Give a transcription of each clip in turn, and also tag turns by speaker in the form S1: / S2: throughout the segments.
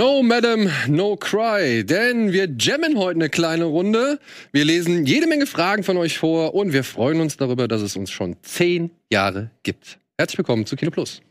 S1: No, Madam, no cry, denn wir jammen heute eine kleine Runde. Wir lesen jede Menge Fragen von euch vor und wir freuen uns darüber, dass es uns schon zehn Jahre gibt. Herzlich willkommen zu Kino Plus.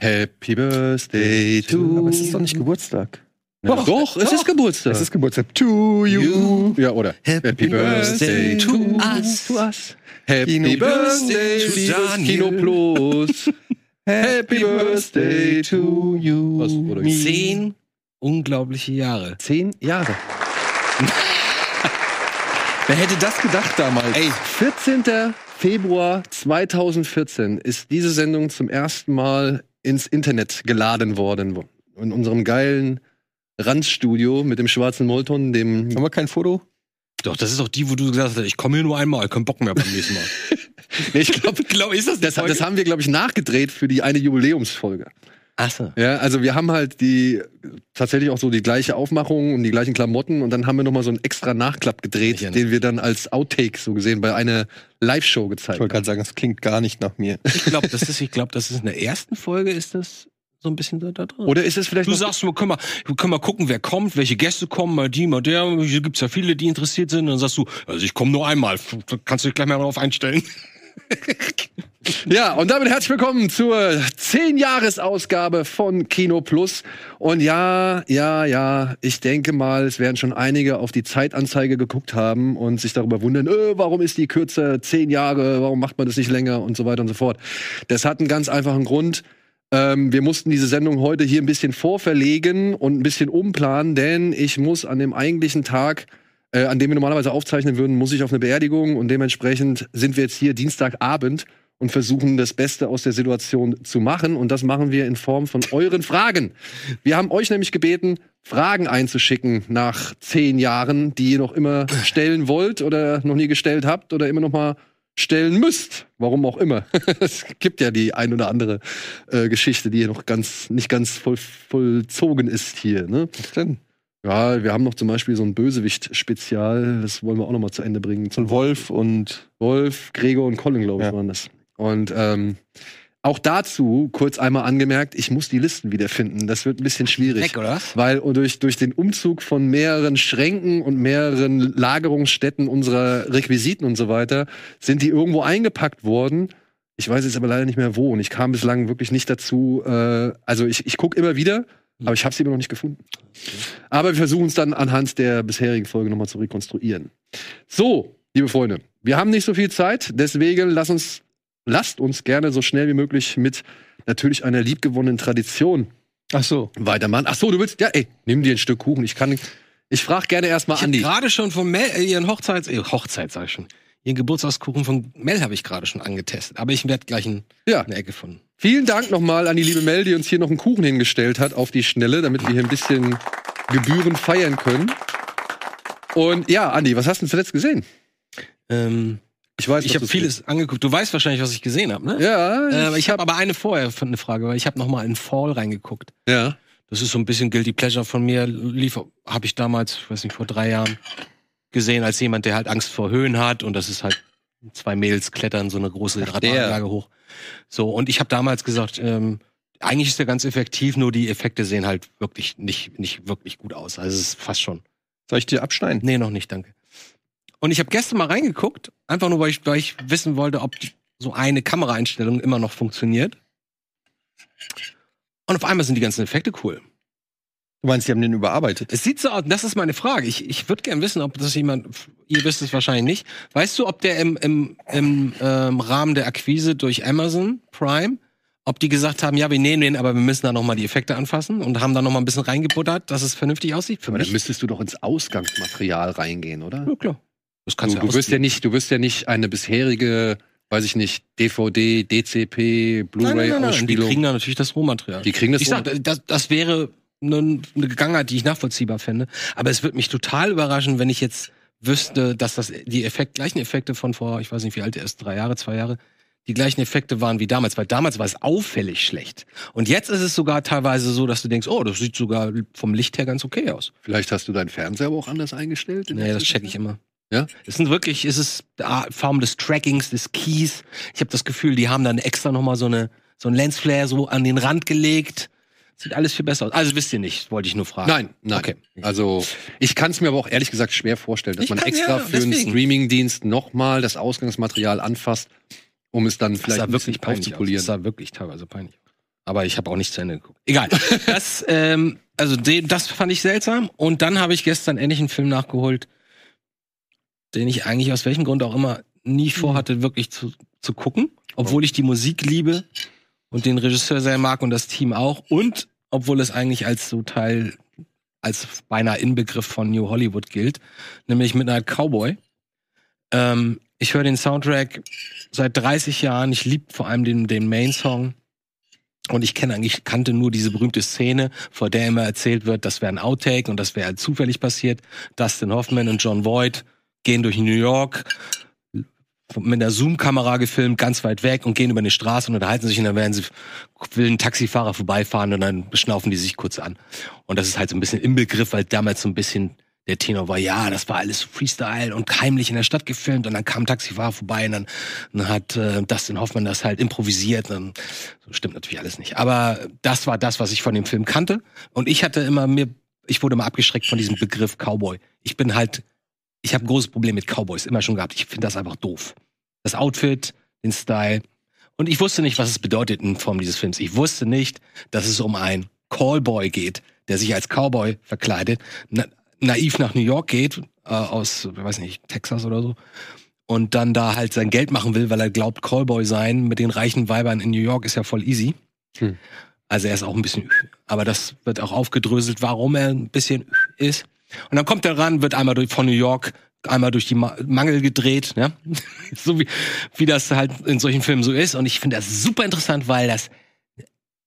S1: Happy Birthday to
S2: Aber es ist doch nicht Geburtstag.
S1: Na, doch, es ist Geburtstag.
S3: Äh.
S2: Es ist Geburtstag. To you.
S1: ja, oder? Happy, Birthday to us.
S2: To us.
S1: Happy
S2: Kino
S1: Birthday
S2: Plus.
S1: to
S3: Daniel.
S1: Kino Plus. Happy Birthday to you. Was wurde
S2: Me.
S3: Zehn unglaubliche Jahre.
S1: Zehn Jahre.
S2: Wer hätte das gedacht damals?
S3: Ey,
S1: 14. Februar 2014 ist diese Sendung zum ersten Mal ins Internet geladen worden. wo- In unserem geilen Ranzstudio mit dem schwarzen Molton, dem.
S2: Haben wir kein Foto?
S3: doch, das ist doch die, wo du gesagt hast, ich komme hier nur einmal, kein Bock mehr beim nächsten Mal.
S1: Nee, ich glaube,
S3: glaub, ist das
S1: das, das haben wir, glaube ich, nachgedreht für die eine Jubiläumsfolge.
S3: Achso.
S1: Ja, also wir haben halt die tatsächlich auch so die gleiche Aufmachung und die gleichen Klamotten und dann haben wir nochmal so einen extra Nachklapp gedreht,
S3: Ja, ne.
S1: den wir dann als Outtake so gesehen bei einer Live-Show gezeigt
S2: Ich wollte
S1: haben.
S2: gerade sagen, das klingt gar nicht nach mir.
S3: Ich glaube, das ist, ich glaube, das ist in der ersten Folge ist das so ein bisschen da, da drin.
S1: Oder ist es vielleicht
S3: Du
S1: noch-
S3: sagst, wir können, mal, wir können mal gucken, wer kommt, welche Gäste kommen, mal die, mal der. Hier gibt's ja viele, die interessiert sind. Und dann sagst du, also ich komme nur einmal. Kannst du dich gleich mal darauf einstellen?
S1: Ja, und damit herzlich willkommen zur 10-Jahres-Ausgabe von Kino Plus. Und ja, ja, ja, ich denke mal, es werden schon einige auf die Zeitanzeige geguckt haben und sich darüber wundern, äh, warum ist die kürzer 10 Jahre, warum macht man das nicht länger und so weiter und so fort. Das hat einen ganz einfachen Grund. Ähm, wir mussten diese Sendung heute hier ein bisschen vorverlegen und ein bisschen umplanen, denn ich muss an dem eigentlichen Tag, äh, an dem wir normalerweise aufzeichnen würden, muss ich auf eine Beerdigung und dementsprechend sind wir jetzt hier Dienstagabend und versuchen das Beste aus der Situation zu machen und das machen wir in Form von euren Fragen. Wir haben euch nämlich gebeten, Fragen einzuschicken nach zehn Jahren, die ihr noch immer stellen wollt oder noch nie gestellt habt oder immer noch mal stellen müsst. Warum auch immer. es gibt ja die ein oder andere äh, Geschichte, die hier noch ganz, nicht ganz voll, vollzogen ist hier. Ne?
S2: Was denn?
S1: Ja, wir haben noch zum Beispiel so ein Bösewicht-Spezial, das wollen wir auch noch mal zu Ende bringen.
S2: So ein Wolf und
S1: Wolf, Gregor und Colin, glaube ich,
S2: Ja.
S1: waren das. Und ähm, auch dazu kurz einmal angemerkt, ich muss die Listen wiederfinden. Das wird ein bisschen schwierig.
S3: oder was?
S1: Weil durch, durch den Umzug von mehreren Schränken und mehreren Lagerungsstätten unserer Requisiten und so weiter sind die irgendwo eingepackt worden. Ich weiß jetzt aber leider nicht mehr wo und ich kam bislang wirklich nicht dazu. Äh, also ich, ich gucke immer wieder, aber ich habe sie immer noch nicht gefunden. Aber wir versuchen es dann anhand der bisherigen Folge nochmal zu rekonstruieren. So, liebe Freunde, wir haben nicht so viel Zeit, deswegen lass uns, lasst uns gerne so schnell wie möglich mit natürlich einer liebgewonnenen Tradition
S2: Ach so.
S1: weitermachen. Ach so, du willst ja, ey, nimm dir ein Stück Kuchen. Ich kann ich frage gerne erstmal
S3: Ich habe
S1: Andi.
S3: gerade schon von Mel, äh, ihren Hochzeits, äh, Hochzeit sag ich schon, ihren Geburtstagskuchen von Mel habe ich gerade schon angetestet. Aber ich werde gleich ein,
S1: Ja,
S3: eine Ecke von.
S1: vielen Dank nochmal an die liebe Mel, die uns hier noch einen Kuchen hingestellt hat auf die Schnelle, damit wir hier ein bisschen Gebühren feiern können. Und ja, Andi, was hast du denn zuletzt gesehen?
S3: Ähm,
S1: Ich weiß,
S3: ich
S1: dass
S3: habe
S1: du's
S3: vieles angeguckt. Du weißt wahrscheinlich, was ich gesehen habe, ne?
S1: gesehen- Ja,
S3: Äh, ich habe aber eine vorher von eine Frage, weil ich habe noch mal in Fall reingeguckt.
S1: ja.
S3: Das ist so ein bisschen guilty pleasure von mir. Lief habe ich damals, ich weiß nicht, vor drei Jahren gesehen als jemand, der halt Angst vor Höhen hat und das ist halt zwei Mädels klettern so eine große Radaranlage hoch. So und ich habe damals gesagt, ähm, eigentlich ist der ganz effektiv, nur die Effekte sehen halt wirklich nicht nicht wirklich gut aus. Also es ist fast schon
S2: Soll ich dir abschneiden?
S3: Nee, noch nicht, danke. Und ich habe gestern mal reingeguckt, einfach nur, weil ich, weil ich wissen wollte, ob die- so eine Kameraeinstellung immer noch funktioniert. Und auf einmal sind die ganzen Effekte cool.
S2: Du meinst, die haben den überarbeitet?
S3: Es sieht so aus, das ist meine Frage. Ich, ich würde gerne wissen, ob das jemand, ihr wisst es wahrscheinlich nicht. Weißt du, ob der im, im, im ähm, Rahmen der Akquise durch Amazon Prime, ob die gesagt haben, ja, wir nehmen den, aber wir müssen da nochmal die Effekte anfassen und haben da nochmal ein bisschen reingebuttert, dass es vernünftig aussieht? Für
S1: Aber dann
S3: mich?
S1: müsstest du doch ins Ausgangsmaterial reingehen, oder?
S3: Ja, klar. Also Das
S1: Du,
S3: kannst
S1: du wirst ja nicht, du wirst ja nicht eine bisherige, weiß ich nicht, DVD, DCP,
S3: Nein, nein, nein, nein. Die
S1: Blu-ray-Ausspielung.
S3: kriegen da natürlich das Rohmaterial.
S1: Die kriegen das
S3: ich sag, das, das wäre eine, eine Gegangenheit, die ich nachvollziehbar fände. Aber es würde mich total überraschen, wenn ich jetzt wüsste, dass das die Effekt, gleichen Effekte von vor, ich weiß nicht, wie alt er ist, drei Jahre, zwei Jahre, die gleichen Effekte waren wie damals, weil damals war es auffällig schlecht. Und jetzt ist es sogar teilweise so, dass du denkst, oh, das sieht sogar vom Licht her ganz okay aus.
S1: Vielleicht hast du deinen Fernseher aber auch anders eingestellt. in
S3: Nee,
S1: der
S3: das checke ich immer.
S1: Ja?
S3: Es sind wirklich, es ist eine Form des Trackings, des Keys. Ich habe das Gefühl, die haben dann extra nochmal so eine so ein Lensflare so an den Rand gelegt. Sieht alles viel besser aus. Also wisst ihr nicht, wollte ich nur fragen.
S1: Nein, nein.
S3: Okay.
S1: Also ich kann es mir aber auch ehrlich gesagt schwer vorstellen, dass
S3: Ich
S1: man
S3: kann-
S1: extra
S3: ja,
S1: für einen
S3: deswegen.
S1: Streamingdienst nochmal das Ausgangsmaterial anfasst, um es dann
S3: Das
S1: vielleicht
S3: sah
S1: ein
S3: wirklich
S1: wirklich
S3: peinlich aus. Das
S1: aufzupolieren.
S3: sah wirklich teilweise peinlich aus. Aber ich habe auch nicht zu Ende geguckt. Egal. Das, ähm, also den, das fand ich seltsam. Und dann habe ich gestern endlich einen Film nachgeholt, den ich eigentlich aus welchem Grund auch immer nie vorhatte, wirklich zu, zu gucken. Obwohl ich die Musik liebe und den Regisseur sehr mag und das Team auch. Und obwohl es eigentlich als so Teil, als beinahe Inbegriff von New Hollywood gilt, nämlich Midnight Cowboy. Ähm, ich höre den Soundtrack seit 30 Jahren. Ich lieb vor allem den, den Main-Song. Und ich kenne eigentlich, kannte nur diese berühmte Szene, vor der immer erzählt wird, das wäre ein Outtake und das wäre halt zufällig passiert. Dustin Hoffman und John Voight gehen durch New York mit einer Zoom-Kamera gefilmt, ganz weit weg und gehen über eine Straße und unterhalten sich und dann werden sie, will ein Taxifahrer vorbeifahren und dann schnaufen die sich kurz an. Und das ist halt so ein bisschen im Begriff, weil damals so ein bisschen der Tenor war, ja, das war alles Freestyle und heimlich in der Stadt gefilmt und dann kam ein Taxifahrer vorbei und dann, dann hat äh, Dustin Hoffmann das halt improvisiert. Und so stimmt natürlich alles nicht. Aber das war das, was ich von dem Film kannte. Und ich hatte immer mir, ich wurde immer abgeschreckt von diesem Begriff Cowboy. Ich bin halt, ich habe ein großes Problem mit Cowboys immer schon gehabt. Ich finde das einfach doof. Das Outfit, den Style. Und ich wusste nicht, was es bedeutet in Form dieses Films. Ich wusste nicht, dass es um einen Callboy geht, der sich als Cowboy verkleidet, na naiv nach New York geht, äh, aus, ich weiß nicht, Texas oder so. Und dann da halt sein Geld machen will, weil er glaubt, Callboy sein mit den reichen Weibern in New York ist ja voll easy.
S1: Hm.
S3: Also er ist auch ein bisschen, aber das wird auch aufgedröselt, warum er ein bisschen ist. Und dann kommt er ran, wird einmal durch, von New York einmal durch die Ma Mangel gedreht, ja? so wie, wie das halt in solchen Filmen so ist. Und ich finde das super interessant, weil das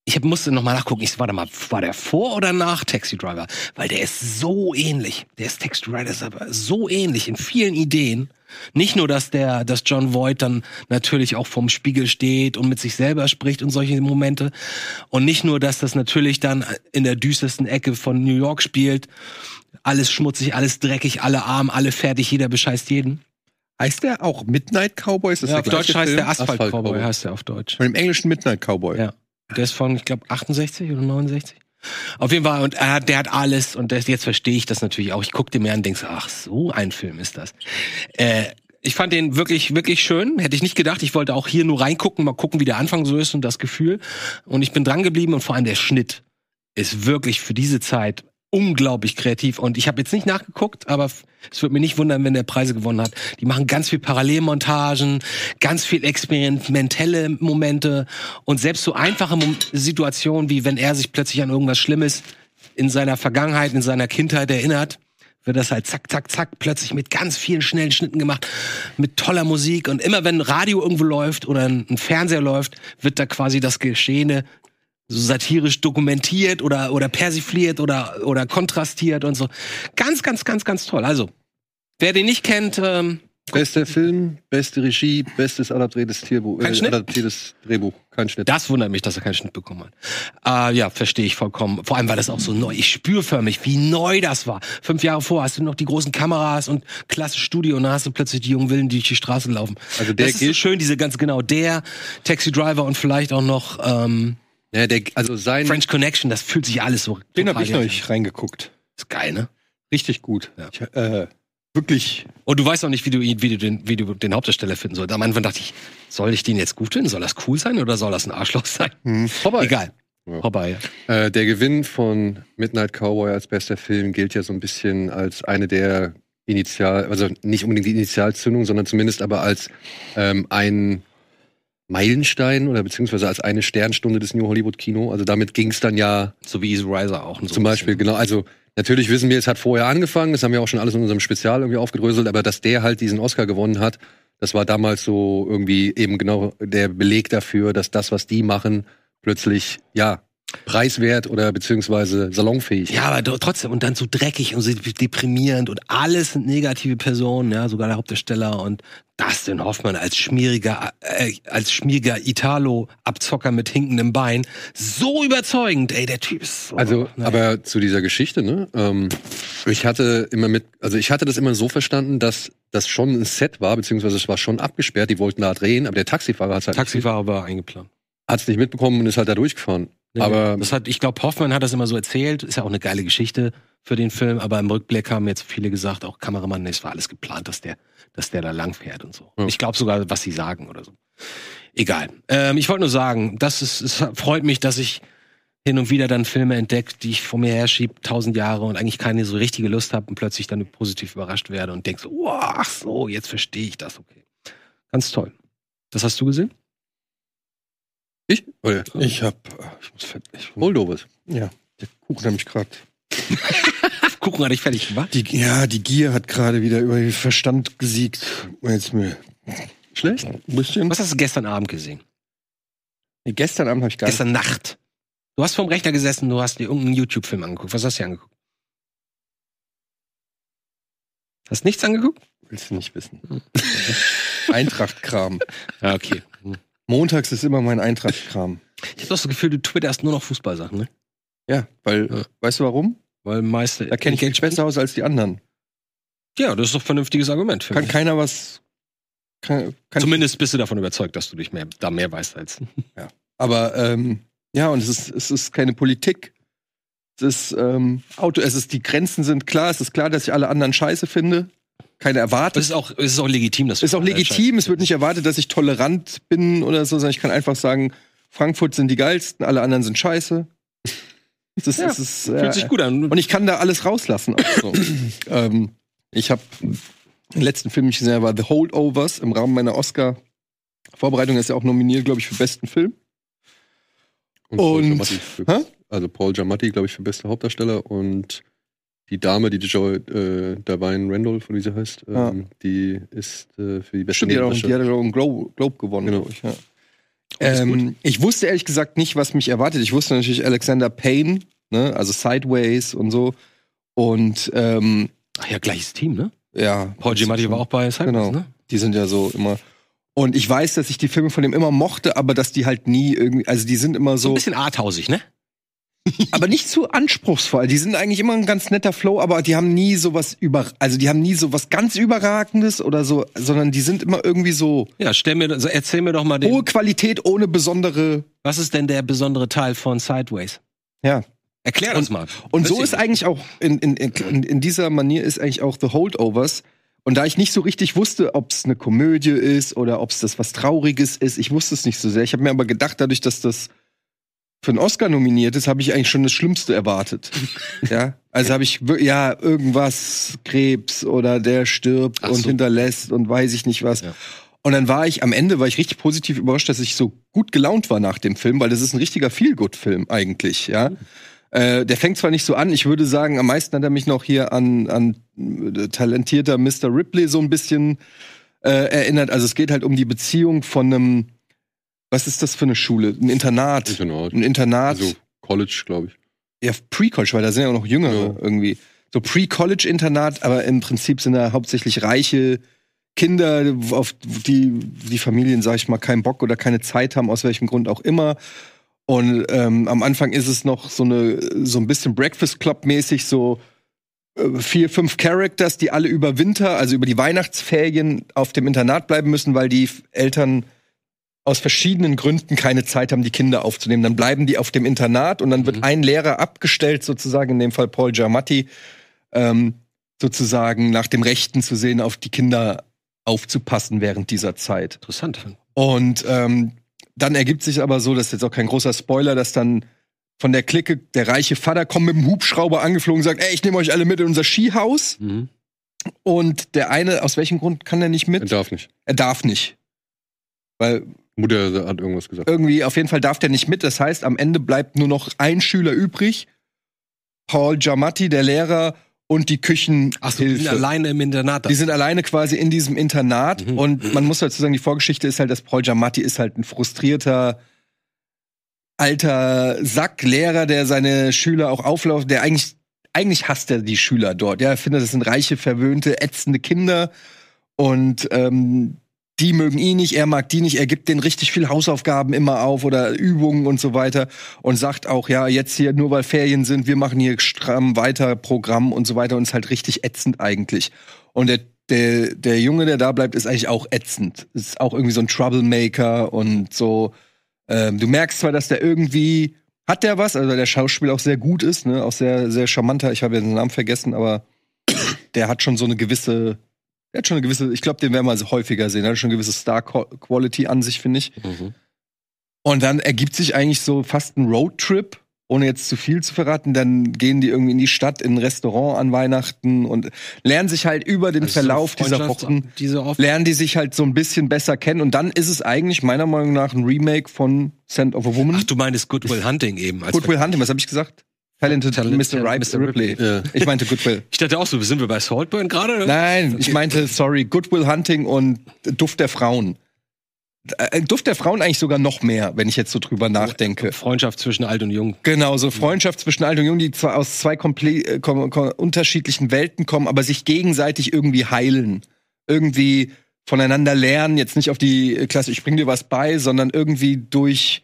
S3: ich hab, musste nochmal nachgucken. Ich warte mal, war der vor oder nach Taxi Driver? Weil der ist so ähnlich. Der ist Taxi Driver ist aber so ähnlich in vielen Ideen. Nicht nur, dass der, dass John Voight dann natürlich auch vorm Spiegel steht und mit sich selber spricht und solche Momente. Und nicht nur, dass das natürlich dann in der düstersten Ecke von New York spielt. Alles schmutzig, alles dreckig, alle arm, alle fertig, jeder bescheißt jeden.
S2: Heißt der auch Midnight Cowboy? Ist das
S3: Ja, auf Deutsch heißt der Asphalt,
S1: Asphalt
S3: Cowboy,
S1: Cowboy.
S3: heißt der auf Deutsch.
S2: Von dem englischen Midnight Cowboy.
S3: Ja. Der ist von, ich glaube, 68 oder 69. Auf jeden Fall, und er hat, der hat alles, und das, jetzt verstehe ich das natürlich auch. Ich gucke den mir an und denke, ach, so ein Film ist das. Äh, ich fand den wirklich, wirklich schön. Hätte ich nicht gedacht. Ich wollte auch hier nur reingucken, mal gucken, wie der Anfang so ist und das Gefühl. Und ich bin dran geblieben und vor allem der Schnitt ist wirklich für diese Zeit unglaublich kreativ. Und ich habe jetzt nicht nachgeguckt, aber f- es würde mir nicht wundern, wenn der Preise gewonnen hat. Die machen ganz viel Parallelmontagen, ganz viel experimentelle Momente und selbst so einfache Mom Situationen, wie wenn er sich plötzlich an irgendwas Schlimmes in seiner Vergangenheit, in seiner Kindheit erinnert, wird das halt zack, zack, zack, plötzlich mit ganz vielen schnellen Schnitten gemacht, mit toller Musik. Und immer wenn ein Radio irgendwo läuft oder ein ein Fernseher läuft, wird da quasi das Geschehene so satirisch dokumentiert oder, oder persifliert oder, oder kontrastiert und so. Ganz, ganz, ganz, ganz toll. Also, wer den nicht kennt, ähm,
S1: Bester Film, beste Regie, bestes adaptiertes Drehbuch.
S3: Kein Schnitt?
S1: adaptiertes Drehbuch, kein Schnitt.
S3: das wundert mich, dass er keinen Schnitt bekommen hat. Äh, ja, verstehe ich vollkommen. Vor allem war das auch so neu. Ich spüre förmlich, wie neu das war. Fünf Jahre vor hast du noch die großen Kameras und klasse Studio und dann hast du plötzlich die jungen Willen, die durch die Straße laufen.
S1: Also der
S3: das ist so
S1: gilt-
S3: schön, diese ganz genau, der Taxi Driver und vielleicht auch noch ähm,
S1: Ja, der, also sein
S3: French Connection, das fühlt sich alles so.
S2: Den habe
S3: total
S2: ich noch
S3: gleich
S2: nicht reingeguckt.
S3: an. Ist geil, ne?
S2: Richtig gut.
S3: Ja.
S2: Ich, äh, wirklich.
S3: Und du weißt auch nicht, wie du, ihn- wie, du den, wie du den Hauptdarsteller finden sollst. Am Anfang dachte ich, soll ich den jetzt gut finden? Soll das cool sein oder soll das ein Arschloch sein?
S1: Popeye.
S3: Egal.
S1: Ja.
S3: Vorbei.
S1: Äh, der Gewinn von Midnight Cowboy als bester Film gilt ja so ein bisschen als eine der Initial, also nicht unbedingt die Initialzündung, sondern zumindest aber als ähm, ein Meilenstein oder beziehungsweise als eine Sternstunde des New Hollywood Kino. Also damit ging es dann ja
S3: So wie Easy Riser auch. Und so
S1: zum Beispiel, genau, also Natürlich wissen wir, es hat vorher angefangen, das haben wir auch schon alles in unserem Spezial irgendwie aufgedröselt, aber dass der halt diesen Oscar gewonnen hat, das war damals so irgendwie eben genau der Beleg dafür, dass das, was die machen, plötzlich, ja, preiswert oder beziehungsweise salonfähig
S3: Ja, aber doch trotzdem, und dann so dreckig und so deprimierend und alles sind negative Personen, ja, sogar der Hauptdarsteller und Dustin Hoffmann als schmieriger, äh, als schmieriger Italo-Abzocker mit hinkendem Bein. So überzeugend, ey, der Typ ist so.
S1: Also,
S3: Naja.
S1: aber zu dieser Geschichte, ne? Ähm, ich hatte immer mit, also ich hatte das immer so verstanden, dass das schon ein Set war, beziehungsweise es war schon abgesperrt, die wollten da drehen, aber der Taxifahrer hat es halt
S3: Taxifahrer war eingeplant.
S1: hat's nicht mitbekommen und ist halt da durchgefahren.
S3: Nee,
S1: aber
S3: Ne, das hat, ich glaube, Hoffmann hat das immer so erzählt. Ist ja auch eine geile Geschichte für den Film, aber im Rückblick haben jetzt viele gesagt, auch Kameramann, nee, es war alles geplant, dass der, dass der da lang fährt und so.
S1: Ja.
S3: Ich glaube sogar, was sie sagen oder so. Egal. Ähm, ich wollte nur sagen, das ist, es freut mich, dass ich hin und wieder dann Filme entdecke, die ich vor mir herschiebe, tausend Jahre und eigentlich keine so richtige Lust habe und plötzlich dann positiv überrascht werde und denke so, wow, ach so, jetzt verstehe ich das, okay. Ganz toll. Das hast du gesehen?
S1: ich? Oder?
S2: Ich hab. äh, Ich muss fett. Ich,
S1: Holdovers.
S2: ja, der Kuchen hat mich gerade.
S3: Gucken hatte ich fertig gemacht.
S2: Die, ja, die Gier hat gerade wieder über den Verstand gesiegt. Jetzt mir
S1: Schlecht?
S2: ein bisschen.
S3: Was hast du gestern Abend gesehen?
S2: Nee, gestern Abend habe ich gar nicht.
S3: Gestern Nacht. Du hast vorm Rechner gesessen, du hast dir irgendeinen YouTube-Film angeguckt. Was hast du dir angeguckt? Hast nichts angeguckt?
S2: Willst du nicht wissen. Eintracht-Kram.
S3: Ja, okay. Hm.
S2: Montags ist immer mein Eintracht-Kram.
S3: Ich hab doch das Gefühl, du twitterst nur noch Fußballsachen, ne?
S2: Ja, weil,
S3: Ja.
S2: weißt du warum?
S3: Weil meiste.
S2: Da kenne ich mich besser aus als die anderen.
S3: Ja, das ist doch ein vernünftiges Argument. Für
S2: Kann
S3: mich.
S2: keiner was. Kann, kann,
S3: Zumindest bist du davon überzeugt, dass du dich mehr, da mehr weißt als.
S2: Aber ähm, ja, und es ist, es ist keine Politik. Es ist ähm, Auto, es ist, die Grenzen sind klar, es ist klar, dass ich alle anderen scheiße finde. Keine
S3: Das
S2: erwartet.
S3: ist auch, es ist auch legitim, dass du
S2: ist auch legitim, es wird nicht erwartet, dass ich tolerant bin oder so, sondern ich kann einfach sagen, Frankfurt sind die geilsten, alle anderen sind scheiße. Das ist,
S3: Ja,
S2: es ist, äh,
S3: Fühlt sich gut an.
S2: und ich kann da alles rauslassen. Auch so. ähm, ich habe den letzten Film, den ich gesehen habe, war The Holdovers im Rahmen meiner Oscar-Vorbereitung. Er ist ja auch nominiert, glaube ich, für besten Film.
S1: Paul
S2: Und-
S1: Giamatti
S2: Hä?
S1: für, also Paul Giamatti, glaube ich, für bester Hauptdarsteller und die Dame, die Joy, äh, Divine Randolph, oder wie sie heißt, ähm,
S2: Ja.
S1: die ist äh, für die beste
S2: Stimmt, die hat auch, die
S1: Nebendarstellerin.
S2: hat auch einen Globe, Globe gewonnen,
S1: Genau.
S2: glaube ich. Ja.
S1: ist
S2: Ähm, ich wusste ehrlich gesagt nicht, was mich erwartet. Ich wusste natürlich Alexander Payne, ne? also Sideways und so. Und ähm,
S3: Ach ja, gleiches Team, ne?
S2: ja.
S3: Paul Giamatti war auch bei Cypress,
S2: Genau.
S3: ne?
S2: Die sind ja so immer. Und ich weiß, dass ich die Filme von dem immer mochte, aber dass die halt nie irgendwie, also die sind immer
S3: So ein
S2: so,
S3: bisschen arthausig, ne?
S2: aber nicht zu anspruchsvoll. Die sind eigentlich immer ein ganz netter Flow, aber die haben nie sowas über, also die haben nie sowas ganz überragendes oder so, sondern die sind immer irgendwie so
S3: Ja, stell mir, also erzähl mir doch mal den.
S2: hohe Qualität ohne besondere
S3: Was ist denn der besondere Teil von Sideways?
S2: Ja.
S3: Erklär uns mal.
S2: Und
S3: Weiß
S2: so
S3: ich
S2: ist
S3: nicht.
S2: eigentlich auch, in, in, in, in dieser Manier ist eigentlich auch The Holdovers. Und da ich nicht so richtig wusste, ob es eine Komödie ist oder ob es das was Trauriges ist, ich wusste es nicht so sehr. Ich habe mir aber gedacht, dadurch, dass das für einen Oscar nominiert ist, habe ich eigentlich schon das Schlimmste erwartet. ja, also habe ich wir- ja irgendwas Krebs oder der stirbt
S3: Ach
S2: und
S3: so.
S2: hinterlässt und weiß ich nicht was.
S3: Ja.
S2: Und dann war ich am Ende war ich richtig positiv überrascht, dass ich so gut gelaunt war nach dem Film, weil das ist ein richtiger Feel-Good-Film eigentlich, ja.
S3: Mhm.
S2: Äh, der fängt zwar nicht so an, ich würde sagen, am meisten hat er mich noch hier an, an äh, talentierter Mr. Ripley so ein bisschen äh, erinnert. Also es geht halt um die Beziehung von einem, was ist das für eine Schule? Ein Internat.
S1: Internat.
S2: Ein Internat.
S1: Also College, glaube ich.
S2: Ja, Pre-College, weil da sind ja auch noch
S1: Ja.
S2: Jüngere irgendwie. So Pre-College-Internat, aber im Prinzip sind da hauptsächlich reiche Kinder, auf die die Familien, sag ich mal, keinen Bock oder keine Zeit haben, aus welchem Grund auch immer. Und ähm, am Anfang ist es noch so eine so ein bisschen Breakfast Club-mäßig, so äh, vier, fünf Characters, die alle über Winter, also über die Weihnachtsferien auf dem Internat bleiben müssen, weil die F- Eltern aus verschiedenen Gründen keine Zeit haben, die Kinder aufzunehmen. Dann bleiben die auf dem Internat und dann wird
S3: Mhm.
S2: ein Lehrer abgestellt, sozusagen, in dem Fall Paul Giamatti, ähm, sozusagen nach dem Rechten zu sehen, auf die Kinder aufzupassen während dieser Zeit.
S3: Interessant.
S2: Und ähm, dann ergibt sich aber so, das ist jetzt auch kein großer Spoiler, dass dann von der Clique der reiche Vater kommt mit dem Hubschrauber angeflogen und sagt, ey, ich nehme euch alle mit in unser Skihaus.
S3: Mhm.
S2: Und der eine, aus welchem Grund kann er nicht
S1: Er
S2: mit?
S1: darf nicht.
S2: Er darf nicht. Weil
S1: Mutter hat irgendwas gesagt.
S2: irgendwie, auf jeden Fall darf der nicht mit. Das heißt, am Ende bleibt nur noch ein Schüler übrig. Paul Giamatti, der Lehrer und die Küchenhilfe.
S3: Ach so, die sind alleine im Internat. da.
S2: Die sind alleine quasi in diesem Internat
S3: Mhm.
S2: und man muss dazu sagen, die Vorgeschichte ist halt, dass Paul Giamatti ist halt ein frustrierter alter Sacklehrer, der seine Schüler auch auflauft, der eigentlich eigentlich hasst er die Schüler dort. Ja, er findet, das sind reiche, verwöhnte, ätzende Kinder und ähm, die mögen ihn nicht, er mag die nicht, er gibt denen richtig viel Hausaufgaben immer auf oder Übungen und so weiter und sagt auch, ja, jetzt hier nur weil Ferien sind, wir machen hier stramm weiter Programm und so weiter und ist halt richtig ätzend eigentlich. Und der, der, der Junge, der da bleibt, ist eigentlich auch ätzend. Ist auch irgendwie so ein Troublemaker und so. Ähm, du merkst zwar, dass der irgendwie hat der was, also weil der Schauspiel auch sehr gut ist, ne, auch sehr, sehr charmanter. Ich habe ja den Namen vergessen, aber der hat schon so eine gewisse, der hat schon eine gewisse, ich glaube, den werden wir also häufiger sehen. Der hat schon eine gewisse Star-Quality an sich, finde ich.
S3: Mhm.
S2: Und dann ergibt sich eigentlich so fast ein Roadtrip, ohne jetzt zu viel zu verraten. Dann gehen die irgendwie in die Stadt, in ein Restaurant an Weihnachten und lernen sich halt über den
S3: Also
S2: Verlauf dieser
S3: Freundschafts-
S2: Wochen,
S3: Diese oft
S2: lernen die sich halt so ein bisschen besser kennen. Und dann ist es eigentlich meiner Meinung nach ein Remake von Sand of a Woman.
S3: Ach, du meinst Goodwill Hunting eben. Als
S2: Goodwill Hunting, was habe ich gesagt? Talented,
S3: Talented
S2: Mr. Ripe-
S3: Mr.
S2: Ripley.
S1: Ja.
S2: Ich meinte Goodwill.
S3: ich dachte auch so, sind wir bei Saltburn gerade?
S2: Nein, ich meinte, sorry, Goodwill Hunting und Duft der Frauen. Äh, Duft der Frauen eigentlich sogar noch mehr, wenn ich jetzt so drüber nachdenke.
S3: Freundschaft zwischen alt und jung.
S2: Genau, so Freundschaft zwischen Alt und Jung, die zwar aus zwei komple- äh, kom kom unterschiedlichen Welten kommen, aber sich gegenseitig irgendwie heilen. Irgendwie voneinander lernen, jetzt nicht auf die äh, Klasse, ich bring dir was bei, sondern irgendwie durch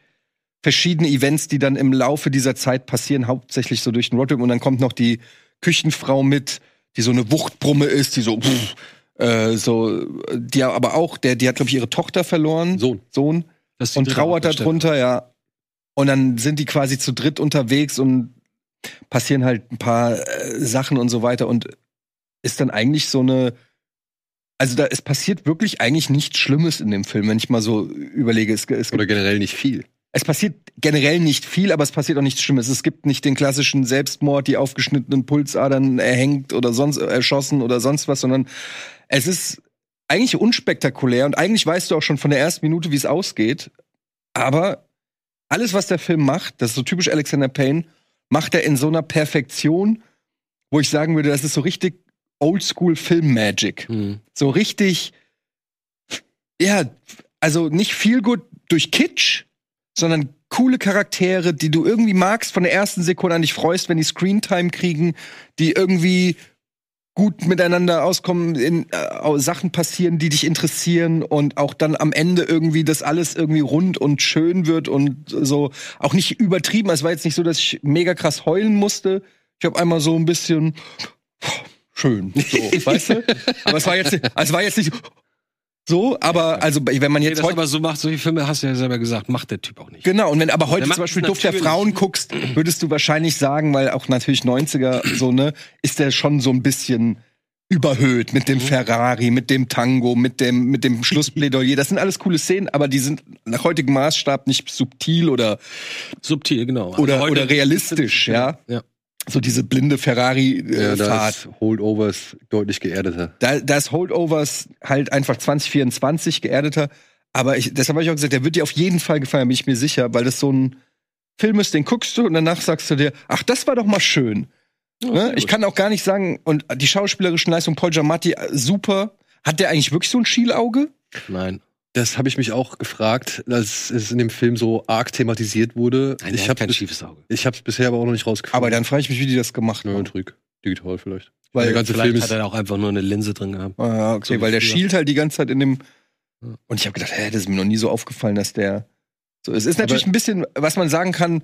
S2: verschiedene Events, die dann im Laufe dieser Zeit passieren, hauptsächlich so durch den Roadtrip. Und dann kommt noch die Küchenfrau mit, die so eine Wuchtbrumme ist, die so, pff, äh, so, die aber auch, der, die hat, glaube ich, ihre Tochter verloren.
S1: Sohn.
S2: Sohn
S3: Das ist die
S2: und
S3: dritte
S2: trauert
S3: Hauptdarsteller.
S2: darunter, ja. Und dann sind die quasi zu dritt unterwegs und passieren halt ein paar äh, Sachen und so weiter und ist dann eigentlich so eine also da es passiert wirklich eigentlich nichts Schlimmes in dem Film, wenn ich mal so überlege. Es, es,
S1: Oder generell nicht viel.
S2: es passiert generell nicht viel, aber es passiert auch nichts Schlimmes. Es gibt nicht den klassischen Selbstmord, die aufgeschnittenen Pulsadern erhängt oder sonst erschossen oder sonst was, sondern es ist eigentlich unspektakulär und eigentlich weißt du auch schon von der ersten Minute, wie es ausgeht. Aber alles, was der Film macht, das ist so typisch Alexander Payne, macht er in so einer Perfektion, wo ich sagen würde, das ist so richtig Oldschool Film Magic
S3: Hm.
S2: so richtig, ja, also nicht viel gut durch Kitsch, sondern coole Charaktere, die du irgendwie magst, von der ersten Sekunde an dich freust, wenn die Screentime kriegen, die irgendwie gut miteinander auskommen, in äh, Sachen passieren, die dich interessieren und auch dann am Ende irgendwie das alles irgendwie rund und schön wird und so auch nicht übertrieben. Es war jetzt nicht so, dass ich mega krass heulen musste. Ich habe einmal so ein bisschen schön, so, weißt du? Aber es war jetzt, nicht- es war jetzt nicht so, aber also wenn man
S3: Wer
S2: jetzt
S3: das
S2: heute
S3: aber so macht, solche Filme hast du ja selber gesagt, macht der Typ auch nicht.
S2: Genau, und wenn aber heute
S3: Der macht
S2: zum Beispiel
S3: es
S2: Duft der
S3: natürlich.
S2: Frauen guckst, würdest du wahrscheinlich sagen, weil auch natürlich 90er so, ne, ist der schon so ein bisschen überhöht mit dem
S3: Mhm.
S2: Ferrari, mit dem Tango, mit dem, mit dem Schlussplädoyer. Das sind alles coole Szenen, aber die sind nach heutigem Maßstab nicht subtil oder,
S3: Subtil, genau. Also
S2: oder,
S3: heute-
S2: oder realistisch, ja.
S3: Ja.
S2: So diese blinde äh,
S1: Ja, Äh, da
S2: Ferrari-Fahrt.
S1: ist Holdovers deutlich geerdeter.
S2: da, da ist Holdovers halt einfach 2024 geerdeter. Aber ich, deshalb habe ich auch gesagt, der wird dir auf jeden Fall gefallen, bin ich mir sicher, weil das so ein Film ist, den guckst du und danach sagst du dir, ach, das war doch mal schön.
S3: Oh, sehr
S2: ne?
S3: gut.
S2: Ich kann auch gar nicht sagen, und die schauspielerischen Leistungen, Paul Giamatti, äh, super. Hat der eigentlich wirklich so ein Schielauge?
S3: Nein.
S1: Das habe ich mich auch gefragt, dass es in dem Film so arg thematisiert wurde.
S3: Nein, der
S1: ich
S3: hat
S1: habe
S3: kein schiefes Auge.
S1: ich hab's bisher aber auch noch nicht rausgefunden.
S2: Aber dann frage ich mich, wie die das gemacht
S1: Nur ein
S2: haben.
S1: Trick. Digital vielleicht.
S2: Weil-
S1: der ganze
S3: Vielleicht
S1: Film
S3: hat
S1: ist.
S3: er da auch einfach nur eine Linse drin gehabt.
S2: Ah, okay,
S3: So wie
S2: weil der
S3: früher.
S2: schielt halt die ganze Zeit in dem.
S3: Ja.
S2: Und ich habe gedacht, hä, das ist mir noch nie so aufgefallen, dass der. So, es ist natürlich ein bisschen, was man sagen kann,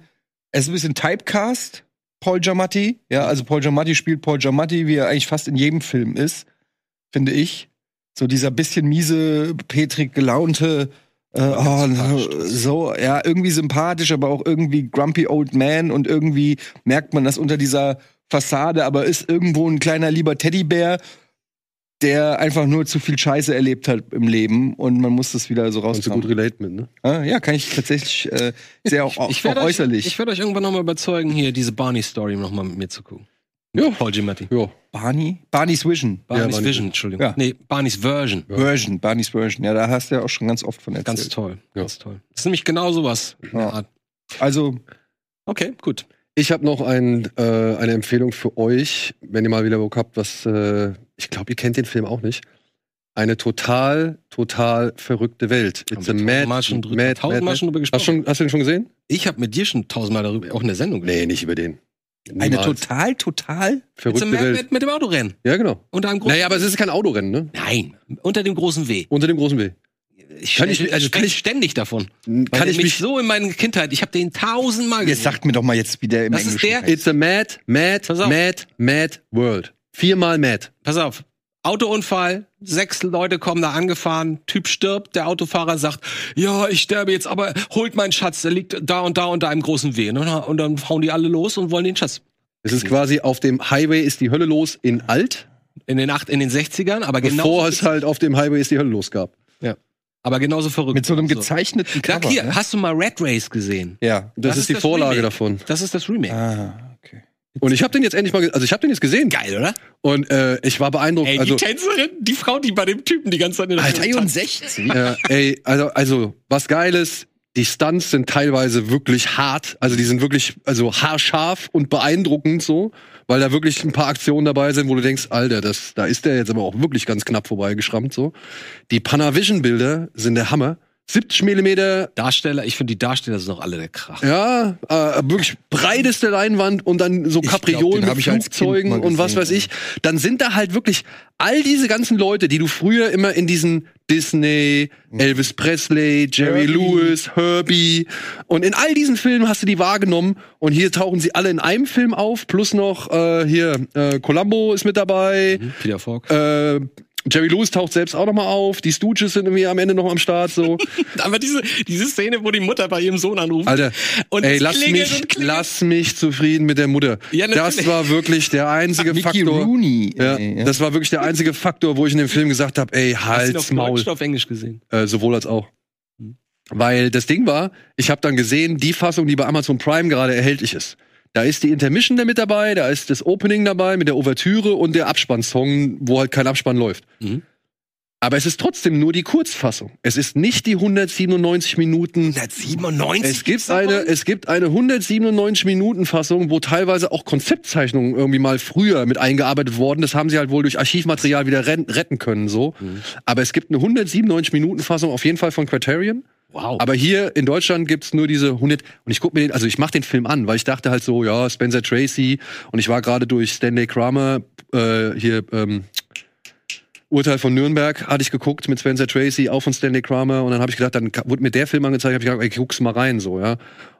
S2: es ist ein bisschen Typecast, Paul Giamatti. Ja, also Paul Giamatti spielt Paul Giamatti, wie er eigentlich fast in jedem Film ist, finde ich. So dieser bisschen miese, petrig gelaunte, äh, oh,
S3: sympathisch.
S2: so, ja, irgendwie sympathisch, aber auch irgendwie grumpy old man und irgendwie merkt man das unter dieser Fassade, aber ist irgendwo ein kleiner lieber Teddybär, der einfach nur zu viel Scheiße erlebt hat im Leben und man muss das wieder so
S1: Kannst du
S2: rauskommen.
S1: gut relate mit, ne?
S2: Ah, ja, kann ich tatsächlich äh, sehr auch, auch,
S3: werd
S2: äußerlich.
S3: Euch, ich werde euch irgendwann nochmal überzeugen, hier diese Barney-Story nochmal mit mir zu gucken.
S1: Ja.
S3: Paul Giamatti.
S1: Ja.
S2: Barney? Barney's Vision.
S3: Barney's
S1: Barney.
S3: Vision, Entschuldigung.
S2: Ja.
S3: Nee, Barney's Version.
S2: Version, Barney's Version. Ja, da hast du ja auch schon ganz oft von erzählt.
S3: Ganz toll.
S1: Ja.
S3: Ganz toll. Das ist nämlich genau sowas. in der
S2: Ja.
S3: Art.
S2: also,
S3: Okay, gut.
S1: Ich habe noch ein, äh, eine Empfehlung für euch, wenn ihr mal wieder Bock habt, was äh, ich glaube, ihr kennt den Film auch nicht. Eine total, total verrückte Welt.
S3: Haben wir tausendmal schon drü- tausendmal schon drüber
S1: Hast, schon, hast du den schon gesehen?
S3: Ich habe mit dir schon tausendmal darüber, auch in der Sendung
S1: Nee, nicht über den.
S2: Eine
S1: Niemals.
S2: total, total.
S3: Jetzt
S1: verrückte
S3: sind wir
S1: Welt.
S3: mit, mit dem Autorennen.
S1: Ja, genau.
S3: Unter einem großen
S1: Naja, aber es ist kein Autorennen, ne?
S3: Nein, unter dem großen W.
S1: Unter dem großen W.
S3: Ich
S1: Kann ich
S3: ständig-
S1: mich- also kann
S3: spreche ständig davon. Weil
S1: Kann
S3: der
S1: ich mich
S3: so in meiner Kindheit, ich habe den tausendmal
S2: Jetzt sagt mir doch mal jetzt, wie der im
S3: Das ist
S2: Englischen
S3: der-
S2: heißt.
S1: It's a mad, mad,
S3: Pass auf.
S1: mad, mad world. Viermal mad.
S3: Pass auf. Autounfall, sechs Leute kommen da angefahren, Typ stirbt, der Autofahrer sagt, ja, ich sterbe jetzt, aber holt meinen Schatz, der liegt da und da unter einem großen W. Ne? Und dann hauen die alle los und wollen den Schatz.
S1: Es
S3: Mhm.
S1: ist quasi auf dem Highway ist die Hölle los in alt,
S3: In den, acht, in den 60ern, aber genauso,
S1: bevor es halt auf dem Highway ist die Hölle los gab.
S3: aber genauso verrückt.
S2: Mit so einem gezeichneten
S3: Sag
S2: Cover.
S3: hier,
S2: ne?
S3: hast du mal Red Race gesehen?
S2: Ja.
S1: Das,
S3: Das
S1: ist,
S3: ist
S1: die
S3: das
S1: Vorlage
S3: Remake.
S1: davon.
S3: Das ist das Remake.
S2: Ah, okay.
S1: Und ich habe den jetzt endlich mal, ge- also ich habe den jetzt gesehen
S3: Geil, oder?
S1: und äh, ich war beeindruckt.
S3: Ey,
S1: also
S3: die Tänzerin, die Frau, die bei dem Typen die ganze Zeit in der Luft tanzt.
S2: 63?
S1: äh, ey, also also was geiles. Die Stunts sind teilweise wirklich hart, also die sind wirklich also haarscharf und beeindruckend so, weil da wirklich ein paar Aktionen dabei sind, wo du denkst, Alter, das da ist der jetzt aber auch wirklich ganz knapp vorbeigeschrammt so. Die Panavision Bilder sind der Hammer. 70 Millimeter
S3: Darsteller, ich finde die Darsteller sind doch alle der Krach.
S1: Ja, äh, wirklich breiteste Leinwand und dann so
S2: Ich glaub, den
S1: Kapriolen
S2: hab
S1: mit
S2: ich als
S1: Flugzeugen
S2: Kind mal
S1: und was
S2: gesehen,
S1: weiß ich. Dann sind da halt wirklich all diese ganzen Leute, die du früher immer in diesen Disney, Elvis Presley, Jerry
S2: Mhm. Herbie.
S1: Lewis, Herbie und in all diesen Filmen hast du die wahrgenommen und hier tauchen sie alle in einem Film auf, plus noch äh, hier äh, Columbo ist mit dabei,
S2: Mhm.
S3: Peter Falk.
S1: äh, Jerry Lewis taucht selbst auch nochmal auf, die Stooges sind irgendwie am Ende noch am Start so.
S3: Aber diese, diese Szene, wo die Mutter bei ihrem Sohn anruft.
S1: Alter,
S3: Und
S1: ey,
S3: es
S1: lass
S3: klingelt
S1: mich,
S3: und klingelt.
S1: lass mich zufrieden mit der Mutter.
S3: Ja, natürlich.
S1: das war wirklich der einzige
S2: Mickey
S1: Faktor.
S2: Rooney.
S1: Ja,
S2: ey, ja.
S1: Das war wirklich der einzige Faktor, wo ich in dem Film gesagt habe, ey,
S3: Hast du ihn auf
S1: halt's
S3: Deutsch Hm.
S1: Maul.
S3: oder auf Englisch gesehen.
S1: Äh, sowohl als auch. Weil das Ding war, ich habe dann gesehen, die Fassung, die bei Amazon Prime gerade erhältlich ist. Da ist die Intermission damit dabei, da ist das Opening dabei mit der Ouvertüre und der Abspannsong, wo halt kein Abspann läuft.
S3: Mhm.
S1: Aber es ist trotzdem nur die Kurzfassung. Es ist nicht die 197 Minuten
S3: 197?
S1: es gibt eine, es gibt eine 197 Minuten Fassung, wo teilweise auch Konzeptzeichnungen irgendwie mal früher mit eingearbeitet wurden. Das haben sie halt wohl durch Archivmaterial wieder ren- retten können so. Aber es gibt eine 197 Minuten Fassung auf jeden Fall von Criterion.
S3: Wow.
S1: Aber hier in Deutschland gibt's nur diese 100 und ich guck mir den, also ich mach den Film an, weil ich dachte halt so, ja, Spencer Tracy und ich war gerade durch Stanley Kramer äh, hier ähm, Urteil von Nürnberg hatte ich geguckt mit Spencer Tracy, auch von Stanley Kramer und dann habe ich gedacht, dann ka- wurde mir der Film angezeigt, habe ich gedacht, ey, guck's mal rein so, ja.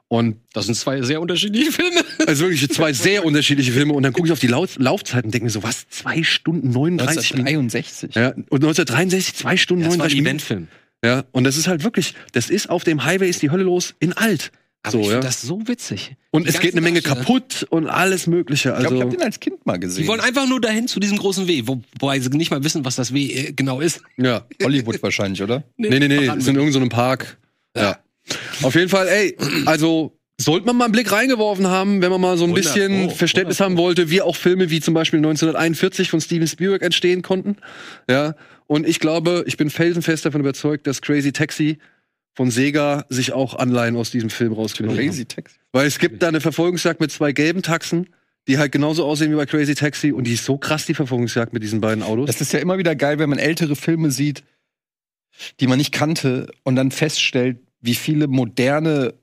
S1: Und
S3: das sind zwei sehr unterschiedliche Filme.
S1: also wirklich zwei sehr unterschiedliche Filme und dann gucke ich auf die Lauf Laufzeit und denke mir so, was zwei Stunden 39 Minuten.
S2: 1963.
S1: Ja, und 1963 zwei Stunden 39 Minuten.
S3: Eventfilm.
S1: Ja, und das ist halt wirklich, das ist auf dem Highway ist die Hölle los in alt.
S3: Aber
S1: so,
S3: ich
S1: ja.
S3: finde das so witzig.
S1: Und
S3: Die
S1: es geht
S3: ganzen ne?
S1: eine Menge
S3: Darsteller.
S1: kaputt und alles Mögliche.
S2: Ich
S1: Also,
S2: glaube, ich habe den als Kind mal gesehen.
S3: Die wollen einfach nur dahin zu diesem großen W, wo- wobei sie nicht mal wissen, was das W äh, genau ist.
S1: ja.
S2: Hollywood wahrscheinlich, oder?
S1: Nee, nee, nee,
S3: verraten
S1: sind in irgendeinem Park. Ja. Auf jeden Fall, ey, also sollte man mal einen Blick reingeworfen haben, wenn man mal so ein
S3: 100
S1: bisschen
S3: Pro,
S1: Verständnis haben wollte, wie auch Filme wie zum Beispiel 1941 von Steven Spielberg entstehen konnten. Ja. Und ich glaube, ich bin felsenfest davon überzeugt, dass Crazy Taxi von Sega sich auch Anleihen aus diesem Film rausgenommen haben.
S2: Crazy Text.
S1: Weil es gibt da eine Verfolgungsjagd mit zwei gelben Taxen, die halt genauso aussehen wie bei Crazy Taxi und die ist so krass, die Verfolgungsjagd mit diesen beiden Autos.
S2: Das ist ja immer wieder geil, wenn man ältere Filme sieht, die man nicht kannte und dann feststellt, wie viele moderne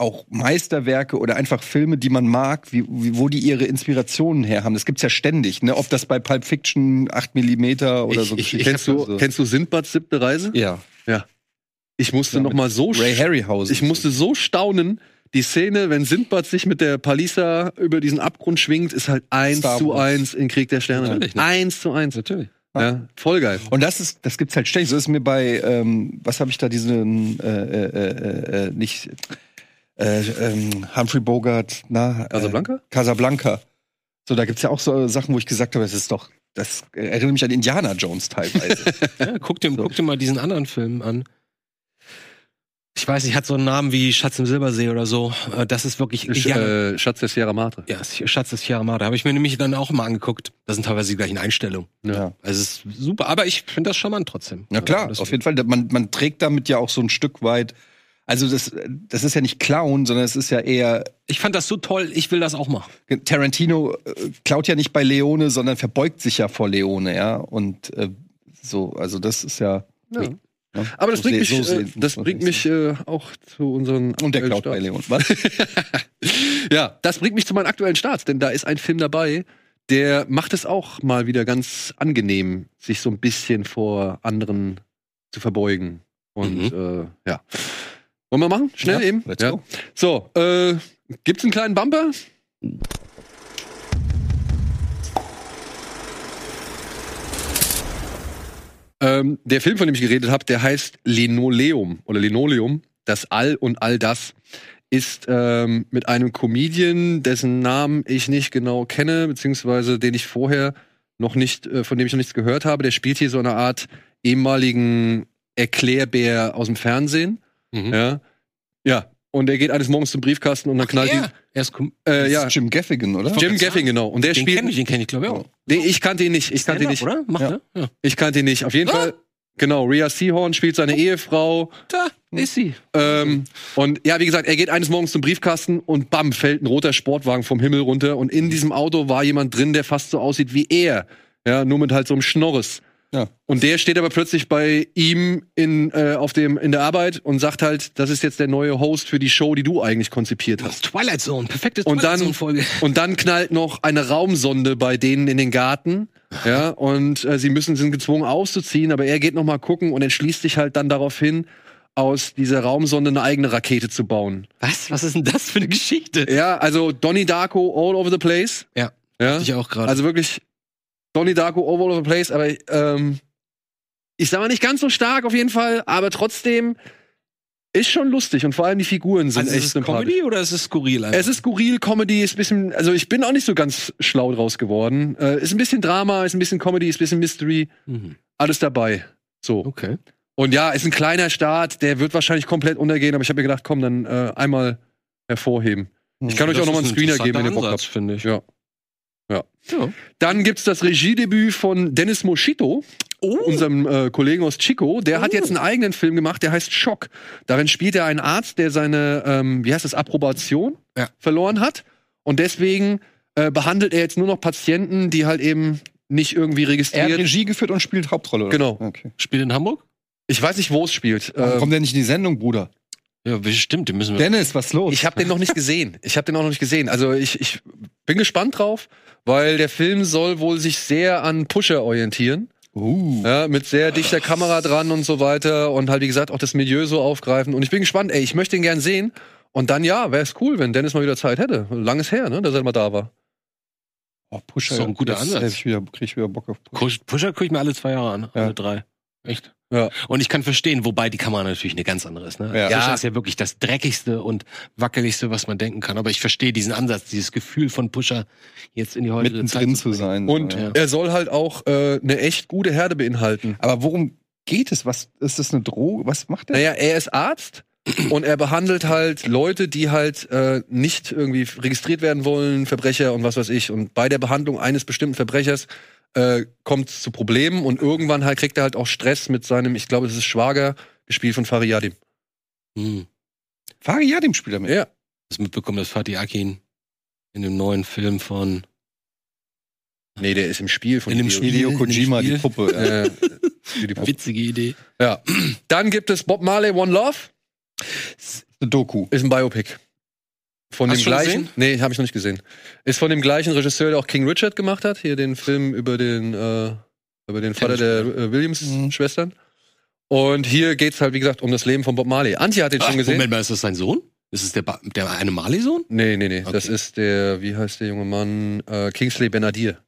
S2: auch Meisterwerke oder einfach Filme, die man mag, wie, wie, wo die ihre Inspirationen her haben. Das gibt's ja ständig, ne? Ob das bei Pulp Fiction 8 mm oder so Geschichten
S1: kennst, du,
S2: so.
S1: kennst du Sindbads siebte Reise?
S2: ja.
S1: Ich musste
S2: Ja,
S1: noch mal so
S2: Ray
S1: sch-
S2: Harryhausen.
S1: ich musste so staunen. Die Szene, wenn Sindbad sich mit der Palisa über diesen Abgrund schwingt, ist halt eins
S2: Star
S1: zu
S2: Wars.
S1: eins in Krieg der Sterne.
S3: Natürlich, ne?
S1: Eins zu eins.
S3: Natürlich.
S1: Ja, voll geil.
S2: Und das ist, das gibt's halt ständig. So ist mir bei, ähm, was habe ich da diesen, äh, äh, äh, äh, nicht, äh, ähm, Humphrey Bogart, na, äh,
S1: Casablanca?
S2: Casablanca. So, da gibt's ja auch so Sachen, wo ich gesagt habe, das ist doch, das äh, erinnert mich an Indiana Jones teilweise.
S3: Ja, ne? guck, dir, guck dir mal diesen anderen Film an. Ich weiß nicht, hat so einen Namen wie Schatz im Silbersee oder so. Äh, Das ist wirklich.
S1: Sch
S3: Ja,
S1: äh, Schatz der Sierra Madre.
S3: Ja, es- Schatz des Chiaramada. Habe ich mir nämlich dann auch mal angeguckt. Das sind teilweise die gleichen Einstellungen.
S2: ja.
S3: Also es ist super, aber ich finde das charmant trotzdem.
S2: Na klar,
S3: Also das-
S2: auf jeden Fall. Man, man trägt damit ja auch so ein Stück weit Also das, das ist ja nicht Clown, sondern es ist ja eher
S3: Ich fand das so toll, ich will das auch machen.
S2: Tarantino äh, klaut ja nicht bei Leone, sondern verbeugt sich ja vor Leone, ja. Und äh, so, also das ist ja.
S1: Ja.
S2: ne?
S1: Aber das
S2: So
S1: bringt mich,
S2: sehen- so
S1: äh,
S2: sehen muss
S1: das
S2: man
S1: bringt
S2: sehen.
S1: mich äh, auch zu unseren
S2: Und der
S1: aktuellen
S2: klaut bei
S1: Starts.
S2: Leone. Was?
S1: Ja, das bringt mich zu meinen aktuellen Starts, denn da ist ein Film dabei, der macht es auch mal wieder ganz angenehm, sich so ein bisschen vor anderen zu verbeugen. Und äh, ja. Wollen wir machen? Schnell
S2: Mhm. Ja,
S1: eben?
S2: let's
S1: ja.
S2: go.
S1: So, äh, gibt's einen kleinen Bumper? Ähm, der Film, von dem ich geredet habe, der heißt Linoleum oder Linoleum, das All und all das ist ähm, mit einem Comedian, dessen Namen ich nicht genau kenne, beziehungsweise den ich vorher noch nicht, äh, von dem ich noch nichts gehört habe. Der spielt hier so eine Art ehemaligen Erklärbär aus dem Fernsehen.
S3: Mhm.
S1: Ja. ja. Und er geht eines Morgens zum Briefkasten und dann knallt ihn.
S3: Er ist, kom-
S1: Äh,
S2: Das
S1: ja,
S2: ist Jim Gaffigan, oder?
S1: Jim
S3: sagen.
S1: Gaffigan, genau. Und der
S3: den
S1: spielt.
S3: kenne ich, den kenne ich glaube ich auch.
S1: Nee, ich kannte ihn nicht. Ich kannte ihn
S3: Stand-up,
S1: nicht.
S3: oder? Macht
S2: Ja.
S3: er? Ja.
S1: Ich kannte ihn nicht. Auf jeden
S3: Ah.
S1: Fall. Genau, Rhea Seahorn spielt seine Ehefrau.
S3: Da
S1: Mhm.
S3: ist sie. Mhm.
S1: Ähm, und ja, wie gesagt, er geht eines Morgens zum Briefkasten und bam, fällt ein roter Sportwagen vom Himmel runter. Und
S3: Mhm.
S1: in diesem Auto war jemand drin, der fast so aussieht wie er. Ja, nur mit halt so einem Schnorres.
S2: Ja.
S1: Und der steht aber plötzlich bei ihm in, äh, auf dem, in der Arbeit und sagt halt, das ist jetzt der neue Host für die Show, die du eigentlich konzipiert hast.
S3: Das Twilight Zone, perfekte
S1: Und
S3: Twilight
S1: dann-
S3: Zone Folge.
S1: Und dann knallt noch eine Raumsonde bei denen in den Garten. Ja, und äh, sie müssen, sind gezwungen auszuziehen, aber er geht noch mal gucken und entschließt sich halt dann darauf hin, aus dieser Raumsonde eine eigene Rakete zu bauen.
S3: Was? Was ist denn das für eine Geschichte?
S1: Ja, also Donnie Darko all over the place.
S3: Ja.
S1: ja.
S3: Ich auch gerade.
S1: Also wirklich Donnie Darko all over the place, aber ähm, ich sag mal nicht ganz so stark auf jeden Fall, aber trotzdem ist schon lustig und vor allem die Figuren sind
S3: Also
S1: echt
S3: ist es
S1: sympathisch.
S3: Comedy oder ist es skurril? einfach?
S1: Es ist skurril, Comedy ist ein bisschen, also ich bin auch nicht so ganz schlau draus geworden. Äh, ist ein bisschen Drama, ist ein bisschen Comedy, ist ein bisschen Mystery,
S3: Mhm.
S1: alles dabei. So.
S3: Okay.
S1: Und ja, ist ein kleiner Start, der wird wahrscheinlich komplett untergehen, aber ich habe mir gedacht, komm, dann äh, einmal hervorheben. Ich kann euch auch
S3: Das
S1: nochmal
S3: ist
S1: einen Screener geben, wenn ihr
S3: interessanter
S1: Bock
S3: Ansatz,
S1: habt.
S3: finde ich.
S1: Ja. Ja.
S3: Ja.
S1: Dann gibt's das Regiedebüt von Dennis Moschito,
S2: Oh.
S1: unserem äh, Kollegen aus Chico. Der hat
S3: Oh.
S1: jetzt einen eigenen Film gemacht, der heißt Schock. Darin spielt er einen Arzt, der seine, ähm, wie heißt das, Approbation
S3: Ja.
S1: verloren hat. Und deswegen äh, behandelt er jetzt nur noch Patienten, die halt eben nicht irgendwie
S2: Er hat
S1: registriert.
S2: Regie geführt und spielt Hauptrolle, oder?
S1: Genau.
S2: Okay.
S3: Spielt in Hamburg?
S1: Ich weiß nicht, wo es spielt.
S2: Warum
S1: Ähm,
S2: kommt der nicht in die Sendung, Bruder?
S3: Ja, bestimmt, den müssen wir.
S2: Dennis, was los?
S1: Ich habe den noch nicht gesehen. Ich habe den auch noch nicht gesehen. Also ich, ich bin gespannt drauf, weil der Film soll wohl sich sehr an Pusher orientieren.
S2: uh.
S1: Ja, Ne, mit sehr dichter Kamera dran und so weiter und halt wie gesagt auch das Milieu so aufgreifen. Und ich bin gespannt, ey, ich möchte ihn gern sehen. Und dann ja, wäre es cool, wenn Dennis mal wieder Zeit hätte. Langes her, ne, dass er mal da war.
S2: oh, Pusher.
S3: So ein guter
S2: Jetzt
S3: Ansatz.
S2: hab Ich wieder, krieg ich wieder Bock auf Pusher.
S3: Kusch- Pusher gucke ich mir alle zwei Jahre an, alle drei. Echt?
S1: Ja.
S3: Und ich kann verstehen, wobei die Kamera natürlich eine ganz andere ist. Ne?
S2: Ja.
S3: Pusher
S1: Ja.
S3: ist ja wirklich das dreckigste und wackeligste, was man denken kann. Aber ich verstehe diesen Ansatz, dieses Gefühl von Pusher jetzt in die heutige
S2: Mittendrin
S3: Zeit.
S2: zu sein.
S1: Und
S2: ja.
S3: Ja.
S1: er soll halt auch äh, eine echt gute Herde beinhalten.
S2: Aber worum geht es? Was ist das eine Droge? Was macht der?
S1: Naja, er ist Arzt und er behandelt halt Leute, die halt äh, nicht irgendwie registriert werden wollen, Verbrecher und was weiß ich. Und bei der Behandlung eines bestimmten Verbrechers äh, kommt es zu Problemen und irgendwann halt kriegt er halt auch Stress mit seinem, ich glaube, es ist Schwager, gespielt von Fariadim.
S3: Hm.
S2: Fari ja dem Spieler mit.
S1: Ja.
S3: Das mitbekommen, dass Fatih Akin in dem neuen Film von
S1: Nee, der ist im Spiel von
S3: In dem
S1: Hideo-
S3: Spiel.
S2: Hideo Kojima, die
S3: Spiel.
S2: Puppe. Ja.
S1: Äh, wie die Puppe.
S3: witzige Idee.
S1: ja. Dann gibt es Bob Marley One Love,
S2: Eine Doku.
S1: ist ein Biopic. Von
S3: Hast
S1: dem
S3: du schon
S1: gleichen.
S3: gesehen?
S1: Nee, habe ich noch nicht gesehen. Ist von dem gleichen Regisseur, der auch King Richard gemacht hat, hier den Film über den äh, über den Vater der äh, Williams
S2: Mhm.
S1: Schwestern. Und hier geht's halt wie gesagt um das Leben von Bob Marley. Antje hat den
S3: Ach,
S1: schon gesehen.
S3: Moment mal, ist das sein Sohn? Ist es der, ba der eine Marley-Sohn?
S1: Nee, nee, nee, das
S3: Okay.
S1: ist der wie heißt der junge Mann äh, Kingsley Benadier.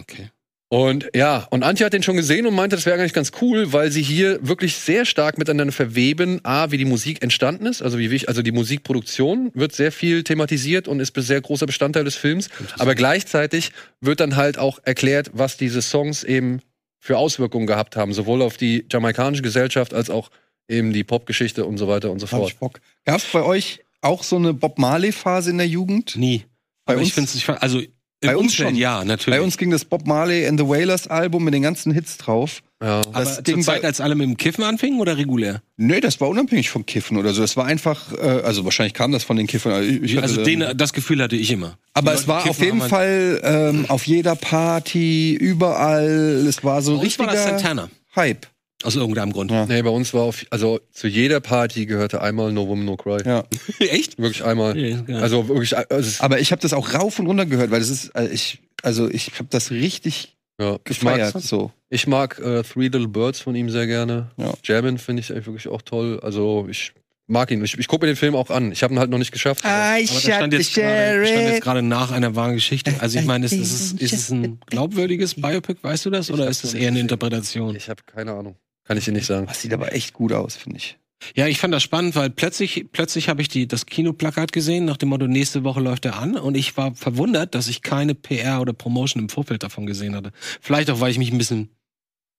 S3: Okay.
S1: Und ja, und Antje hat den schon gesehen und meinte, das wäre eigentlich ganz cool, weil sie hier wirklich sehr stark miteinander verweben, a, wie die Musik entstanden ist, also wie wich- also die Musikproduktion wird sehr viel thematisiert und ist ein sehr großer Bestandteil des Films, aber gleichzeitig wird dann halt auch erklärt, was diese Songs eben für Auswirkungen gehabt haben, sowohl auf die jamaikanische Gesellschaft als auch eben die Popgeschichte und so weiter und so
S2: Hab
S1: fort.
S2: ich Bock. Gab es bei euch auch so eine Bob Marley-Phase in der Jugend?
S3: nie.
S2: Bei
S3: Aber
S2: uns-
S3: ich finde es, also im
S2: Bei uns
S3: Umfeld,
S2: schon.
S3: ja, natürlich.
S2: Bei uns ging das Bob Marley and the Wailers Album mit den ganzen Hits drauf.
S1: Ja.
S3: Aber
S2: Das
S3: das Ding
S2: Ding
S3: zur Zeit,
S2: bei-
S3: als alle mit dem Kiffen anfingen oder regulär?
S2: Nö, das war unabhängig vom Kiffen oder so. Das war einfach, äh, also wahrscheinlich kam das von den Kiffern. Also, ich- ich hatte
S3: Also
S2: da-
S3: den, das Gefühl hatte ich immer.
S2: aber
S3: Die
S2: es
S3: Leute
S2: war
S3: kiffen,
S2: auf jeden
S3: haben-
S2: Fall ähm, auf jeder Party, überall. Es war so ein
S3: Bei uns war das
S2: richtiger
S3: Santana.
S2: Hype.
S3: Aus irgendeinem Grund.
S2: Ja.
S1: Nee, bei uns war auf, also zu jeder Party gehörte einmal No Woman No Cry.
S2: Ja.
S3: Echt?
S1: Wirklich einmal.
S3: Ja, ja.
S1: Also wirklich, also es ist,
S2: Aber ich habe das auch rauf und runter gehört, weil das ist, äh, ich, also ich habe das richtig
S1: ja, ich
S2: gefeiert.
S1: mag,
S2: So.
S1: ich mag äh, Three Little Birds von ihm sehr gerne.
S2: Ja.
S1: Jammin finde ich eigentlich wirklich auch toll. Also ich mag ihn. Ich, ich gucke mir den Film auch an. Ich habe ihn halt noch nicht geschafft. aber-
S2: I
S3: Aber da stand jetzt gerade stand jetzt gerade nach einer wahren Geschichte. Also ich meine, ist, ist, es- ist es ein glaubwürdiges Biopic, weißt du das? Oder ist es eher eine Interpretation?
S1: ich habe keine Ahnung. Kann ich dir nicht sagen.
S2: Das sieht aber echt gut aus, finde ich.
S3: Ja, ich fand das spannend, weil plötzlich, plötzlich habe ich die, das Kinoplakat gesehen, nach dem Motto, nächste Woche läuft er an. Und ich war verwundert, dass ich keine PR oder Promotion im Vorfeld davon gesehen hatte. Vielleicht auch, weil ich mich ein bisschen,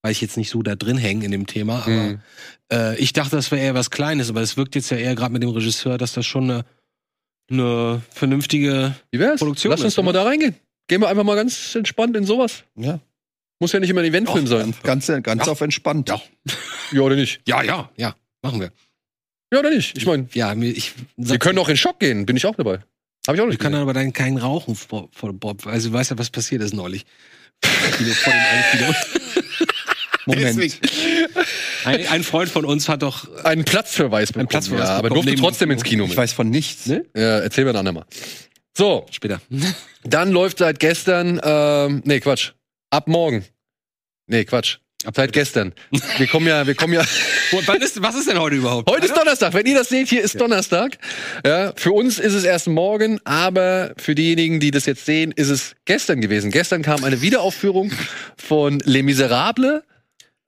S3: weil ich jetzt nicht so da drin hänge in dem Thema, aber
S1: Hm.
S3: Äh, ich dachte, das wäre eher was Kleines, aber es wirkt jetzt ja eher gerade mit dem Regisseur, dass das schon eine, eine vernünftige.
S1: Wie wär's?
S3: Produktion
S1: Lass uns
S3: ist, ne?
S1: doch mal da reingehen. Gehen wir einfach mal ganz entspannt in sowas.
S2: Ja.
S1: Muss ja nicht immer ein Eventfilm sein.
S2: Ganz, ganz, ganz
S3: Ja.
S2: auf entspannt.
S3: Ja.
S1: Ja oder nicht?
S3: Ja, ja, ja, machen wir.
S1: Ja oder nicht? Ich meine,
S3: Ja, mir- ich.
S1: wir können auch in Schock gehen. Bin ich auch dabei. Habe ich auch
S3: Wir
S1: nicht.
S3: können
S1: gesehen.
S3: aber dann keinen rauchen vor, vor Bob. Also du weißt ja, was passiert ist neulich. Kino, vor dem einen Kino.
S2: Moment.
S3: Deswegen. Ein, ein Freund von uns hat doch.
S1: Einen Platzverweis bekommen.
S3: Platzverweis
S1: ja, aber
S3: bekommen,
S1: durfte
S3: neben
S1: trotzdem
S3: dem
S1: ins Kino.
S2: Ich
S1: Mit.
S2: weiß von nichts.
S1: Ja, erzähl mir dann einmal. So,
S3: Später.
S1: dann läuft seit gestern, ähm, nee, Quatsch. Ab morgen. Nee, Quatsch. Ab seit gestern. Wir kommen ja, wir kommen ja.
S3: Wo- Wann ist, was ist denn heute überhaupt?
S1: Heute ist Donnerstag. Wenn ihr das seht, hier ist Donnerstag. Ja, für uns ist es erst morgen, aber für diejenigen, die das jetzt sehen, ist es gestern gewesen. Gestern kam eine Wiederaufführung von Les Miserables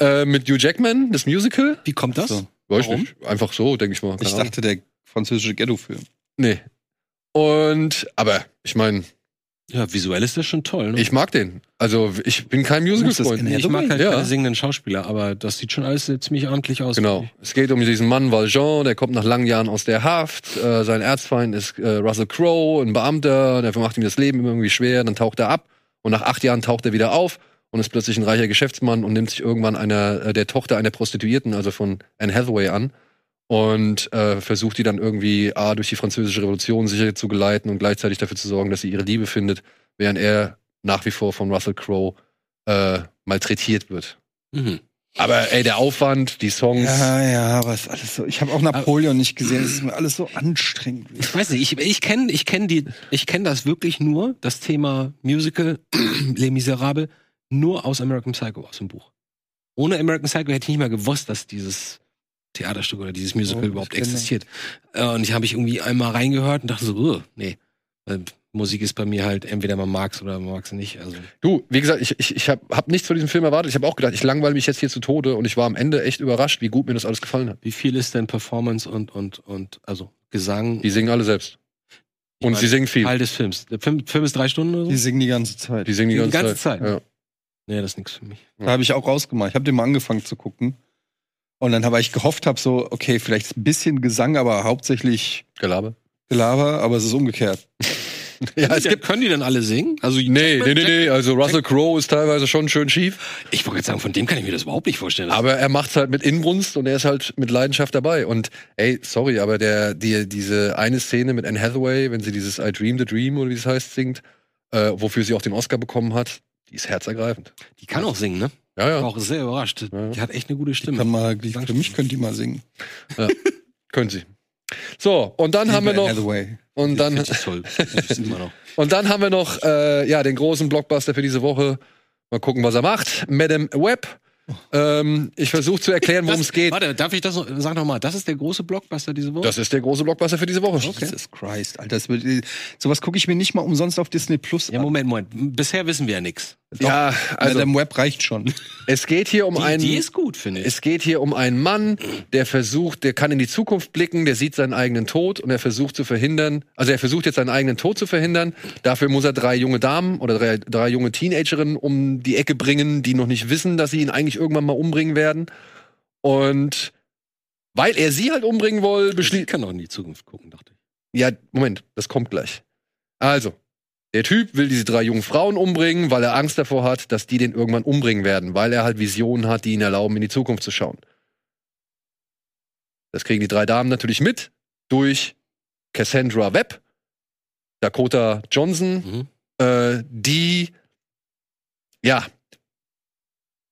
S1: äh, mit Hugh Jackman, das Musical.
S3: Wie kommt das?
S2: So. also
S1: Weiß
S3: Warum?
S1: nicht. Einfach so, denke ich mal. Keine
S2: Ich
S1: Ahnung.
S2: dachte, der französische Ghetto-Film.
S1: Nee. Und, aber ich meine,
S3: Ja, visuell ist das schon toll. Ne?
S1: ich mag den. Also ich bin kein
S2: Muss das
S1: Musical-Freund.
S3: ich mag halt
S1: Ja.
S3: keine singenden Schauspieler, aber das sieht schon alles äh, ziemlich ordentlich aus.
S1: Genau. Es geht um diesen Mann Valjean, der kommt nach langen Jahren aus der Haft. Äh, sein Erzfeind ist äh, Russell Crowe, ein Beamter, der macht ihm das Leben immer irgendwie schwer, dann taucht er ab und nach acht Jahren taucht er wieder auf und ist plötzlich ein reicher Geschäftsmann und nimmt sich irgendwann einer äh, der Tochter einer Prostituierten, also von Anne Hathaway, an und äh, versucht die dann irgendwie A, durch die französische Revolution sicher zu geleiten und gleichzeitig dafür zu sorgen, dass sie ihre Liebe findet, während er nach wie vor von Russell Crowe äh, malträtiert wird.
S3: Mhm.
S1: Aber ey, der Aufwand, die Songs.
S2: Ja, ja, aber ist alles so. Ich habe auch Napoleon nicht gesehen. Es ist mir alles so anstrengend.
S3: Ich weiß nicht, ich, ich kenne ich kenn die, ich kenne das wirklich nur, das Thema Musical, Les Miserables, nur aus American Psycho, aus dem Buch. Ohne American Psycho hätte ich nicht mal gewusst, dass dieses Theaterstück oder dieses Musical
S2: Oh,
S3: überhaupt
S2: ich kenn
S3: existiert. Äh, Und ich habe ich irgendwie einmal reingehört und dachte so, "Ugh, nee. Weil Musik ist bei mir halt, entweder man mag's oder man mag's nicht. Also,
S1: Du, wie gesagt, ich, ich, ich habe hab nichts von diesem Film erwartet. Ich habe auch gedacht, ich langweile mich jetzt hier zu Tode und ich war am Ende echt überrascht, wie gut mir das alles gefallen hat.
S3: wie viel ist denn Performance und, und, und, also Gesang?
S1: Die singen alle selbst.
S3: Ich
S1: Und
S3: meine, halt
S1: sie singen viel.
S3: Teil des Films. Der Film, Film ist drei Stunden oder so?
S2: Die singen die ganze Zeit.
S1: Die singen die
S3: die
S1: ganze,
S3: ganze
S1: Zeit.
S3: Zeit.
S1: Ja.
S3: Nee, das ist nichts für mich.
S2: Da habe ich auch rausgemacht. Ich habe den mal angefangen zu gucken. Und dann habe ich gehofft, habe so, okay, vielleicht ist ein bisschen Gesang, aber hauptsächlich
S1: Gelaber.
S2: Gelaber, aber es ist umgekehrt.
S1: Ja, es
S3: Ja,
S1: gibt.
S3: können die dann alle singen? Also
S1: Nee, nee, nee,
S3: Jackman-
S1: nee. Also Russell Crowe ist teilweise schon schön schief,
S3: Ich wollte jetzt sagen, von dem kann ich mir das überhaupt nicht vorstellen.
S1: aber er macht's halt mit Inbrunst und er ist halt mit Leidenschaft dabei. Und ey, sorry, aber der, die, diese eine Szene mit Anne Hathaway, wenn sie dieses I Dream the Dream oder wie es heißt, singt, äh, wofür sie auch den Oscar bekommen hat, die ist herzergreifend.
S3: die kann auch singen, ne?
S1: Ja,
S3: Ich war
S1: ja,
S3: auch sehr überrascht.
S1: Ja.
S3: Die hat echt eine gute
S2: Die
S3: Stimme.
S2: kann mal, die, für mich könnt ihr mal singen.
S1: können sie. So, und dann haben wir
S2: Liebe
S1: noch.
S2: Anne Hathaway.
S1: Und dann,
S3: 40 Zoll. Das ist immer noch.
S1: und dann haben wir noch äh, ja, den großen Blockbuster für diese Woche. Mal gucken, was er macht. Madame Web. Ähm, ich versuche zu erklären, worum es
S3: Das-
S1: geht.
S3: Warte, darf ich das noch? Sag noch mal, das ist der große Blockbuster diese Woche.
S1: Das ist der große Blockbuster für diese Woche.
S2: Jesus Christ, Alter. Das wird, sowas gucke ich mir nicht mal umsonst auf Disney Plus
S3: ja,
S2: an.
S3: Moment, Moment. Bisher wissen wir ja nichts.
S1: Ja,
S2: Also,
S1: also
S2: Madame Web reicht schon.
S1: es geht hier um
S3: Die,
S1: einen.
S3: die ist gut, finde ich.
S1: Es geht hier um einen Mann, der versucht, der kann in die Zukunft blicken, der sieht seinen eigenen Tod und er versucht zu verhindern, also er versucht jetzt seinen eigenen Tod zu verhindern. Dafür muss er drei junge Damen oder drei, drei junge Teenagerinnen um die Ecke bringen, die noch nicht wissen, dass sie ihn eigentlich irgendwann mal umbringen werden. Und weil er sie halt umbringen will,
S3: Ich
S1: beschließt.
S3: kann auch in die Zukunft gucken, dachte ich.
S1: Ja, Moment, das kommt gleich. Also, Der Typ will diese drei jungen Frauen umbringen, weil er Angst davor hat, dass die den irgendwann umbringen werden, weil er halt Visionen hat, die ihn erlauben, in die Zukunft zu schauen. Das kriegen die drei Damen natürlich mit durch Cassandra Webb, Dakota Johnson, äh, die ja,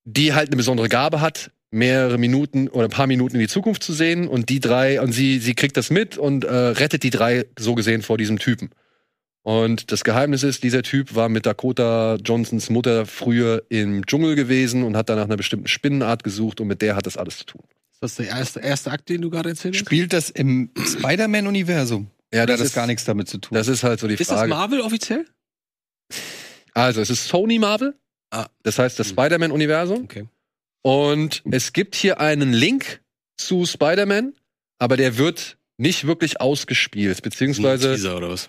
S1: die halt eine besondere Gabe hat, mehrere Minuten oder ein paar Minuten in die Zukunft zu sehen und die drei und sie sie kriegt das mit und äh, rettet die drei so gesehen vor diesem Typen. Und das Geheimnis ist, dieser Typ war mit Dakota Johnsons Mutter früher im Dschungel gewesen und hat dann nach einer bestimmten Spinnenart gesucht und mit der hat das alles zu tun.
S3: Ist das der erste, erste Akt, den du gerade erzählt hast?
S2: Spielt das im Spider-Man-Universum?
S1: Ja,
S2: Oder
S1: das,
S2: hat das
S1: ist
S2: gar nichts damit zu tun?
S1: Das ist halt so die
S3: Ist das
S1: Frage.
S3: Marvel offiziell?
S1: also, es ist Sony Marvel.
S3: Ah.
S1: Das heißt das
S3: Hm.
S1: Spider-Man-Universum.
S3: Okay.
S1: Und es gibt hier einen Link zu Spider-Man, aber der wird nicht wirklich ausgespielt, beziehungsweise
S3: Teaser oder was?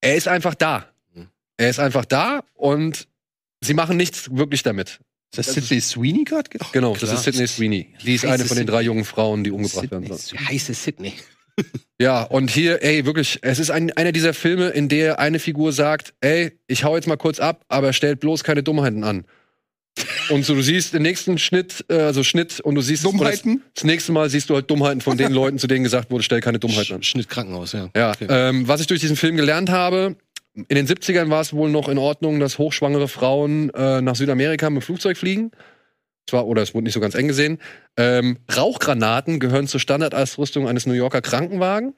S1: er ist einfach da.
S3: Hm.
S1: Er ist einfach da und sie machen nichts wirklich damit.
S2: Ist das
S1: das
S2: Sidney Sweeney gerade? Ach,
S1: Genau,
S3: Klar.
S1: das ist Sydney Sweeney. Die ist
S3: Heißt
S1: eine
S3: es
S1: von den drei
S3: Sydney?
S1: jungen Frauen, die umgebracht
S2: Sydney
S1: werden sollen.
S3: Der heiße Sydney.
S1: Ja, und hier, ey, wirklich, es ist ein, einer dieser Filme, in der eine Figur sagt, ey, ich hau jetzt mal kurz ab, aber stellt bloß keine Dummheiten an. Und so, du siehst den nächsten Schnitt, äh, also Schnitt, und du siehst
S2: Dummheiten?
S1: Das, das nächste Mal siehst du halt Dummheiten von den Leuten, zu denen gesagt wurde, stell keine Dummheiten an.
S3: Sch Schnitt Krankenhaus, ja.
S1: Ja,
S3: Okay.
S1: ähm, was ich durch diesen Film gelernt habe, in den 70ern war es wohl noch in Ordnung, dass hochschwangere Frauen äh, nach Südamerika mit dem Flugzeug fliegen. Zwar, oder es wurde nicht so ganz eng gesehen. Ähm, Rauchgranaten gehören zur Standardausrüstung eines New Yorker Krankenwagen.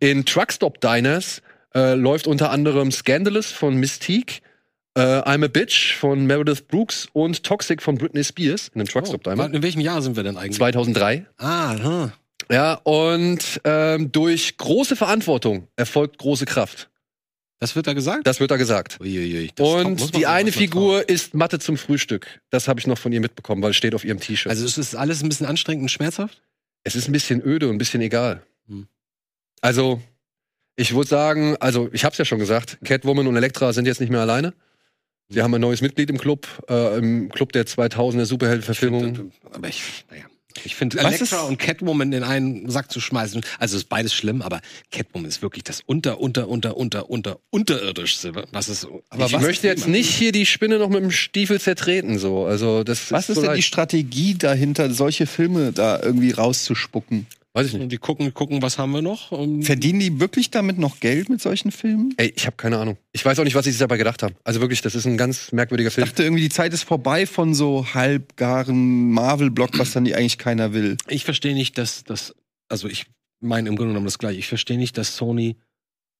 S1: In Truckstop Diners äh, läuft unter anderem Scandalous von Mystique, äh, I'm a Bitch von Meredith Brooks und Toxic von Britney Spears in einem Truckstop
S3: Oh,
S1: Diner.
S3: in welchem Jahr sind wir denn eigentlich?
S1: 2003.
S3: Ah, hm.
S1: Ja, und ähm, durch große Verantwortung erfolgt große Kraft.
S3: das wird da gesagt?
S1: Das wird da gesagt.
S3: Uiuiui, das muss man
S1: und die
S3: sich
S1: eine
S3: erst mal trauen.
S1: Figur ist Mathe zum Frühstück. Das habe ich noch von ihr mitbekommen, weil es steht auf ihrem T-Shirt.
S3: Also es ist alles ein bisschen anstrengend und schmerzhaft?
S1: es ist ein bisschen öde und ein bisschen egal.
S3: Hm.
S1: Also, ich würde sagen, also ich habe es ja schon gesagt, Catwoman und Elektra sind jetzt nicht mehr alleine. Sie
S3: Hm.
S1: haben ein neues Mitglied im Club, äh, im Club der 2000er Superheldenverfilmung.
S3: Aber ich, naja. Ich finde,
S2: Was
S3: Elektra
S2: ist-
S3: und Catwoman in einen Sack zu schmeißen, also ist beides schlimm, aber Catwoman ist wirklich das unter, unter, unter, unter, unter, unterirdischste, was es
S1: Aber ich möchte jetzt nicht hier die Spinne noch mit dem Stiefel zertreten, so. Also, das
S2: Was ist
S1: so
S2: denn die
S1: leicht.
S2: Strategie dahinter, solche Filme da irgendwie rauszuspucken?
S1: Weiß ich nicht.
S3: Und die gucken, gucken, was haben wir noch? Um,
S2: Verdienen die wirklich damit noch Geld mit solchen Filmen?
S1: Ey, ich habe keine Ahnung. Ich weiß auch nicht, was sie sich dabei gedacht haben. Also wirklich, das ist ein ganz merkwürdiger
S2: Ich
S1: Film.
S2: dachte irgendwie, die Zeit ist vorbei von so halbgaren Marvel-Blockbustern, die eigentlich keiner will.
S3: ich verstehe nicht, dass das, also ich meine im Grunde genommen das gleiche. Ich verstehe nicht, dass Sony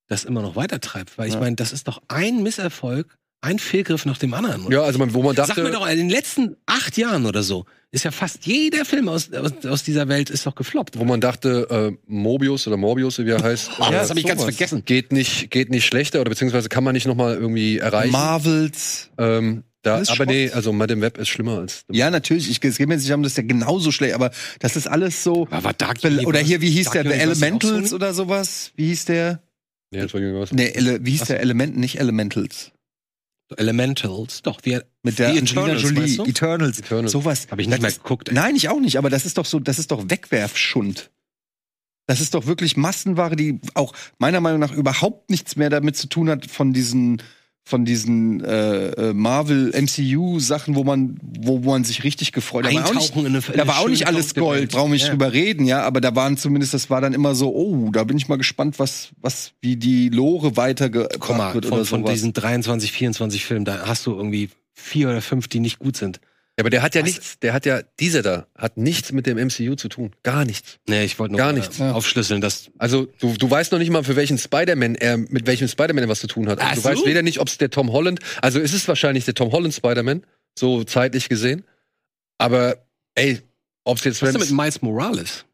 S3: das immer noch weitertreibt, weil ich
S2: Ja.
S3: meine, das ist doch ein Misserfolg, ein Fehlgriff nach dem anderen. oder?
S1: Ja, also man, wo man
S3: Sag mir
S1: dachte,
S3: doch, in den letzten acht Jahren oder so ist ja fast jeder Film aus, aus, aus dieser Welt ist doch gefloppt.
S1: wo man dachte, äh, Mobius oder Morbius, wie er heißt,
S3: Ah,
S1: äh,
S2: Oh, das hab ich ganz
S3: vergessen.
S1: geht nicht, geht nicht schlechter oder beziehungsweise kann man nicht noch mal irgendwie erreichen.
S2: Marvels.
S1: ähm, da,
S2: Alles
S1: aber nee,
S2: Schrott.
S1: also Madame Web ist schlimmer als.
S2: Ja, natürlich. Ich, es geht mir jetzt nicht darum, das ist ja genauso schlecht, aber das ist alles so.
S3: Aber war Dark
S2: Be-
S3: Universe-
S2: Oder hier, wie hieß
S3: Dark
S2: der? The
S3: Universe
S2: Elementals
S3: auch
S2: oder sowas? Wie hieß der?
S1: Nee, Entschuldigung, was?
S2: Nee, Ele wie hieß
S3: Was?
S2: der Element? Nicht Elementals.
S3: so? Elementals, doch. Die,
S2: Mit der
S3: Die
S2: Angelina
S3: Eternals,
S2: Jolie.
S3: meinst du?
S2: Eternals.
S1: Eternals.
S2: Sowas.
S3: Hab ich nicht
S2: das
S3: mehr
S2: ist-
S3: geguckt, ey.
S2: Nein, ich auch nicht, aber das ist doch so, das ist doch Wegwerfschund. Das ist doch wirklich Massenware, die auch meiner Meinung nach überhaupt nichts mehr damit zu tun hat von diesen von diesen äh, äh, Marvel MCU Sachen, wo man wo man sich richtig gefreut hat. Aber auch nicht-
S3: Eintauchen in eine- in
S2: Da
S3: eine
S2: war auch nicht
S3: schöne
S2: alles
S3: tauchte
S2: Gold,
S3: Welt.
S2: brauchen wir nicht
S3: Ja.
S2: drüber reden, ja, aber da waren zumindest, das war dann immer so, oh, da bin ich mal gespannt, was, was, wie die Lore
S3: Komm mal,
S2: weitergebracht wird
S3: von,
S2: oder
S3: von
S2: sowas.
S3: diesen 23, 24 Filmen, da hast du irgendwie vier oder fünf, die nicht gut sind.
S1: Ja, aber der hat ja
S3: Was?
S1: nichts, der hat ja, dieser da, hat nichts mit dem MCU zu tun. Gar nichts.
S3: Nee, ich wollte nur
S1: Gar nichts.
S3: Äh, aufschlüsseln, dass
S1: Also, du, du weißt noch nicht mal, für welchen Spider-Man er, mit welchem Spider-Man er was zu tun hat. Also,
S3: Ach
S1: du
S3: so.
S1: weißt weder nicht, ob es der Tom Holland, also ist es wahrscheinlich der Tom Holland Spider-Man, so zeitlich gesehen. Aber, ey, ob es jetzt
S3: Was ist denn mit Miles Morales?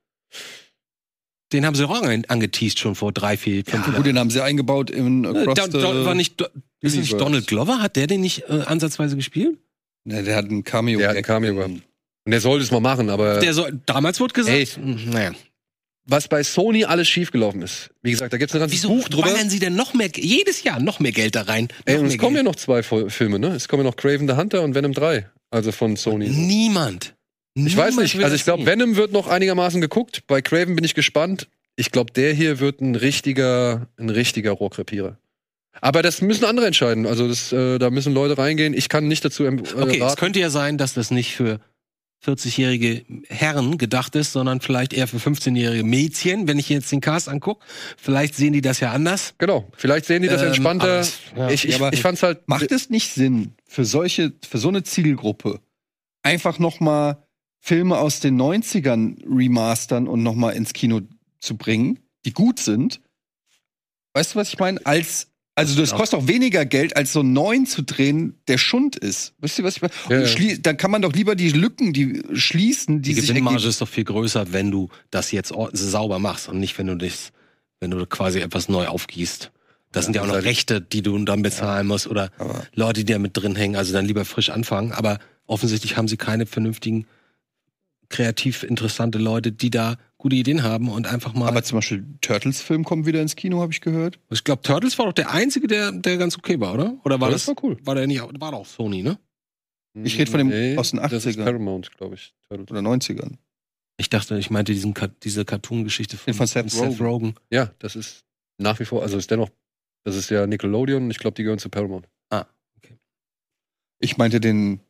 S3: Den haben sie auch an- angeteased schon vor drei, vier, fünf
S2: Gut, den haben sie eingebaut in äh,
S3: Jahren.
S2: Across
S3: Äh, Ne, Da, da,
S2: the-
S3: war nicht, Do- ist
S1: Universe.
S3: nicht Donald Glover? Hat der den nicht äh, ansatzweise gespielt?
S2: Ne, der hat einen Cameo.
S1: Der hat einen Cameo gehabt. Und der sollte es mal machen, aber
S3: Der soll, damals wurde gesagt,
S1: Ey.
S3: mh, naja.
S1: was bei Sony alles schiefgelaufen ist, wie gesagt, da gibt es ein ganzes
S3: Wieso
S1: Buch drüber.
S3: ballern sie denn noch mehr, jedes Jahr noch mehr Geld da rein?
S1: Ey,
S3: Noch
S1: und
S3: mehr
S1: es kommen ja
S3: Geld.
S1: noch zwei Fol- Filme, ne? Es kommen ja noch Craven the Hunter und Venom 3, also von Sony.
S3: Niemand.
S1: Ich weiß nicht, also ich glaube, Venom wird noch einigermaßen geguckt. Bei Craven bin ich gespannt. Ich glaube, der hier wird ein richtiger, ein richtiger Rohrkrepierer. Aber das müssen andere entscheiden. Also das, äh, da müssen Leute reingehen. Ich kann nicht dazu emp- äh,
S3: Okay, es
S1: raten.
S3: könnte ja sein, dass das nicht für 40-jährige Herren gedacht ist, sondern vielleicht eher für 15-jährige Mädchen. Wenn ich jetzt den Cast angucke, vielleicht sehen die das ja anders.
S1: Genau. Vielleicht sehen die das
S3: Ähm, aber
S1: entspannter.
S3: es- ja.
S1: ich ich,
S2: Ja, aber-
S1: ich fand's halt.
S2: Macht es nicht Sinn für solche, für so eine Zielgruppe einfach noch mal Filme aus den 90ern remastern und noch mal ins Kino zu bringen, die gut sind? Weißt du, was ich meine? Als also das
S3: Ja.
S2: kostet auch weniger Geld, als so einen neuen zu drehen, der Schund ist. Wisst ihr, was ich meine?
S1: Ja,
S2: Und
S1: ja.
S2: schlie- Dann kann man doch lieber die Lücken, die schließen, die,
S3: Die,
S2: sich ergeben.
S3: Gewinnmarge ist doch viel größer, wenn du das jetzt ord- sauber machst und nicht, wenn du dich, wenn du quasi etwas neu aufgießt. Das sind ja auch noch Rechte, die du dann bezahlen musst oder
S2: Aber-
S3: Leute, die da mit drin hängen. Also dann lieber frisch anfangen. Aber offensichtlich haben sie keine vernünftigen, kreativ interessante Leute, die da gute Ideen haben und einfach mal.
S2: Aber zum Beispiel Turtles-Film kommt wieder ins Kino, habe ich gehört.
S3: Ich glaube, Turtles war doch der einzige, der, der ganz okay war, oder? Oder war
S1: Das
S3: das?
S1: war cool.
S3: War der nicht? War doch Sony, ne?
S2: Ich red von dem aus den
S1: Das ist
S2: 80ern.
S1: Paramount, glaube ich. Turtles.
S2: Oder 90ern.
S3: Ich dachte, ich meinte diesen, Ka- diese Cartoon-Geschichte von,
S2: Den von Seth
S3: Rogen.
S1: Ja, das ist nach wie vor. Also ist dennoch. Das ist ja Nickelodeon. und Ich glaube, die gehören zu Paramount.
S2: Ich meinte den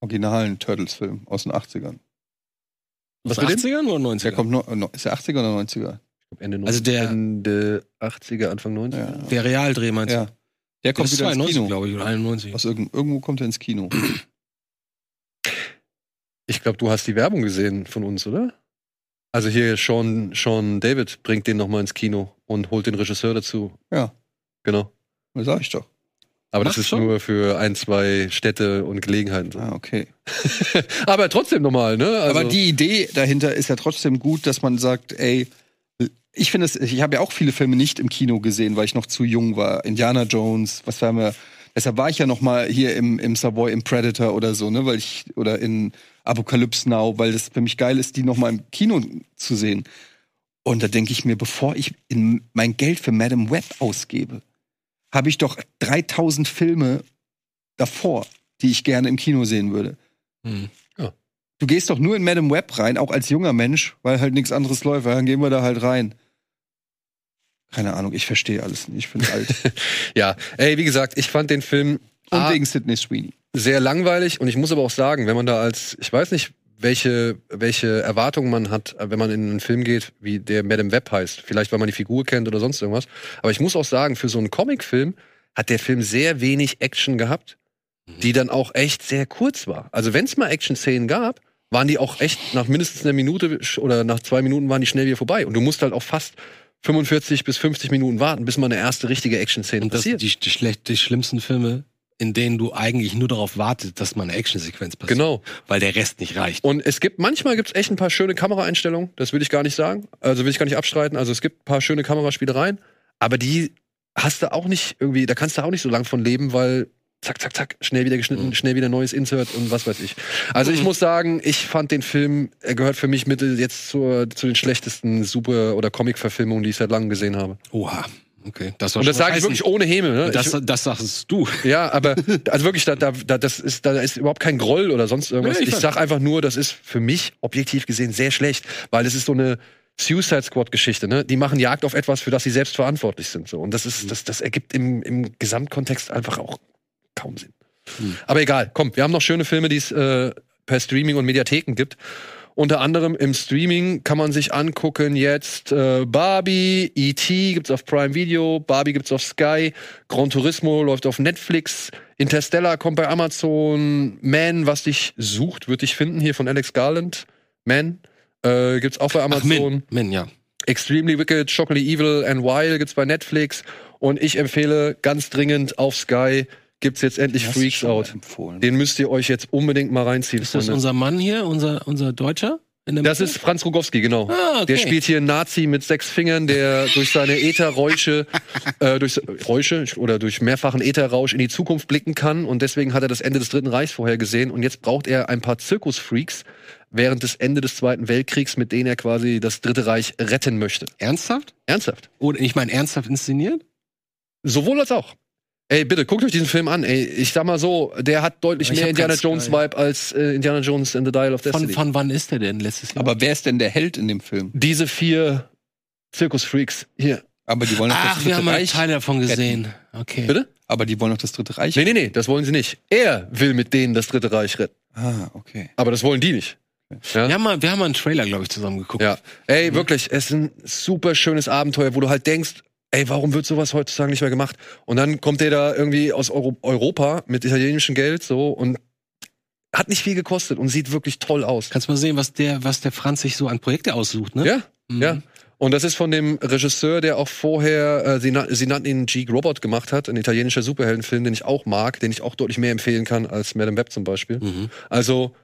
S2: originalen Turtles-Film aus den 80ern.
S1: Was
S3: Was
S1: mit dem?
S3: 80ern oder 90ern?
S2: Der kommt noch, äh, noch- ist der 80er oder 90er?
S1: Ich glaub, Ende,
S3: Also der-
S2: Ähm,
S1: 90er, Ende 80er, Anfang 90er.
S2: Ja.
S3: Der Realdreh meinst du?
S2: ja. Der kommt
S3: Das ist
S2: wieder ins
S3: 92,
S2: Kino.
S3: glaube ich, oder 91.
S2: Aus irgend, irgendwo kommt er ins Kino.
S1: Ich glaube, du hast die Werbung gesehen von uns, oder? Also hier, Sean, Sean David bringt den nochmal ins Kino und holt den Regisseur dazu.
S2: Ja.
S1: Genau.
S2: Das sag ich doch.
S1: Aber
S3: Macht
S1: das ist
S3: schon.
S1: nur für ein, zwei Städte und Gelegenheiten.
S2: Ah, okay.
S1: Aber trotzdem nochmal, ne? Also,
S2: Aber die Idee dahinter ist ja trotzdem gut, dass man sagt, ey, ich finde es, ich habe ja auch viele Filme nicht im Kino gesehen, weil ich noch zu jung war. Indiana Jones, was haben wir? Deshalb war ich ja noch mal hier im, im Savoy im Predator oder so, ne, weil ich oder in Apocalypse Now, weil das für mich geil ist, die noch mal im Kino zu sehen. Und da denke ich mir, bevor ich in mein Geld für Madame Web ausgebe, habe ich doch 3000 Filme davor, die ich gerne im Kino sehen würde.
S3: Hm.
S2: Du gehst doch nur in Madame Web rein, auch als junger Mensch, weil halt nichts anderes läuft. Ja, Dann gehen wir da halt rein. Keine Ahnung, ich verstehe alles nicht. Ich bin alt.
S1: ja, ey, wie gesagt, ich fand den Film
S2: Und
S1: Ah.
S2: wegen Sidney Sweeney.
S1: sehr langweilig und ich muss aber auch sagen, wenn man da als, ich weiß nicht, welche, welche Erwartungen man hat, äh, wenn man in einen Film geht, wie der Madame Web heißt. Vielleicht, weil man die Figur kennt oder sonst irgendwas. Aber ich muss auch sagen, für so einen Comicfilm hat der Film sehr wenig Action gehabt,
S3: Mhm.
S1: die dann auch echt sehr kurz war. Also wenn es mal Action-Szenen gab, waren die auch echt nach mindestens einer Minute sch- oder nach zwei Minuten waren die schnell wieder vorbei. Und du musst halt auch fast 45 bis 50 Minuten warten, bis mal eine erste richtige Action-Szene
S3: Und das sind
S1: passiert.
S3: die, die, schlecht, die schlimmsten Filme, in denen du eigentlich nur darauf wartest, dass mal eine Actionsequenz passiert.
S1: Genau.
S3: Weil der Rest nicht reicht.
S1: Und es gibt, manchmal gibt es echt ein paar schöne Kameraeinstellungen, das will ich gar nicht sagen, also will ich gar nicht abstreiten. Also es gibt ein paar schöne Kameraspielereien, aber die hast du auch nicht irgendwie, da kannst du auch nicht so lang von leben, weil zack, zack, zack, schnell wieder geschnitten,
S3: Mhm.
S1: schnell wieder neues Insert und was weiß ich. Also ich
S3: Mhm.
S1: muss sagen, ich fand den Film, er gehört für mich mit jetzt zur, zu den schlechtesten Super- oder Comic-Verfilmungen, die ich seit langem gesehen habe.
S3: Oha. Okay. Das war
S1: Und das
S3: schon
S1: sage ich
S3: heißen.
S1: wirklich ohne Häme. Ne?
S3: Das,
S1: ich,
S3: das sagst du.
S1: ja, aber also wirklich, da, da, da, das ist, da ist überhaupt kein Groll oder sonst irgendwas.
S3: Nee, ich
S1: ich
S3: weiß.
S1: sag einfach nur, das ist für mich objektiv gesehen sehr schlecht, weil es ist so eine Suicide Squad-Geschichte. Ne? Die machen Jagd auf etwas, für das sie selbst verantwortlich sind. So. Und das,
S3: Mhm.
S1: ist, das, das ergibt im, im Gesamtkontext einfach auch kaum Sinn.
S3: Hm.
S1: Aber egal, komm, wir haben noch schöne Filme, die es äh, per Streaming und Mediatheken gibt. Unter anderem im Streaming kann man sich angucken jetzt äh, Barbie, E.T. gibt's auf Prime Video, Barbie gibt's auf Sky, Gran Turismo läuft auf Netflix, Interstellar kommt bei Amazon, Man, was dich sucht, wird dich finden, hier von Alex Garland, Man, äh, gibt's auch bei
S3: Ach,
S1: Amazon.
S3: Min. Min, ja.
S1: Extremely Wicked, Shockingly Evil and Wild gibt's bei Netflix und ich empfehle ganz dringend auf Sky gibt's jetzt endlich
S2: Hast du
S1: Freaks
S2: schon mal
S1: Out.
S2: Empfohlen.
S1: Den müsst ihr euch jetzt unbedingt mal reinziehen,
S3: Ist das
S1: Freunde.
S3: unser Mann hier, unser, unser Deutscher? In der
S1: Das
S3: Mitte?
S1: ist Franz Rogowski, genau.
S3: Ah, okay.
S1: Der spielt hier einen Nazi mit sechs Fingern, der durch seine Ätherräusche, äh, durch Räusche oder durch mehrfachen Ätherrausch in die Zukunft blicken kann. Und deswegen hat er das Ende des Dritten Reichs vorhergesehen. Und jetzt braucht er ein paar Zirkusfreaks während des Ende des Zweiten Weltkriegs, mit denen er quasi das Dritte Reich retten möchte.
S3: Ernsthaft?
S1: Ernsthaft.
S3: Oder ich meine, ernsthaft inszeniert?
S1: Sowohl als auch. Ey, bitte, guckt euch diesen Film an. Ey, ich sag mal so, der hat deutlich
S3: Ich
S1: mehr
S3: hab
S1: Indiana
S3: keinen Sky.
S1: Jones Vibe als äh, Indiana Jones in The Dial of
S3: Von,
S1: Destiny.
S3: von wann ist der denn letztes Jahr?
S2: Aber wer ist denn der Held in dem Film?
S1: Diese vier Zirkusfreaks hier.
S2: Aber die wollen doch das
S3: Ach, wir
S2: Dritte
S3: haben einen
S2: Reich.
S3: Teil davon gesehen. Okay.
S1: Bitte?
S2: Aber die wollen doch das Dritte Reich.
S1: Nee, nee, nee, das wollen sie nicht. Er will mit denen das Dritte Reich retten.
S2: Ah, okay.
S1: Aber das wollen die nicht.
S3: Wir haben mal, wir haben mal einen Trailer, glaube ich, zusammen geguckt.
S1: Ja. Ey, wirklich, es ist ein super schönes Abenteuer, wo du halt denkst, ey, warum wird sowas heutzutage nicht mehr gemacht? Und dann kommt der da irgendwie aus Euro Europa mit italienischem Geld so und hat nicht viel gekostet und sieht wirklich toll aus.
S3: Kannst mal sehen, was der, was der Franz sich so an Projekte aussucht, ne?
S1: Ja,
S3: Mhm.
S1: ja. Und das ist von dem Regisseur, der auch vorher, äh, sie, na sie nannten ihn G. Robot gemacht hat, ein italienischer Superheldenfilm, den ich auch mag, den ich auch deutlich mehr empfehlen kann als Madame Web zum Beispiel.
S3: Mhm.
S1: Also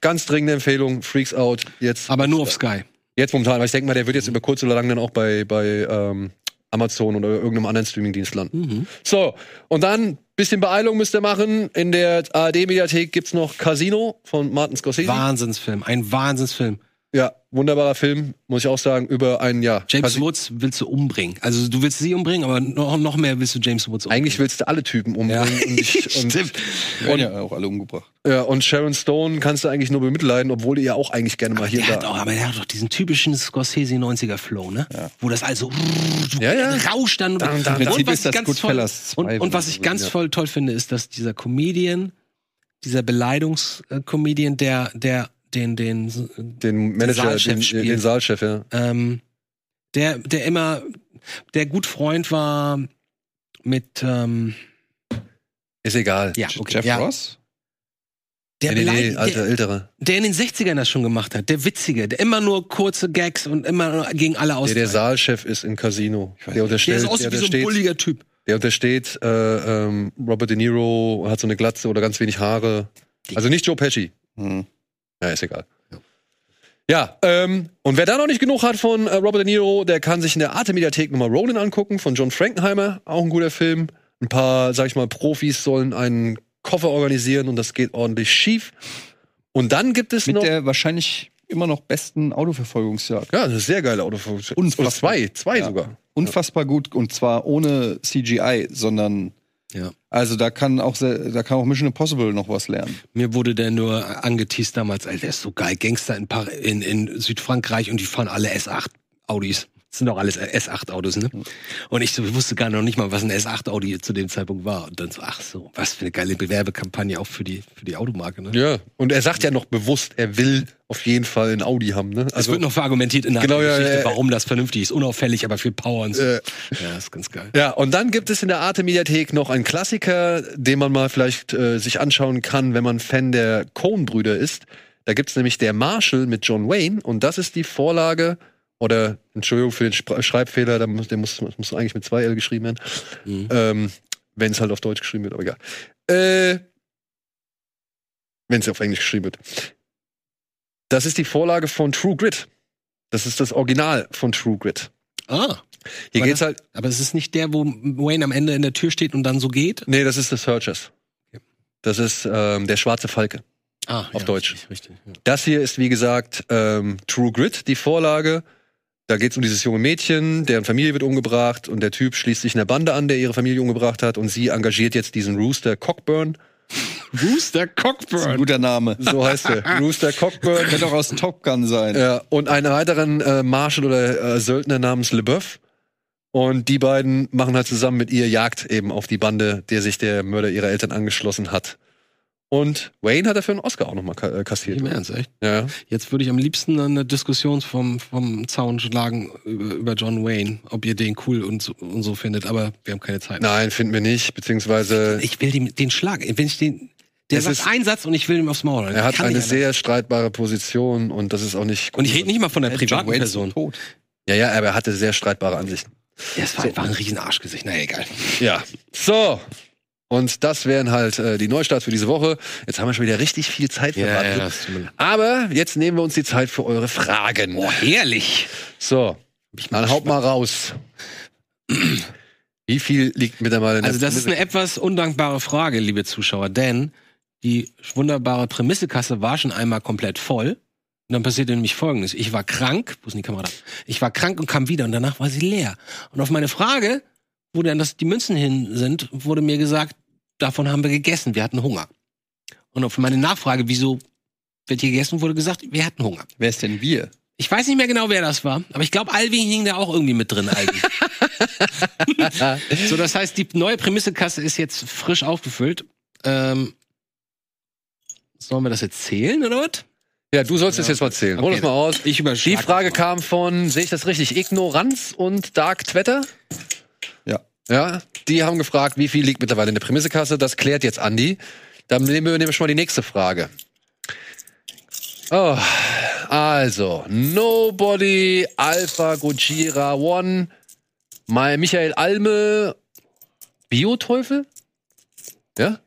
S1: ganz dringende Empfehlung, Freaks Out, jetzt
S3: Aber nur auf Sky.
S1: Jetzt momentan, weil ich denke mal, der wird jetzt über kurz oder lang dann auch bei, bei ähm, Amazon oder irgendeinem anderen Streamingdienst landen.
S3: Mhm.
S1: So, und dann bisschen Beeilung müsst ihr machen. In der ARD-Mediathek gibt's noch Casino von Martin Scorsese.
S3: Wahnsinnsfilm, ein Wahnsinnsfilm.
S1: ja, wunderbarer Film, muss ich auch sagen, über ein Jahr.
S3: James
S1: Casi-
S3: Woods willst du umbringen. Also du willst sie umbringen, aber noch, noch mehr willst du James Woods umbringen.
S1: Eigentlich willst du alle Typen
S3: ja.
S1: umbringen. Und, ich, und,
S3: Stimmt.
S2: Die werden ja auch alle umgebracht.
S1: ja, und Sharon Stone kannst du eigentlich nur bemitleiden, obwohl ihr ja auch eigentlich gerne mal hier
S3: Der hat
S1: da.
S3: auch, aber der hat doch diesen typischen Scorsese 90er Flow, ne? Wo das also
S1: Ja, ja.
S3: rauscht dann.
S1: Dann- dann-
S3: und
S1: Im
S2: Prinzip
S3: was
S2: ist
S3: ich
S2: das
S3: ganz
S2: Goodfellas
S3: toll,
S2: 2
S3: und, und was
S2: oder
S3: ich
S2: so,
S3: ganz
S2: ja.
S3: voll toll finde, ist, dass dieser Comedian, dieser Beleidungs-Comedian, der, der, den, den,
S1: Den Manager,
S3: Saalchef
S1: den,
S3: spielt.
S1: den Saalchef, ja.
S3: ähm, der, der immer, der gut Freund war mit, ähm,
S1: Ist egal.
S3: ja,
S2: J-
S3: okay,
S2: Jeff
S3: ja.
S2: Ross?
S3: Der,
S1: nee, nee, also- nee,
S3: Beleid-
S1: alter,
S3: der,
S1: älterer.
S3: der in den 60ern das schon gemacht hat, der Witzige, der immer nur kurze Gags und immer nur gegen alle aus.
S1: Der, der Saalchef ist im Casino. Der
S2: weiß nicht.
S3: Der
S1: unterstellt,
S3: ist aus
S1: der
S3: wie so ein
S1: untersteht-
S3: bulliger Typ.
S1: Der untersteht äh, ähm, Robert De Niro, hat so eine Glatze oder ganz wenig Haare. Also nicht Joe Pesci.
S2: Hm.
S1: Ja, ist egal. Ja, ähm, und wer da noch nicht genug hat von äh, Robert De Niro, der kann sich in der Arte-Mediathek nochmal Ronin angucken von John Frankenheimer. Auch ein guter Film. Ein paar, sag ich mal, Profis sollen einen Koffer organisieren und das geht ordentlich schief. Und dann gibt es
S2: Mit
S1: noch.
S2: der wahrscheinlich immer noch besten Autoverfolgungsjagd.
S1: ja, das ist sehr geile Autofunktion.
S2: Unfassbar.
S1: Oder zwei, zwei
S2: Ja.
S1: sogar.
S2: Unfassbar gut und zwar ohne CGI, sondern
S3: Ja.
S2: also da kann auch sehr- da kann auch Mission Impossible noch was lernen.
S3: Mir wurde der nur angeteased damals, Alter, der ist so geil. Gangster in, Par in, in Südfrankreich und die fahren alle S8 Audis. Das sind doch alles S8 Autos, ne?
S1: Mhm.
S3: Und ich so, ich wusste gar noch nicht mal, was ein S8 Audi zu dem Zeitpunkt war. Und dann so, ach so, was für eine geile Bewerbekampagne auch für die, für die Automarke, ne?
S1: Ja. Und er sagt ja noch bewusst, er will auf jeden Fall einen Audi haben. Ne?
S3: es wird noch verargumentiert in der
S1: Genau, ja,
S3: Geschichte,
S1: ja.
S3: warum das vernünftig ist. Unauffällig, aber viel Power und so.
S1: Äh.
S3: Ja, ist ganz geil.
S1: Ja, und dann gibt es in der Arte-Mediathek noch einen Klassiker, den man mal vielleicht äh, sich anschauen kann, wenn man Fan der Coen-Brüder ist. Da gibt's nämlich Der Marshall mit John Wayne und das ist die Vorlage, oder Entschuldigung für den Spr- Schreibfehler, da muss, der muss, muss eigentlich mit zwei L geschrieben werden,
S3: Mhm.
S1: ähm, wenn es halt auf Deutsch geschrieben wird, aber egal. Äh, wenn es auf Englisch geschrieben wird. Das ist die Vorlage von True Grit. Das ist das Original von True Grit.
S3: Ah,
S1: Hier
S3: War
S1: geht's halt.
S3: aber es ist nicht der, wo Wayne am Ende in der Tür steht und dann so geht.
S1: Nee, das ist The Searchers. Das ist ähm, der schwarze Falke.
S3: Ah,
S1: Auf Deutsch.
S3: Richtig, richtig. Ja.
S1: Das hier ist, wie gesagt, ähm, True Grit, die Vorlage. Da geht es um dieses junge Mädchen, deren Familie wird umgebracht und der Typ schließt sich einer Bande an, der ihre Familie umgebracht hat und sie engagiert jetzt diesen Rooster Cockburn.
S3: Rooster
S2: Das ist ein
S3: Cockburn.
S2: guter Name.
S1: So heißt er. Rooster Cockburn.
S2: Könnte auch aus Top Gun sein.
S1: Ja, Äh, und einen weiteren äh, Marshal oder äh, Söldner namens LeBeouf. Und die beiden machen halt zusammen mit ihr Jagd eben auf die Bande, der sich der Mörder ihrer Eltern angeschlossen hat. Und Wayne hat dafür einen Oscar auch nochmal ka äh, kassiert.
S3: Im Ernst, echt?
S1: Ja.
S3: Jetzt würde ich am liebsten eine Diskussion vom, vom Zaun schlagen über, über John Wayne, ob ihr den cool und so, und so findet, aber wir haben keine Zeit.
S1: Nein, finden wir nicht. Beziehungsweise
S3: Ich will den, den Schlag. Wenn ich den. Der
S1: Es ist-
S3: sagt einen Satz und ich will ihm aufs Maul.
S1: er hat
S3: Kann
S1: eine
S3: nicht
S1: sehr streitbare Position und das ist auch nicht
S3: anders. Und ich rede nicht mal von der privaten
S2: John Wayne ist
S3: Person.
S2: Tot.
S1: Ja, ja, aber er hatte sehr streitbare Ansichten.
S3: Das war einfach ein riesen Arschgesicht. Na egal.
S1: Ja. So. Und das wären halt äh, die Neustarts für diese Woche. Jetzt haben wir schon wieder richtig viel Zeit verbraten. Aber jetzt nehmen wir uns die Zeit für eure Fragen.
S3: Boah, herrlich.
S1: So, dann haut mal raus. Wie viel liegt mittlerweile in der
S3: Also das ist eine etwas undankbare Frage, liebe Zuschauer, denn die wunderbare Prämissekasse war schon einmal komplett voll. Und dann passierte nämlich Folgendes. Ich war krank, wo ist denn die Kamera? Ich war krank und kam wieder und danach war sie leer. Und auf meine Frage, wo denn das, die Münzen hin sind, wurde mir gesagt, davon haben wir gegessen, wir hatten Hunger. Und auf meine Nachfrage, wieso wird hier gegessen, wurde gesagt, wir hatten Hunger.
S2: Wer ist denn wir?
S3: Ich weiß nicht mehr genau, wer das war, aber ich glaube, Alvin hing da auch irgendwie mit drin eigentlich. so, das heißt, die neue Prämissekasse ist jetzt frisch aufgefüllt. Ähm, sollen wir das jetzt zählen oder was?
S1: Ja, du sollst es jetzt mal zählen. Hol
S3: Okay.
S1: das mal aus.
S3: Ich überschlage.
S1: Die Frage kam von, sehe ich das richtig, Ignoranz und Dark Twetter?
S2: Ja.
S1: Ja, die haben gefragt, wie viel liegt mittlerweile in der Prämissekasse? Das klärt jetzt Andi. Dann nehmen wir nämlich schon mal die nächste Frage. Oh, also, Nobody, Alpha, Gojira, One, Mai- Michael Alme, Bioteufel? Ja?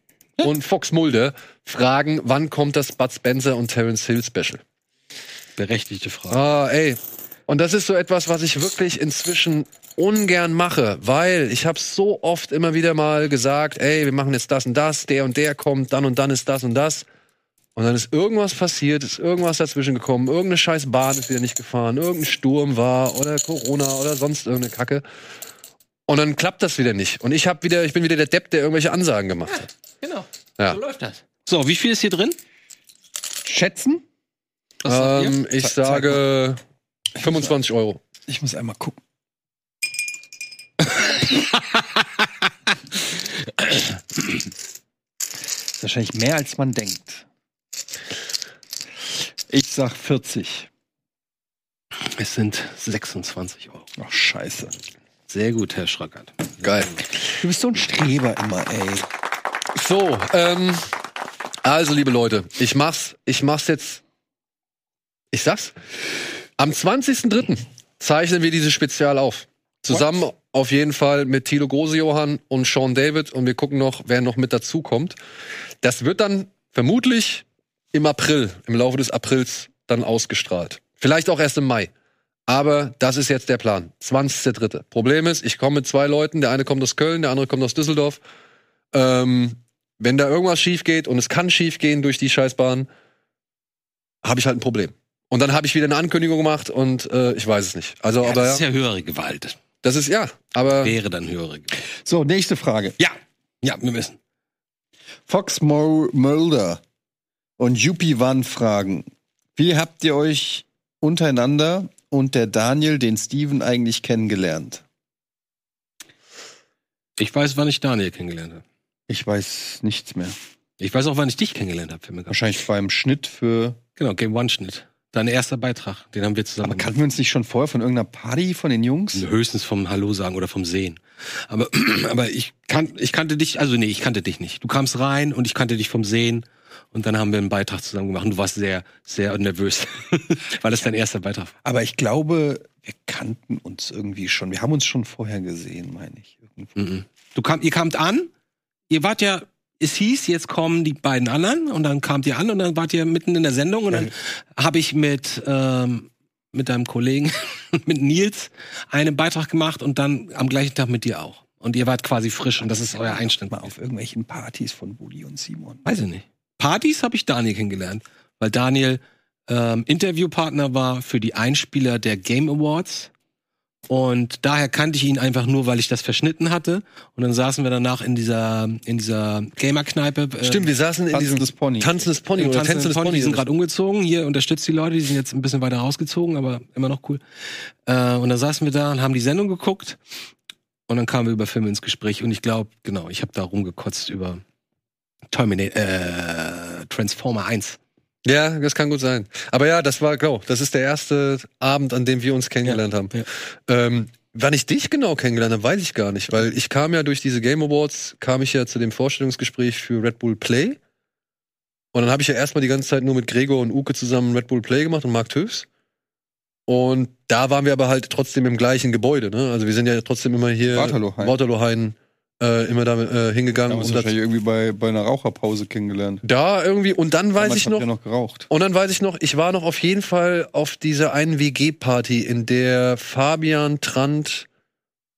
S1: Und Fox Mulder fragen, wann kommt das Bud Spencer und Terence Hill Special?
S3: Berechtigte Frage.
S1: Ah, ey. Und das ist so etwas, was ich wirklich inzwischen ungern mache, weil ich habe so oft immer wieder mal gesagt, ey, wir machen jetzt das und das, der und der kommt, dann und dann ist das und das. Und dann ist irgendwas passiert, ist irgendwas dazwischen gekommen, irgendeine scheiß Bahn ist wieder nicht gefahren, irgendein Sturm war oder Corona oder sonst irgendeine Kacke. Und dann klappt das wieder nicht. Und ich hab wieder, ich bin wieder der Depp, der irgendwelche Ansagen gemacht hat.
S3: Genau.
S1: Ja.
S3: So läuft das. So, wie viel ist hier drin?
S2: Schätzen?
S3: Was sagt ihr?
S1: Ähm, ich
S2: Zeig- zeig
S1: sage 25 Euro.
S2: Ich muss einmal gucken. Ist Wahrscheinlich mehr als man denkt. Ich sag 40.
S3: Es sind 26 Euro.
S2: Ach, scheiße.
S3: Sehr gut, Herr Schröckert.
S1: Geil.
S2: Du bist so ein Streber immer, ey.
S1: So, ähm, also liebe Leute, ich mach's, ich mach's jetzt. Ich sag's. Am 20.03. zeichnen wir dieses Spezial auf. Zusammen auf jeden Fall mit Thilo Grosejohann und Sean David und wir gucken noch, wer noch mit dazu kommt. Das wird dann vermutlich im April, im Laufe des Aprils dann ausgestrahlt. Vielleicht auch erst im Mai. Aber das ist jetzt der Plan. 20.03. Problem ist, ich komme mit zwei Leuten. Der eine kommt aus Köln, der andere kommt aus Düsseldorf. Ähm, wenn da irgendwas schief geht und es kann schief gehen durch die Scheißbahn, habe ich halt ein Problem. Und dann habe ich wieder eine Ankündigung gemacht und äh, ich weiß es nicht. Also, aber
S3: das ist
S1: ja,
S3: ja höhere Gewalt.
S1: das ist ja. Aber
S3: Wäre dann höhere Gewalt.
S2: So, nächste Frage.
S3: Ja, ja, wir müssen.
S2: Fox Mo Mulder und Yuppie Wan fragen: Wie habt ihr euch untereinander und der Daniel, den Steven, eigentlich kennengelernt?
S3: Ich weiß, wann ich Daniel kennengelernt habe.
S2: Ich weiß nichts mehr.
S3: Ich weiß auch, wann ich dich kennengelernt habe. fällt mir gerade-
S2: Wahrscheinlich beim Schnitt für.
S3: Genau, Game One-Schnitt. Dein erster Beitrag, den haben wir zusammen
S2: Aber kannten wir uns nicht schon vorher von irgendeiner Party von den Jungs?
S3: Höchstens vom Hallo sagen oder vom Sehen. Aber, aber ich, kan ich kannte dich, also nee, ich kannte dich nicht. Du kamst rein und ich kannte dich vom Sehen. Und dann haben wir einen Beitrag zusammen gemacht und du warst sehr, sehr nervös, weil das dein erster Beitrag war.
S2: Aber ich glaube, wir kannten uns irgendwie schon. Wir haben uns schon vorher gesehen, meine ich. Irgendwo.
S3: Mhm. Du kam, ihr kamt an, ihr wart ja, es hieß, jetzt kommen die beiden anderen und dann kamt ihr an und dann wart ihr mitten in der Sendung und dann habe ich mit, ähm, mit deinem Kollegen, mit Nils, einen Beitrag gemacht und dann am gleichen Tag mit dir auch. Und ihr wart quasi frisch und das ist euer Einstand.
S2: Mal auf irgendwelchen Partys von Bulli und Simon.
S3: Weiß ich nicht. Partys habe ich Daniel kennengelernt, weil Daniel ähm, Interviewpartner war für die Einspieler der Game Awards. Und daher kannte ich ihn einfach nur, weil ich das verschnitten hatte. Und dann saßen wir danach in dieser, in dieser Gamer-Kneipe. äh,
S1: stimmt, wir saßen in diesem
S2: Tanzendes Pony.
S1: tanzendes Pony
S3: im
S1: oder
S3: Tanzen
S1: tänzendes
S3: Pony,
S1: Pony.
S3: die sind gerade umgezogen. Hier unterstützt die Leute, die sind jetzt ein bisschen weiter rausgezogen, aber immer noch cool. Äh, und dann saßen wir da und haben die Sendung geguckt. Und dann kamen wir über Filme ins Gespräch. Und ich glaube, genau, ich habe da rumgekotzt über Terminator, äh, Transformer 1.
S1: Ja, das kann gut sein. Aber ja, das war, genau, das ist der erste Abend, an dem wir uns kennengelernt haben.
S3: ja.
S1: Ähm, wann ich dich genau kennengelernt habe, weiß ich gar nicht, weil ich kam ja durch diese Game Awards, kam ich ja zu dem Vorstellungsgespräch für Red Bull Play. Und dann habe ich ja erstmal die ganze Zeit nur mit Gregor und Uke zusammen Red Bull Play gemacht und Mark Tüfs. Und da waren wir aber halt trotzdem im gleichen Gebäude, ne? Also wir sind ja trotzdem immer hier
S2: Waterloo-Hain.
S1: Waterloo-Hain, äh, immer da äh, hingegangen. Und das,
S2: irgendwie bei, bei einer Raucherpause kennengelernt.
S1: da irgendwie, und dann weiß ich noch,
S2: noch geraucht.
S1: und dann weiß ich noch, ich war noch auf jeden Fall auf dieser einen WG-Party, in der Fabian, Trant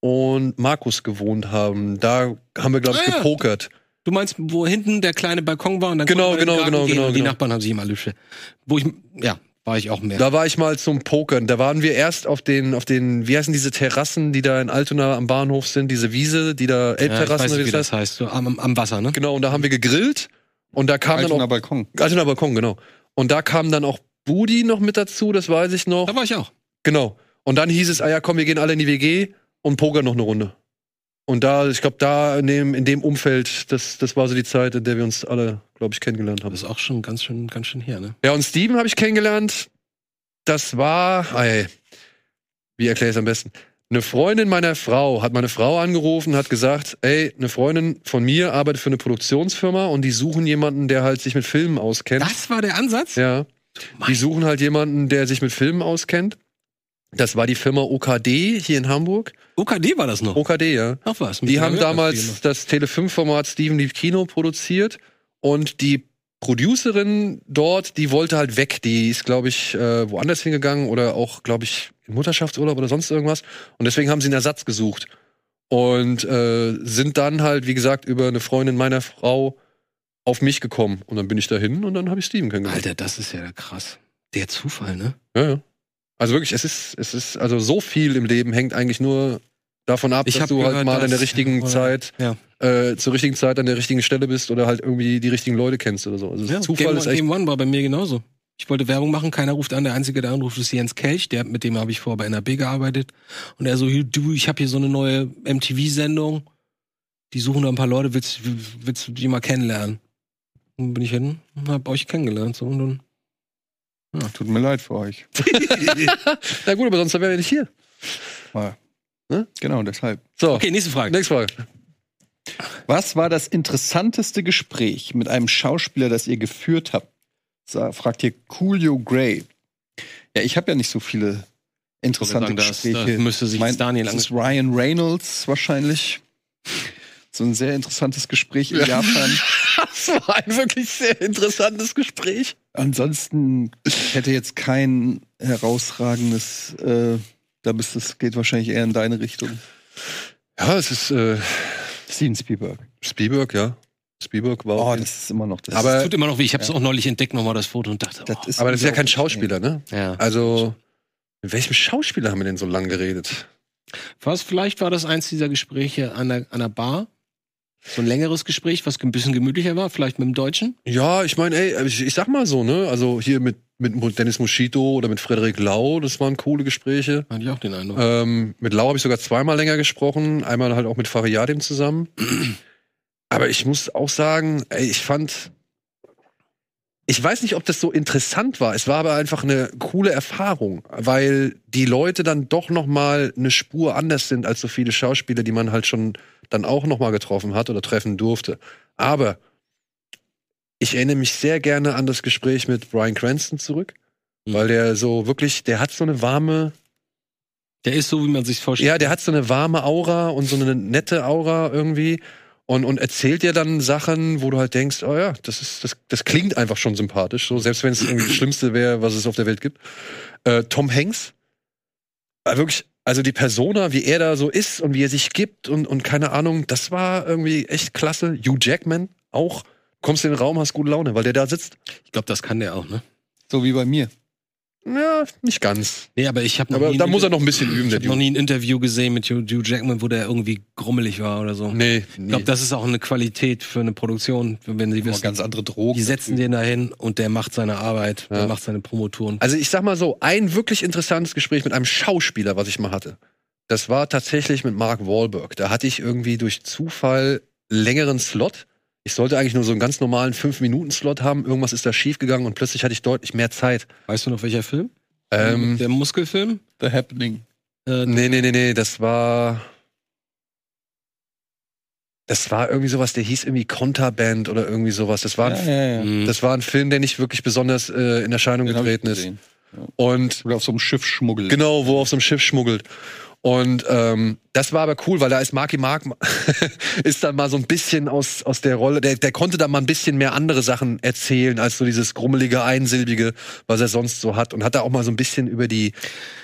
S1: und Markus gewohnt haben. Da haben wir, glaube ich,
S3: Ah, ja.
S1: gepokert.
S3: Du meinst, wo hinten der kleine Balkon war und dann
S1: Genau,
S3: konnte man
S1: genau,
S3: in den Garten
S1: genau,
S3: gehen
S1: genau,
S3: und Die
S1: genau.
S3: Nachbarn haben sich immer Lüsche. Wo ich, ja, war ich auch mehr.
S1: Da war ich mal zum Pokern. Da waren wir erst auf den, auf den, wie heißen diese Terrassen, die da in Altona am Bahnhof sind, diese Wiese, die da
S3: ja, ich
S1: Elbterrassen
S3: weiß
S1: oder
S3: nicht, wie das heißt. So am, am- am Wasser, ne?
S1: Genau, und da haben wir gegrillt und da kam dann auch
S2: Balkon.
S1: Altener Balkon, genau. Und da kamen dann auch Budi noch mit dazu, das weiß ich noch.
S3: Da war ich auch.
S1: Genau. Und dann hieß es, ah ja, komm, wir gehen alle in die WG und pokern noch eine Runde. Und da, ich glaube, da in dem, in dem Umfeld, das, das war so die Zeit, in der wir uns alle, glaube ich, kennengelernt haben.
S3: Das ist auch schon ganz schön, ganz schön her, ne?
S1: Ja, und Steven habe ich kennengelernt. Das war, ah, ey, wie erkläre ich es am besten? Eine Freundin meiner Frau hat meine Frau angerufen, hat gesagt, ey, eine Freundin von mir arbeitet für eine Produktionsfirma und die suchen jemanden, der halt sich mit Filmen auskennt.
S3: Das war der Ansatz?
S1: Ja. Die suchen halt jemanden, der sich mit Filmen auskennt. Das war die Firma OKD hier in Hamburg.
S3: OKD war das noch.
S1: OKD, ja.
S3: Noch was.
S1: Die haben damals das Tele5-Format Steven liebt Kino produziert und die Producerin dort, die wollte halt weg. Die ist, glaube ich, äh, woanders hingegangen oder auch, glaube ich, in Mutterschaftsurlaub oder sonst irgendwas. Und deswegen haben sie einen Ersatz gesucht. Und äh, sind dann halt, wie gesagt, über eine Freundin meiner Frau auf mich gekommen. Und dann bin ich dahin und dann habe ich Steven kennengelernt.
S3: Alter, das ist ja krass. Der Zufall, ne?
S1: Ja, ja. Also wirklich, es ist, es ist, also so viel im Leben hängt eigentlich nur davon ab,
S3: Ich
S1: dass
S3: hab
S1: du halt
S3: gehört,
S1: mal in der
S3: dass-
S1: richtigen
S3: oder-
S1: Zeit,
S3: Ja.
S1: äh, zur richtigen Zeit an der richtigen Stelle bist oder halt irgendwie die richtigen Leute kennst oder so. Also
S3: ja
S1: Zufall
S3: Game,
S1: ist
S3: One-
S1: echt.
S3: Game One war bei mir genauso. Ich wollte Werbung machen, keiner ruft an. Der einzige, der anruft, ist Jens Kelch. Der, mit dem habe ich vorher bei NRB gearbeitet. Und er so, "Hier, du, ich habe hier so eine neue MTV-Sendung. Die suchen da ein paar Leute, willst, willst du die mal kennenlernen? Und bin ich hin und hab euch kennengelernt. So, und dann,
S2: Tut mir leid für euch.
S1: Na gut, aber sonst wären wir nicht hier.
S2: Mal.
S1: Ne?
S2: Genau, deshalb.
S1: So,
S3: okay, nächste Frage.
S1: nächste Frage.
S2: Was war das interessanteste Gespräch mit einem Schauspieler, das ihr geführt habt? Sa- Fragt hier Coolio Gray. Ja, ich habe ja nicht so viele interessante
S3: Ich würde sagen, das-
S2: Gespräche.
S3: das müsste sich
S2: mein,
S3: Daniel
S2: das ist Ryan Reynolds wahrscheinlich. So ein sehr interessantes Gespräch in Japan.
S1: Das war ein wirklich sehr interessantes Gespräch.
S2: Ansonsten ich hätte jetzt kein herausragendes. Äh, da bist es geht wahrscheinlich eher in deine Richtung.
S1: Ja, es ist äh,
S2: Steven Spielberg.
S1: Spielberg, ja. Spielberg war.
S2: Oh,
S1: auch-
S2: das ist immer noch das.
S1: Aber-
S3: Das tut immer noch weh. Ich habe es auch neulich entdeckt, nochmal das Foto und dachte, oh,
S1: aber das ist ja kein
S2: unglaublich.
S1: Schauspieler, ne?
S3: ja.
S1: Also, mit welchem Schauspieler haben wir denn so lange geredet?
S3: Was, vielleicht war das eins dieser Gespräche an der, an der Bar. So ein längeres Gespräch, was ein bisschen gemütlicher war, vielleicht mit dem Deutschen.
S1: Ja, ich meine, ey, ich, ich sag mal so, ne? Also hier mit, mit Dennis Moschito oder mit Frederik Lau, das waren coole Gespräche.
S3: Hatte ich auch den Eindruck.
S1: Ähm, mit Lau habe ich sogar zweimal länger gesprochen, einmal halt auch mit Fariadim zusammen. Aber ich muss auch sagen, ey, ich fand. Ich weiß nicht, ob das so interessant war. Es war aber einfach eine coole Erfahrung, weil die Leute dann doch noch mal eine Spur anders sind als so viele Schauspieler, die man halt schon dann auch noch mal getroffen hat oder treffen durfte. Aber ich erinnere mich sehr gerne an das Gespräch mit Brian Cranston zurück,
S3: Mhm.
S1: weil der so wirklich, der hat so eine warme
S3: Der ist so, wie man sich vorstellt.
S1: ja, der hat so eine warme Aura und so eine nette Aura irgendwie und, und erzählt dir dann Sachen, wo du halt denkst, oh ja, das ist, das, das klingt einfach schon sympathisch, so selbst wenn es irgendwie das Schlimmste wäre, was es auf der Welt gibt. Äh, Tom Hanks, äh, wirklich, also die Persona, wie er da so ist und wie er sich gibt und, und keine Ahnung, das war irgendwie echt klasse. Hugh Jackman auch. Kommst in den Raum, hast gute Laune, weil der da sitzt.
S3: Ich glaube, das kann der auch, ne?
S2: So wie bei mir.
S1: Ja, nicht ganz.
S3: Nee, aber ich habe noch,
S1: Aber
S3: nie
S1: da
S3: ein
S1: muss er
S3: Inter-
S1: noch ein bisschen üben,
S3: ich
S1: der
S3: hab noch
S1: Dude.
S3: nie ein Interview gesehen mit Hugh Hugh Jackman, wo der irgendwie grummelig war oder so.
S1: Nee,
S3: Ich
S1: nee.
S3: glaube, das ist auch eine Qualität für eine Produktion, wenn sie
S2: Nochmal
S3: wissen,
S2: ganz andere Drogen.
S3: die setzen den da hin und der macht seine Arbeit,
S1: Ja.
S3: der macht seine Promotoren.
S1: Also ich sag mal so, ein wirklich interessantes Gespräch mit einem Schauspieler, was ich mal hatte, das war tatsächlich mit Mark Wahlberg. Da hatte ich irgendwie durch Zufall längeren Slot. Ich sollte eigentlich nur so einen ganz normalen 5-Minuten-Slot haben. Irgendwas ist da schiefgegangen und plötzlich hatte ich deutlich mehr Zeit.
S3: Weißt du noch, welcher Film?
S1: Ähm,
S3: der Muskelfilm?
S2: The Happening.
S3: Äh,
S1: nee, nee, nee, nee, das war... Das war irgendwie sowas, der hieß irgendwie Konterband oder irgendwie sowas. Das war,
S2: Ja,
S1: ein,
S2: ja, ja.
S3: mh.
S1: das war ein Film, der nicht wirklich besonders äh, in Erscheinung
S2: Den hab ich
S1: getreten ist.
S2: gesehen.
S1: Und
S2: Oder auf so einem Schiff schmuggeln.
S1: Genau, wo er auf so einem Schiff schmuggelt. Und ähm, das war aber cool, weil da ist Marky Mark ist dann mal so ein bisschen aus, aus der Rolle, der, der konnte da mal ein bisschen mehr andere Sachen erzählen, als so dieses grummelige, einsilbige, was er sonst so hat. Und hat da auch mal so ein bisschen über die,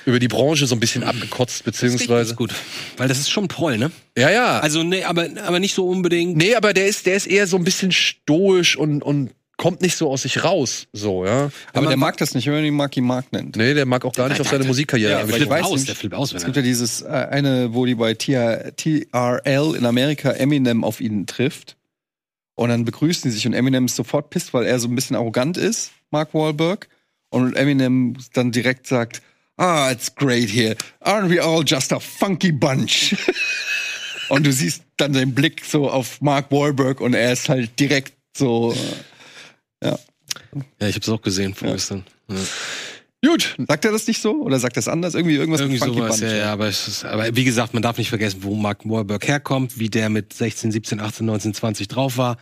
S1: über die Branche so ein bisschen abgekotzt,
S3: Das geht ganz
S1: beziehungsweise.
S3: gut. Weil das ist schon Proll, ne?
S1: Ja, ja.
S3: Also, nee, aber, aber nicht so unbedingt.
S1: nee, aber der ist, der ist eher so ein bisschen stoisch und, und kommt nicht so aus sich raus. So, ja.
S2: Aber
S3: Aber
S2: der mag das nicht, wenn man ihn Marky Mark nennt.
S1: Nee, der mag auch gar nicht auf seine Musikkarriere.
S2: Ja,
S1: Ja,
S2: aber ich
S3: flippt
S2: weiß
S3: aus,
S2: nicht.
S3: der flippt aus,
S2: Es
S3: wenn
S2: gibt
S3: er.
S2: ja dieses äh, eine, wo die bei TR TRL in Amerika Eminem auf ihn trifft. Und dann begrüßen die sich und Eminem ist sofort pisst, weil er so ein bisschen arrogant ist, Mark Wahlberg. Und Eminem dann direkt sagt, ah, it's great here. Aren't we all just a funky bunch? und du siehst dann den Blick so auf Mark Wahlberg und er ist halt direkt so, äh, ja.
S3: Ja, ich hab's auch gesehen vorgestern. Ja.
S2: Gut, sagt er das nicht so? Oder sagt er das anders? Irgendwie irgendwas
S3: Irgendwie
S2: mit Funky
S3: sowas,
S2: Bunch,
S3: ja, ja aber, es ist, aber wie gesagt, man darf nicht vergessen, wo Mark Wahlberg herkommt, wie der mit 16, 17, 18, 19, 20 drauf war.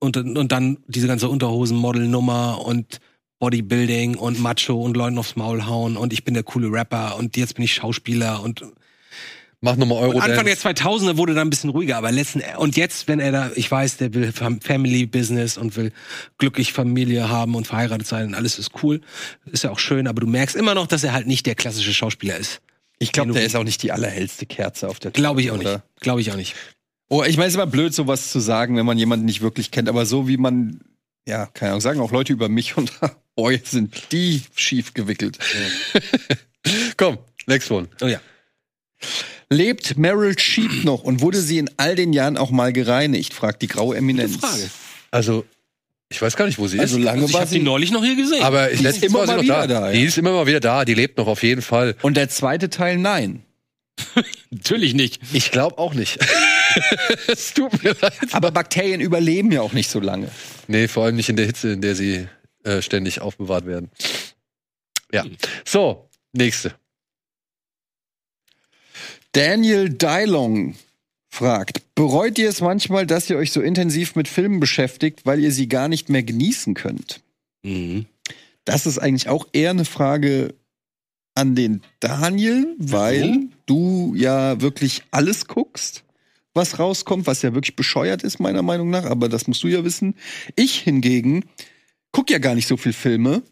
S3: Und, dann- und dann diese ganze Unterhosen-Model-Nummer und Bodybuilding und Macho und Leuten aufs Maul hauen und ich bin der coole Rapper und jetzt bin ich Schauspieler und
S1: Mach nochmal Euro.
S3: Anfang der 2000er wurde da ein bisschen ruhiger, aber letzten und jetzt, wenn er da, ich weiß, der will Fam- Family Business und will glücklich Familie haben und verheiratet sein und alles ist cool, ist ja auch schön, aber du merkst immer noch, dass er halt nicht der klassische Schauspieler ist.
S2: Ich glaube, der ist auch nicht die allerhellste Kerze auf der
S3: Glaube ich auch
S2: Torte,
S3: nicht.
S2: oder?
S3: Glaube ich auch nicht.
S2: Oh, ich meine, es ist immer blöd, sowas zu sagen, wenn man jemanden nicht wirklich kennt, aber so wie man, ja, keine Ahnung, sagen auch Leute über mich und boy, sind die schief gewickelt.
S1: Komm, next one.
S3: Oh ja.
S2: Lebt Meryl Sheep noch und wurde sie in all den Jahren auch mal gereinigt, fragt die graue Eminenz.
S3: Gute Frage.
S1: Also, ich weiß gar nicht, wo sie
S2: Also
S1: ist.
S2: lange
S3: Also ich
S2: war
S3: habe die
S2: sie.
S3: neulich noch hier gesehen.
S1: Aber ich letztens
S2: immer
S1: war sie
S2: mal
S1: noch
S2: wieder
S1: da.
S2: da, ja.
S1: Die ist immer mal wieder da, die lebt noch auf jeden Fall.
S2: Und der zweite Teil, nein.
S3: Natürlich nicht.
S1: Ich glaube auch nicht. es tut mir leid.
S2: Aber Bakterien überleben ja auch nicht so lange.
S1: Nee, vor allem nicht in der Hitze, in der sie äh, ständig aufbewahrt werden. Ja. So, nächste.
S2: Daniel Dylong fragt, bereut ihr es manchmal, dass ihr euch so intensiv mit Filmen beschäftigt, weil ihr sie gar nicht mehr genießen könnt?
S3: Mhm.
S2: Das ist eigentlich auch eher eine Frage an den Daniel, weil
S1: Mhm.
S2: du ja wirklich alles guckst, was rauskommt, was ja wirklich bescheuert ist, meiner Meinung nach, aber das musst du ja wissen. Ich hingegen guck ja gar nicht so viel Filme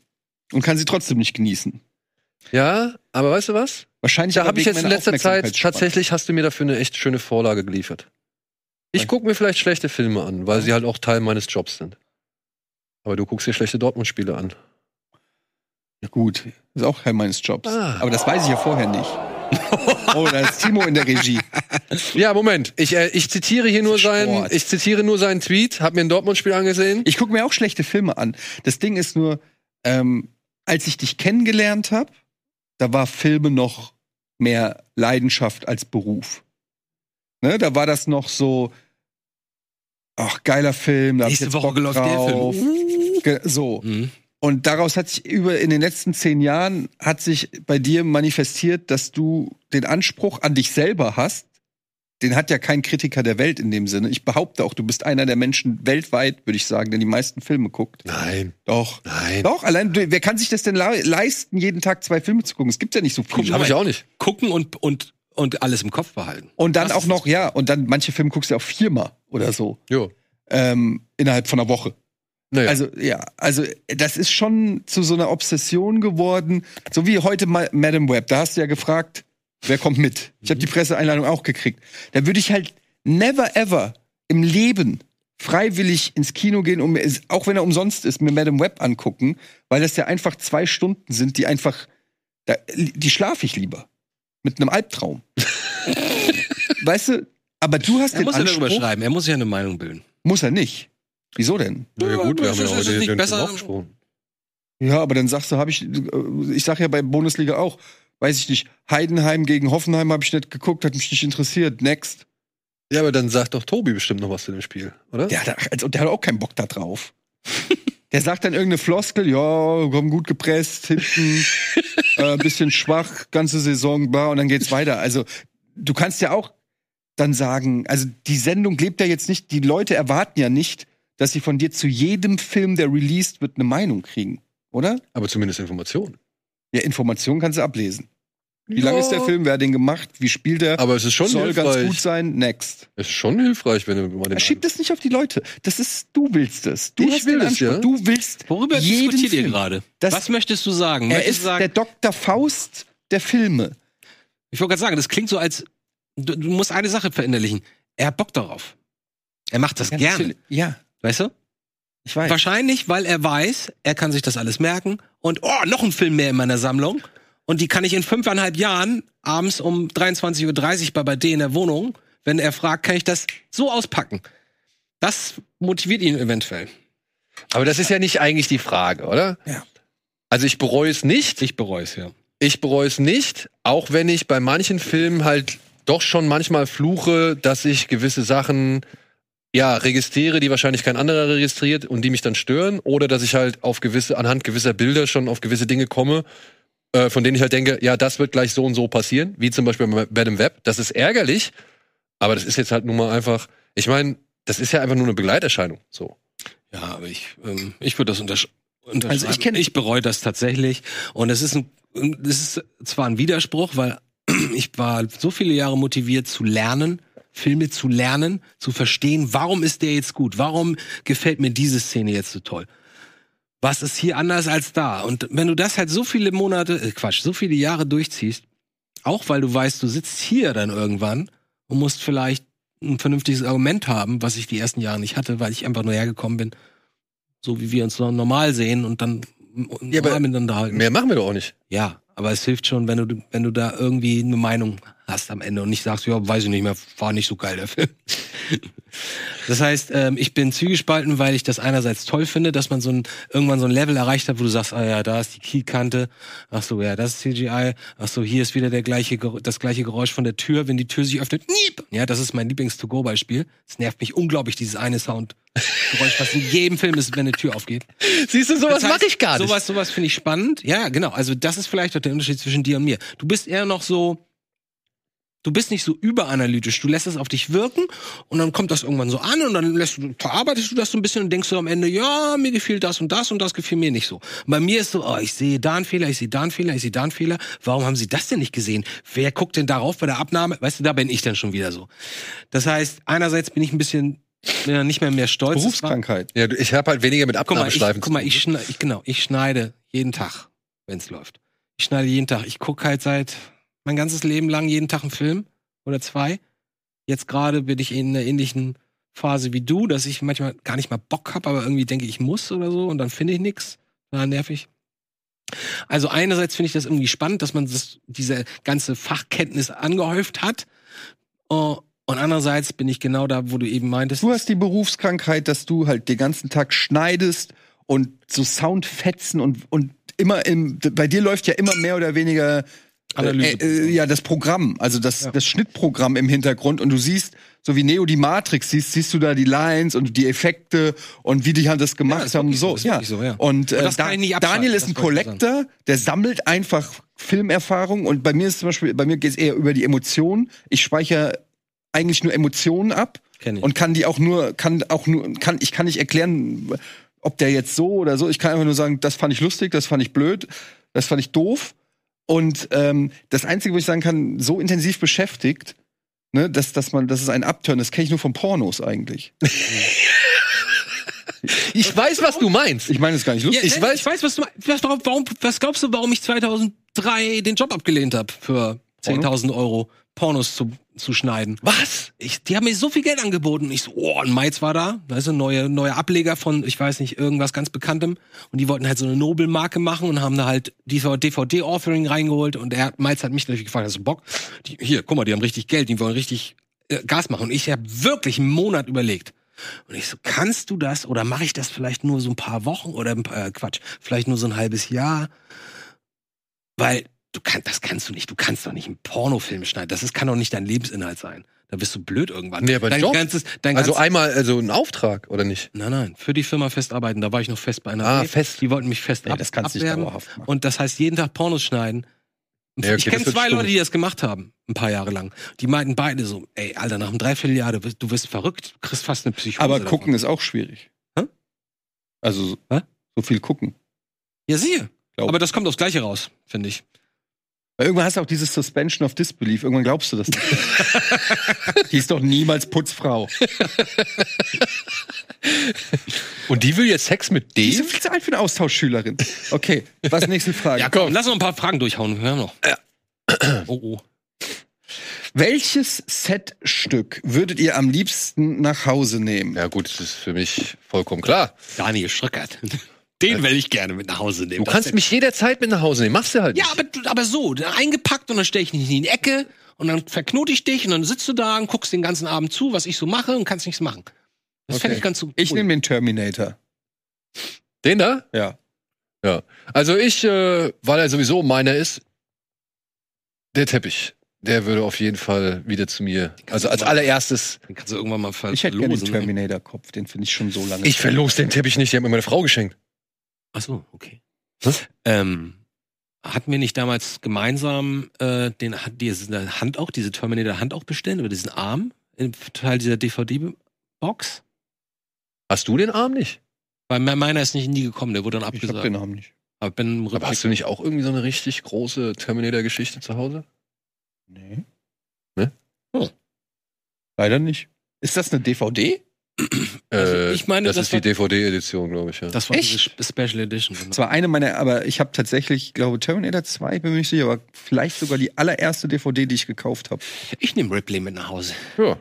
S2: und kann sie trotzdem nicht genießen.
S1: Ja, aber weißt du was?
S2: Wahrscheinlich
S1: Da
S2: aber
S1: habe ich
S2: wegen
S1: jetzt in
S2: meiner
S1: letzter Zeit
S2: Aufmerksamkeitsspanne.
S1: tatsächlich hast du mir dafür eine echt schöne Vorlage geliefert. Ich
S2: Danke.
S1: gucke mir vielleicht schlechte Filme an, weil sie halt auch Teil meines Jobs sind. Aber du guckst dir schlechte Dortmund-Spiele an.
S2: Ja, Gut, ist auch Teil meines Jobs.
S1: Ah.
S2: Aber das weiß ich ja vorher nicht. oh, da ist Timo in der Regie.
S1: Ja, Moment. Ich, äh, ich zitiere hier nur
S2: Sport.
S1: seinen, ich zitiere nur seinen Tweet. Hab mir ein Dortmund-Spiel angesehen.
S2: Ich gucke mir auch schlechte Filme an. Das Ding ist nur, ähm, als ich dich kennengelernt habe, da war Filme noch mehr Leidenschaft als Beruf. Ne, da war das noch so, ach, geiler Film, da hab ich
S3: Nächste
S2: jetzt
S3: Woche
S2: Bock
S3: läuft der
S2: drauf. Ge- So.
S3: Mhm.
S2: Und daraus hat sich über in den letzten zehn Jahren hat sich bei dir manifestiert, dass du den Anspruch an dich selber hast. Den hat ja kein Kritiker der Welt in dem Sinne. Ich behaupte auch, du bist einer der Menschen weltweit, würde ich sagen, der die meisten Filme guckt.
S1: Nein,
S2: Doch.
S1: nein.
S2: Doch, allein, du- wer kann sich das denn lei- leisten, jeden Tag zwei Filme zu gucken? Es gibt ja nicht so
S3: Guck
S2: viele.
S3: mal.
S1: Habe ich auch nicht.
S3: Gucken und und und alles im Kopf behalten.
S2: Und dann
S3: Das
S2: auch
S3: ist
S2: noch, ja, und dann manche Filme guckst du auch viermal oder so.
S1: Jo.
S2: Ähm, innerhalb von einer Woche.
S1: Naja.
S2: Also ja, also das ist schon zu so einer Obsession geworden, so wie heute mal Madam Web. Da hast du ja gefragt, wer kommt mit? Ich
S3: Mhm.
S2: habe die Presseeinladung auch gekriegt. Da würde ich halt never ever im Leben freiwillig ins Kino gehen und mir, auch wenn er umsonst ist, mir Madam Web angucken, weil das ja einfach zwei Stunden sind, die einfach, da, die schlafe ich lieber mit einem Albtraum. weißt du? Aber du hast
S3: Er
S2: den
S3: muss ja darüber
S2: Anspruch,
S3: schreiben. Er muss sich ja eine Meinung bilden.
S2: muss er nicht. Wieso denn?
S1: Na ja, gut, wir haben ja
S3: Ist es
S1: heute
S3: nicht
S1: den
S3: besser-
S1: Film aufgesprochen.
S2: Ja, aber dann sagst du, habe ich, äh, ich sag ja bei Bundesliga auch, weiß ich nicht, Heidenheim gegen Hoffenheim habe ich nicht geguckt, hat mich nicht interessiert. Next.
S1: Ja, aber dann sagt doch Tobi bestimmt noch was zu dem Spiel, oder?
S2: Der hat, also, der hat auch keinen Bock da drauf. der sagt dann irgendeine Floskel, ja, komm gut gepresst, hinten, äh, bisschen schwach, ganze Saison, bla, und dann geht's weiter. Also, du kannst ja auch dann sagen, also die Sendung lebt ja jetzt nicht, die Leute erwarten ja nicht, dass sie von dir zu jedem Film, der released wird, eine Meinung kriegen, oder?
S1: Aber zumindest Informationen.
S2: Ja, Informationen kannst du ablesen. Wie lang ist der Film? Wer hat den gemacht? Wie spielt er?
S1: Aber es ist schon
S2: Soll ganz gut
S1: hilfreich.
S2: sein. Next.
S1: Es ist schon hilfreich, wenn du mal
S3: Genau.
S1: den
S2: Er schiebt das nicht auf die Leute. Das ist, du willst es. Du
S1: Ich
S2: hast
S1: will
S2: den
S1: es,
S2: Anspruch.
S1: ja.
S2: Du willst.
S3: Worüber
S2: jeden
S3: diskutiert ihr
S2: Film.
S3: gerade?
S2: Das-
S3: Was möchtest du sagen?
S2: Er
S3: Möchtest
S2: ist
S3: du sagen,
S2: der Dr. Faust der Filme.
S3: Ich wollte gerade sagen, das klingt so als, du, du musst eine Sache verinnerlichen. Er hat Bock darauf. Er macht das gerne,
S2: natürlich. Ja,
S3: weißt du?
S2: ich weiß.
S3: Wahrscheinlich, weil er weiß, er kann sich das alles merken und, oh, noch ein Film mehr in meiner Sammlung. Und die kann ich in fünfeinhalb Jahren abends um 23.30 Uhr bei, bei D in der Wohnung, wenn er fragt, kann ich das so auspacken. Das motiviert ihn eventuell.
S1: Aber das ist ja nicht eigentlich die Frage, oder?
S2: Ja.
S1: Also ich bereue es nicht.
S3: Ich bereue es, ja.
S1: Ich bereue es nicht, auch wenn ich bei manchen Filmen halt doch schon manchmal fluche, dass ich gewisse Sachen ja registriere, die wahrscheinlich kein anderer registriert und die mich dann stören oder dass ich halt auf gewisse anhand gewisser Bilder schon auf gewisse Dinge komme, äh, von denen ich halt denke, ja, das wird gleich so und so passieren, wie zum Beispiel bei bei dem Web. Das ist ärgerlich, aber das ist jetzt halt nun mal einfach. Ich meine, das ist ja einfach nur eine Begleiterscheinung. So.
S3: Ja, aber ich, ähm, ich würde das untersch unterschreiben.
S4: Also
S3: Also
S4: ich
S3: ich
S4: kenn-
S3: ich bereue das tatsächlich. Und es ist, ein, ähm, es ist zwar ein Widerspruch, weil ich war so viele Jahre motiviert zu lernen, Filme zu lernen, zu verstehen, warum ist der jetzt gut? Warum gefällt mir diese Szene jetzt so toll? Was ist hier anders als da? Und wenn du das halt so viele Monate, äh Quatsch, so viele Jahre durchziehst, auch weil du weißt, du sitzt hier dann irgendwann und musst vielleicht ein vernünftiges Argument haben, was ich die ersten Jahre nicht hatte, weil ich einfach nur hergekommen bin, so wie wir uns normal sehen und dann
S1: Ja, aber-
S3: normal miteinander halten.
S1: Mehr machen wir doch auch nicht.
S3: Ja, aber es hilft schon, wenn du, wenn du da irgendwie eine Meinung hast am Ende und nicht sagst, ja, weiß ich nicht mehr, war nicht so geil der Film. Das heißt, ähm, ich bin zügespalten, weil ich das einerseits toll finde, dass man so ein, irgendwann so ein Level erreicht hat, wo du sagst, ah ja, da ist die Keykante, ach so, ja, das ist CGI, ach so, hier ist wieder der gleiche, Ger- das gleiche Geräusch von der Tür, wenn die Tür sich öffnet, niep. Ja, das ist mein Lieblings-to-go-Beispiel. Es nervt mich unglaublich, dieses eine Soundgeräusch, was in jedem Film ist, wenn eine Tür aufgeht.
S1: Siehst du, sowas
S3: Das heißt,
S1: mache ich gar nicht.
S3: Sowas, sowas finde ich spannend. Ja, genau. Also das ist vielleicht auch der Unterschied zwischen dir und mir. Du bist eher noch so, du bist nicht so überanalytisch. Du lässt es auf dich wirken und dann kommt das irgendwann so an und dann lässt du, verarbeitest du das so ein bisschen und denkst so am Ende, ja, mir gefiel das und das und das gefiel mir nicht so. Bei mir ist so, oh, ich sehe da einen Fehler, ich sehe da einen Fehler, ich sehe da einen Fehler. Warum haben sie das denn nicht gesehen? Wer guckt denn darauf bei der Abnahme? Weißt du, da bin ich dann schon wieder so. Das heißt, einerseits bin ich ein bisschen ja, nicht mehr mehr stolz. Das war-
S2: Berufskrankheit.
S1: Ja, du- ich habe halt weniger mit
S3: Guck mal, ich,
S1: Abnahmeschleifen.
S3: guck mal,
S1: zu tun.
S3: ich, schneide, ich, genau, ich schneide jeden Tag, wenn es läuft. Ich schneide jeden Tag. Ich gucke halt seit mein ganzes Leben lang jeden Tag einen Film oder zwei. Jetzt gerade bin ich in einer ähnlichen Phase wie du, dass ich manchmal gar nicht mal Bock habe, aber irgendwie denke ich muss oder so und dann finde ich nichts. Na, nervig. Also einerseits finde ich das irgendwie spannend, dass man das, diese ganze Fachkenntnis angehäuft hat. Oh, und andererseits bin ich genau da, wo du eben meintest.
S2: Du hast die Berufskrankheit, dass du halt den ganzen Tag schneidest und so Soundfetzen und, und immer im, bei dir läuft ja immer mehr oder weniger
S3: Analyse.
S2: Äh, äh, ja, das Programm, also das, das Schnittprogramm im Hintergrund und du siehst, so wie Neo die Matrix siehst, siehst du da die Lines und die Effekte und wie die halt das gemacht
S3: ist
S2: haben.
S3: wirklich so,
S2: So,
S3: ist
S2: ja.
S3: wirklich so, ja.
S2: Und, äh,
S3: Und das kann
S2: Da-
S3: ich nicht abschalten,
S2: Daniel ist
S3: das
S2: ein
S3: wollte ich sagen.
S2: Collector, der sammelt einfach Filmerfahrung und bei mir ist zum Beispiel, bei mir geht es eher über die Emotionen. Ich speichere eigentlich nur Emotionen ab
S3: Kenn ich.
S2: und kann die auch nur, kann auch nur, kann, ich kann nicht erklären, ob der jetzt so oder so. Ich kann einfach nur sagen, das fand ich lustig, das fand ich blöd, das fand ich doof. Und ähm, das Einzige, wo ich sagen kann, so intensiv beschäftigt, ne, dass, dass man, dass es ein Upturn ist, kenne ich nur von Pornos eigentlich.
S1: Ich weiß, was du meinst.
S2: Ich meine, das ist gar nicht
S3: Ja,
S2: lustig.
S3: ich, weiß, ich weiß, was du meinst. was, warum, warum, was glaubst du, warum ich 2003 den Job abgelehnt habe für 10.000 Euro Pornos zu, zu schneiden?
S1: Was?
S3: Ich, die haben mir so viel Geld angeboten. Ich so, oh, ein Meiz war da, weißt du, neue, neue Ableger von, ich weiß nicht, irgendwas ganz Bekanntem. Und die wollten halt so eine Nobelmarke machen und haben da halt die DVD-Offering reingeholt. Und er, hat- Meiz hat mich natürlich gefragt, hast du Bock? Die, hier, guck mal, die haben richtig Geld, die wollen richtig äh, Gas machen. Und ich habe wirklich einen Monat überlegt. Und ich so, kannst du das oder mache ich das vielleicht nur so ein paar Wochen oder ein paar, äh, Quatsch, vielleicht nur so ein halbes Jahr? Weil du kannst, das kannst du nicht. Du kannst doch nicht einen Pornofilm schneiden. Das ist, kann doch nicht dein Lebensinhalt sein. Da bist du blöd irgendwann.
S1: Nee, aber
S3: dein
S1: doch.
S3: ganzes, dein
S1: Also
S3: ganzes,
S1: einmal, also ein Auftrag, oder nicht?
S3: nein, nein, für die Firma festarbeiten. Da war ich noch fest bei einer.
S1: Ah,
S3: AG.
S1: fest.
S3: Die wollten mich fest
S2: Nee,
S3: ab,
S2: das kannst du nicht
S3: abwerben.
S2: dauerhaft machen.
S3: Und das heißt, jeden Tag Pornos schneiden.
S1: Ja, okay,
S3: ich
S1: das
S3: kenne
S1: wird
S3: zwei
S1: stumpf.
S3: Leute, die das gemacht haben, ein paar Jahre lang. Die meinten beide so, ey, Alter, nach einem Dreivierteljahr, du wirst, du wirst verrückt, du kriegst fast eine Psychose.
S2: Aber
S3: davon.
S2: gucken ist auch schwierig.
S3: Hä?
S2: Also
S3: Hä?
S2: so viel gucken.
S3: Ja, siehe.
S2: Glaub.
S3: Aber das kommt aufs Gleiche raus, finde ich.
S2: Weil irgendwann hast du auch dieses Suspension of Disbelief. Irgendwann glaubst du das nicht. Die ist doch niemals Putzfrau.
S1: Und die will jetzt Sex mit
S2: Die ist ja
S1: dem?
S2: viel zu alt für eine Austauschschülerin. Okay, was nächste Frage.
S1: Ja, komm.
S3: Lass noch ein paar Fragen durchhauen. Wir haben noch. Oh, oh.
S2: Welches Setstück würdet ihr am liebsten nach Hause nehmen?
S1: Ja gut, das ist für mich vollkommen klar.
S3: Daniel Schröckert. Den will ich gerne mit nach Hause nehmen.
S1: Du kannst mich jederzeit mit nach Hause nehmen. Machst du halt
S3: Ja,
S1: nicht.
S3: aber, du- aber so, da eingepackt und dann stelle ich dich in die Ecke und dann verknote ich dich und dann sitzt du da und guckst den ganzen Abend zu, was ich so mache und kannst nichts machen. Das
S2: Okay.
S3: fände ich ganz so
S2: Ich
S3: cool.
S2: nehme den Terminator.
S1: Den da?
S2: Ja.
S1: Ja. Also ich, äh, weil er sowieso meiner ist, der Teppich. Der würde auf jeden Fall wieder zu mir. Also als allererstes.
S3: Dann kannst du irgendwann mal verlosen.
S2: Ich hätte gerne den Terminator-Kopf, den finde ich schon so lange.
S1: Also ne? Ich verlose den Teppich nicht, der hat mir meine Frau geschenkt.
S3: Ach so, okay.
S2: Hm?
S3: Ähm, hatten wir nicht damals gemeinsam äh, den, hat diese Hand auch, diese Terminator-Hand auch bestellt, über diesen Arm im Teil dieser DVD-Box?
S1: Hast du den Arm nicht?
S3: Weil me- meiner ist nicht nie gekommen, der wurde dann
S2: Ich hab
S3: abgesagt.
S2: den Namen nicht.
S3: Aber bin im
S1: Aber hast du nicht auch irgendwie so eine richtig große Terminator-Geschichte zu Hause?
S2: Nee.
S1: Ne?
S3: Oh.
S2: Leider nicht. Ist das eine DVD?
S3: Also
S1: äh,
S3: ich meine,
S1: das,
S3: das
S1: ist die
S3: war-
S1: DVD-Edition, glaube ich. Ja.
S3: Das war
S2: Echt?
S3: diese Spe- Special Edition. Genau.
S2: Das war eine meiner, aber ich habe tatsächlich, glaube Terminator 2, bin mir nicht sicher, aber vielleicht sogar die allererste DVD, die ich gekauft habe.
S3: Ich nehme Ripley mit nach Hause.
S1: ja.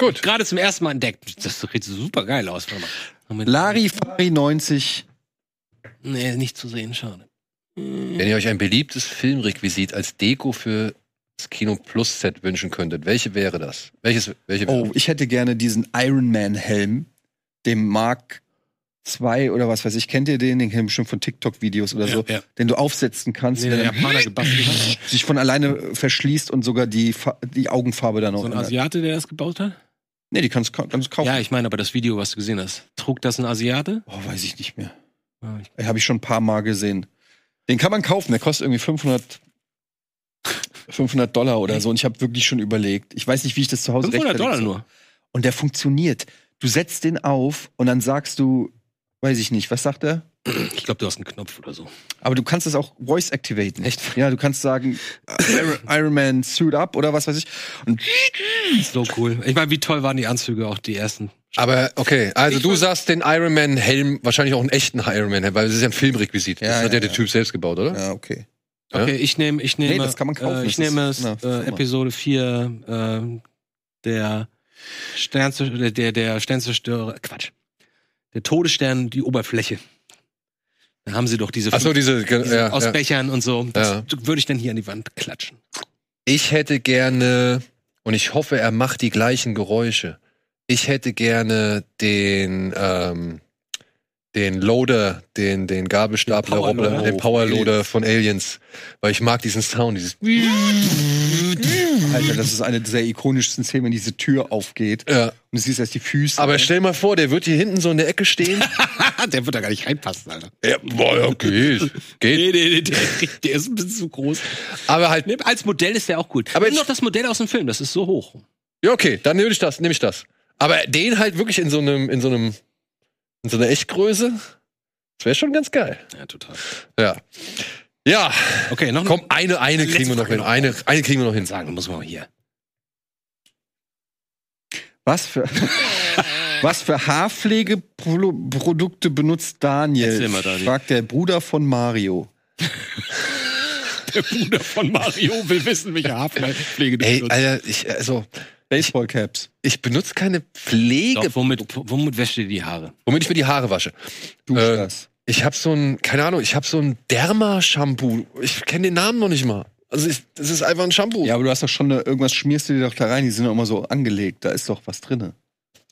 S1: Gut.
S3: Gerade zum ersten Mal entdeckt. Das sieht super geil aus. Warte mal. Moment.
S2: Larifari 90.
S3: Nee, nicht zu sehen, schade.
S1: Wenn ihr euch ein beliebtes Filmrequisit als Deko für das Kino Plus Set wünschen könntet, welche wäre das? Welches, welche wäre
S2: Oh, ich hätte gerne diesen Iron Man Helm, dem Mark 2 oder was weiß ich. Kennt ihr den? Den kennt ihr bestimmt von TikTok-Videos oder so.
S3: Ja, ja.
S2: Den du aufsetzen kannst,
S3: Nee, der
S2: der dann
S3: Japaner gebastelt hat.
S2: sich von alleine verschließt und sogar die, Fa- die Augenfarbe dann auch
S3: So ein
S2: ändert.
S3: Asiate, der das gebaut hat?
S2: Nee, die kannst du kannst du kaufen.
S3: Ja, ich meine aber das Video, was du gesehen hast. Trug das ein Asiate?
S2: oh, weiß ich nicht mehr.
S3: Ja, ich-
S2: Habe ich schon ein paar Mal gesehen. Den kann man kaufen, der kostet irgendwie 500, 500 Dollar oder so. Und ich habe wirklich schon überlegt. Ich weiß nicht, wie ich das zu Hause
S3: 500 Dollar
S2: rechtfertigen soll.
S3: nur.
S2: Und der funktioniert. Du setzt den auf und dann sagst du, weiß ich nicht, was sagt er?
S3: Ich glaube, du hast einen Knopf oder so.
S2: Aber du kannst es auch voice activaten.
S3: Echt?
S2: Ja, du kannst sagen, Iron- Iron Man suit up oder was weiß ich. Und
S3: So cool. Ich meine, wie toll waren die Anzüge auch die ersten?
S1: Aber okay, also du sagst den Iron Man Helm, wahrscheinlich auch einen echten Iron Man Helm, weil es ist ja ein Filmrequisit.
S2: Ja,
S1: das hat
S2: ja,
S1: ja der
S2: ja.
S1: Typ selbst gebaut, oder?
S2: ja, okay.
S1: Ja?
S3: Okay, ich nehme, ich nehme,
S2: Nee, das kann man kaufen.
S3: Äh, ich
S2: Das ist
S3: nehme es,
S2: eine
S3: äh,
S2: Firma.
S3: Episode 4 äh, der Sternzerstörer, der, der Sternzerstörer, Quatsch. Der Todesstern, die Oberfläche. Da haben sie doch diese,
S1: Ach so,
S3: fünf-
S1: diese, ge-
S3: diese
S1: ja,
S3: aus
S1: ja.
S3: Bechern und so.
S1: Ja.
S3: Das würde ich dann hier an die Wand klatschen.
S1: Ich hätte gerne, und ich hoffe, er macht die gleichen Geräusche. Ich hätte gerne den, ähm, den Loader, den, den Gabelstapler,
S3: Den Powerloader.
S1: Roboter, den
S2: Oh,
S1: Powerloader von Aliens. Weil ich mag diesen Sound, dieses.
S2: Alter, das ist eine der ikonischsten Szenen, wenn diese Tür aufgeht und
S1: Ja.
S2: du siehst erst die Füße.
S1: Aber stell mal vor, der wird hier hinten so in der Ecke stehen.
S3: der wird da gar nicht reinpassen, Alter.
S1: ja, boah, ja, geht. Geht.
S3: Nee, nee, nee, der, der ist ein bisschen zu groß.
S1: Aber halt
S3: Nee, als Modell ist der auch gut.
S1: Aber
S3: Aber Nimm
S1: jetzt-
S3: doch das Modell aus dem Film, das ist so hoch.
S1: Ja, okay, dann nehme ich das, nehme ich das. Aber den halt wirklich in so einem, in so einem, in so einer Echtgröße, das wäre schon ganz geil.
S3: Ja, total.
S1: Ja. Ja,
S3: Okay, noch
S1: komm, eine, eine
S3: Letzte
S1: kriegen wir noch
S3: Frage
S1: hin.
S3: noch.
S1: Eine, eine kriegen wir noch hin.
S3: sagen, muss man hier.
S2: Was für, was für Haarpflegeprodukte benutzt Daniel?
S3: Erzähl mal, Daniel.
S2: Fragt der Bruder von Mario.
S3: Der Bruder von Mario will wissen, welche Haarpflege du
S1: Ey,
S3: benutzt.
S1: Alter, ich, also,
S2: Baseballcaps.
S1: ich benutze keine Pflege,
S3: Doch, womit, womit wäscht ihr die Haare?
S1: womit ich mir die Haare wasche.
S2: Du
S1: Äh,
S2: das.
S1: Ich habe so ein, keine Ahnung, ich habe so ein Derma-Shampoo. Ich kenne den Namen noch nicht mal. Also, ich, das ist einfach ein Shampoo.
S2: Ja, aber du hast doch schon eine, irgendwas schmierst du dir doch da rein, die sind doch immer so angelegt, da ist doch was drinne.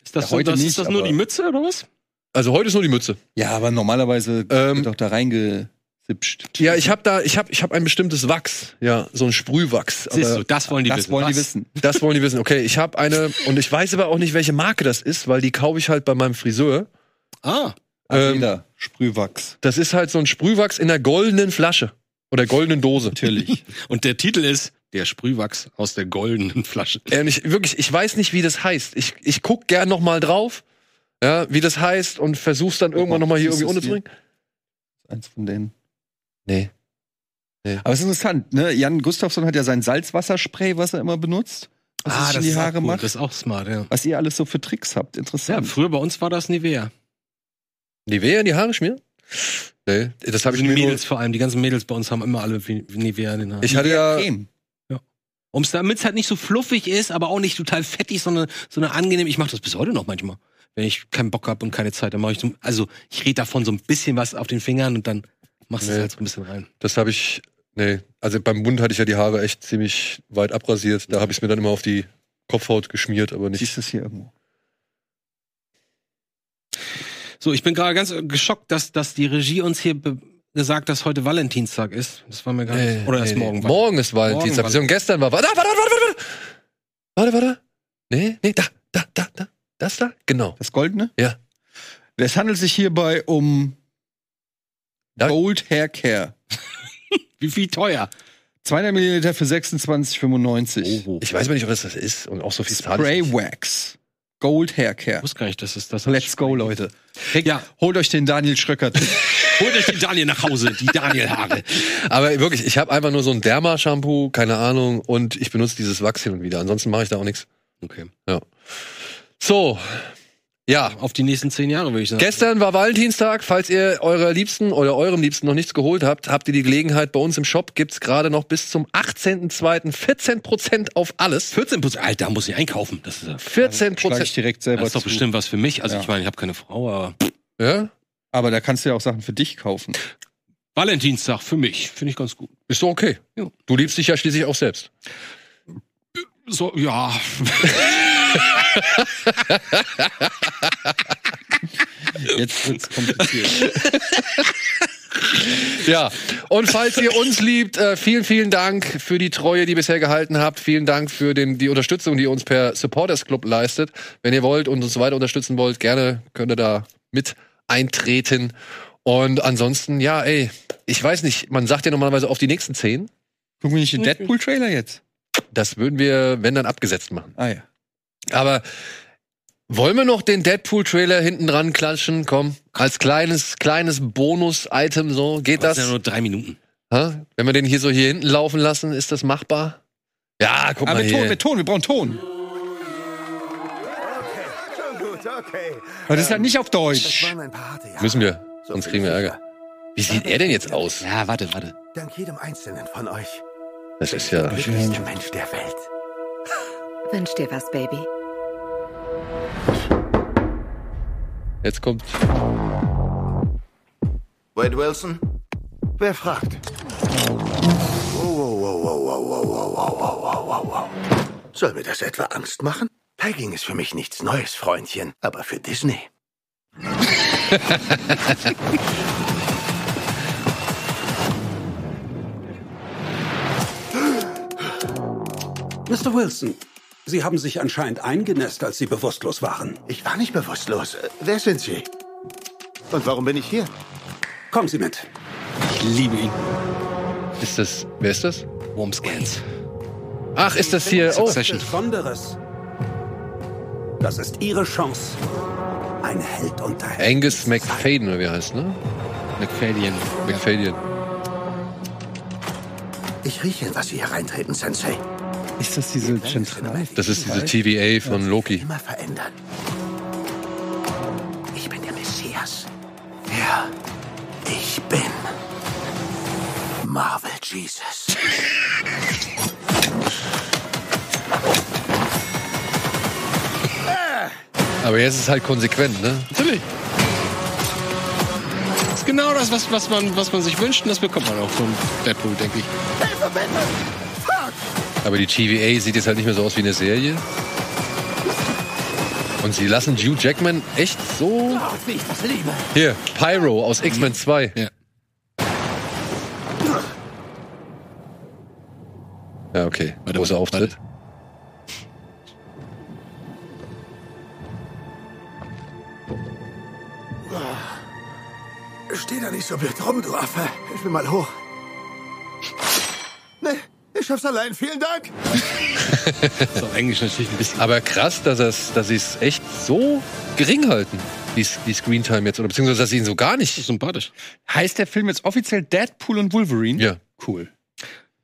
S3: Ist das,
S2: Ja, heute
S3: das,
S2: nicht,
S3: ist das nur
S2: aber-
S3: die Mütze oder was?
S1: Also, heute ist nur die Mütze.
S2: Ja, aber normalerweise
S1: Ähm,
S2: wird doch da reingesipscht.
S1: Ja, ich habe da, ich habe, ich habe ein bestimmtes Wachs. Ja, so ein Sprühwachs.
S3: Siehst
S1: Aber-
S3: du, das wollen die
S2: das
S3: wissen.
S2: wollen die
S3: Was?
S2: wissen.
S1: Das wollen die wissen. Okay, ich habe eine und ich weiß aber auch nicht, welche Marke das ist, weil die kaufe ich halt bei meinem Friseur.
S3: Ah,
S1: Ähm,
S2: Also Jeder Sprühwachs.
S1: das ist halt so ein Sprühwachs in einer goldenen Flasche oder goldenen Dose.
S2: Natürlich.
S3: und der Titel ist Der Sprühwachs aus der goldenen Flasche.
S1: Äh, und ich, wirklich, ich weiß nicht, wie das heißt. Ich, ich guck gern noch mal drauf, ja, wie das heißt und versuch's dann irgendwann noch mal hier
S2: Ist
S1: irgendwie
S2: das hier?
S1: unterzubringen.
S2: Eins von denen.
S1: Nee.
S2: Aber es ist interessant, ne? Jan Gustafsson hat ja sein Salzwasserspray, was er immer benutzt, was er sich in die
S3: ist auch
S2: Haare
S3: gut,
S2: macht.
S3: Ah, Das ist auch smart, ja.
S2: Was ihr alles so für Tricks habt,
S3: Ja,
S2: interessant.
S3: früher bei uns war das Nivea.
S1: Nivea in die Haare schmieren? Nee, das habe ich
S3: die
S1: mir nur.
S3: Mädels vor allem, die ganzen Mädels bei uns haben immer alle wie- wie Nivea in den Haaren.
S1: Ich hatte ja,
S2: Creme.
S3: Um's damit es halt nicht so fluffig ist, aber auch nicht total fettig, sondern so eine angenehm. Ich mache das bis heute noch manchmal. Wenn ich keinen Bock habe und keine Zeit, dann mache ich so, also ich rede davon so ein bisschen was auf den Fingern und dann machst du
S1: Nee.
S3: es halt so ein bisschen rein.
S1: das habe ich, nee, also beim Mund hatte ich ja die Haare echt ziemlich weit abrasiert. Da habe ich es mir dann immer auf die Kopfhaut geschmiert, aber nicht.
S2: Siehst du es hier irgendwo?
S3: So, ich bin gerade ganz äh, geschockt, dass, dass die Regie uns hier be gesagt, dass heute Valentinstag ist. Das war mir gar
S1: Äh,
S3: nicht. Oder ist
S1: nee,
S3: morgen.
S1: nee. Morgen ist Valentinstag.
S3: Morgen
S1: Wieso? Und gestern war. Warte, warte, warte, warte, warte. Warte, warte. Nee, nee, da, da, da, da. Das da? Genau.
S2: Das Goldene?
S1: Ja.
S2: Es handelt sich hierbei um
S1: Da-
S2: Gold Hair Care.
S3: Wie viel teuer?
S2: 200 Milliliter für 26,95.
S3: Oh,
S1: Ich weiß aber nicht, was das ist. Und auch so viel Zahn-
S2: Spray Wax. Gold Hair
S3: Ich
S2: Care.
S3: wusste gar nicht, dass es das
S2: Let's go, Leute. Rick,
S3: Ja.
S2: Holt euch den Daniel Schröckert.
S3: Holt euch die Daniel nach Hause, die Daniel-Haare.
S1: Aber wirklich, ich habe einfach nur so ein Derma-Shampoo, keine Ahnung. Und ich benutze dieses Wachs hin und wieder. Ansonsten mache ich da auch nichts.
S3: Okay.
S1: So. Ja.
S3: Auf die nächsten zehn Jahre würde ich sagen.
S1: Gestern war Valentinstag. Falls ihr eurer Liebsten oder eurem Liebsten noch nichts geholt habt, habt ihr die Gelegenheit. Bei uns im Shop gibt's gerade noch bis zum 18.02. 14% auf alles.
S3: 14 Prozent. Alter, muss ich einkaufen. Das ist, ja-
S1: 14%.
S2: Schlag ich direkt selber
S3: das ist doch
S2: zu.
S3: bestimmt was für mich. Also
S2: Ja.
S3: ich meine, ich habe keine Frau, aber
S1: Ja?
S2: Aber da kannst du ja auch Sachen für dich kaufen.
S3: Valentinstag für mich finde ich ganz gut.
S1: Ist doch okay.
S3: Jo.
S1: Du liebst dich ja schließlich auch selbst.
S3: So, ja.
S2: Jetzt wird's kompliziert.
S1: Ja. Und falls ihr uns liebt, äh, vielen, vielen Dank für die Treue, die ihr bisher gehalten habt. Vielen Dank für den, die Unterstützung, die ihr uns per Supporters Club leistet. Wenn ihr wollt und uns weiter unterstützen wollt, gerne könnt ihr da mit eintreten. Und ansonsten, ja, ey, ich weiß nicht, man sagt ja normalerweise auf die nächsten zehn.
S2: Gucken wir nicht den Deadpool-Trailer jetzt?
S1: Das würden wir, wenn dann, abgesetzt machen.
S2: Ah ja.
S1: Aber wollen wir noch den Deadpool-Trailer hinten dran klatschen? Komm, als kleines, kleines Bonus-Item so. Geht
S3: Das
S1: das?
S3: sind ja nur drei Minuten.
S1: Hä? Wenn wir den hier so hier hinten laufen lassen, ist das machbar? Ja, guck
S2: Aber
S1: mal
S2: mit Ton,
S1: hier.
S2: mit Ton, wir brauchen Ton.
S4: Schon gut, okay.
S2: Aber das ist halt nicht auf
S4: Das
S2: Deutsch.
S4: waren ein paar harte Jahre.
S1: Müssen wir, sonst kriegen wir Ärger. Wie sieht er denn jetzt aus?
S3: Ja, warte, warte.
S4: Dank jedem Einzelnen von euch.
S1: Das ist ja...
S4: Ich bin der Mensch der Welt.
S5: Wünsch dir was, Baby.
S1: Jetzt kommt...
S6: Wade Wilson?
S4: Wer fragt? Wow, wow, wow, wow, wow, wow, wow, wow, wow, wow, wow, wow. Soll mir das etwa Angst machen? Tagging ist für mich nichts Neues, Freundchen, aber für Disney.
S7: Mr. Wilson, Sie haben sich anscheinend eingenässt, als Sie bewusstlos waren.
S4: Ich war nicht bewusstlos. Äh, Wer sind Sie? Und warum bin ich hier?
S7: Kommen Sie mit.
S3: Ich liebe ihn.
S1: Ist das... Wer ist das?
S3: Wormscans.
S1: Ach, ist das hier... Oh,
S3: Succession.
S7: Besonderes. Das ist Ihre Chance. Ein Held unter Helden.
S1: Angus McFadden, oder wie er heißt, ne?
S3: McFadden.
S1: McFadden.
S4: Ich rieche, was Sie hier reintreten, Sensei.
S2: Ist das diese
S4: Zentral?
S1: Das ist diese TVA von Loki.
S4: Immer verändern. Ich bin der Messias. Ja, ich bin Marvel Jesus.
S1: Aber jetzt ist es halt konsequent, ne?
S3: Natürlich. Das ist genau das, was, was, man, was man sich wünscht. Und das bekommt man auch von Deadpool, denke ich.
S1: Aber die TVA sieht jetzt halt nicht mehr so aus wie eine Serie. Und sie lassen Hugh Jackman echt so...
S4: Gott, wie ich das liebe.
S1: Hier, Pyro aus X-Men 2.
S3: Ja.
S1: Ja, okay.
S3: Warte,
S1: Großer
S3: warte,
S1: Auftritt.
S4: Steh da nicht so blöd rum, du Affe. Ich will mal hoch. Nee, ich schaff's allein. Vielen Dank.
S3: Ist auf Englisch natürlich ein bisschen.
S1: Aber krass, dass, er's, dass sie es echt so gering halten, die, die Screentime jetzt. Oder beziehungsweise, dass sie ihn so gar nicht.
S3: sympathisch.
S2: Heißt der Film jetzt offiziell Deadpool und Wolverine?
S1: Ja.
S2: Cool.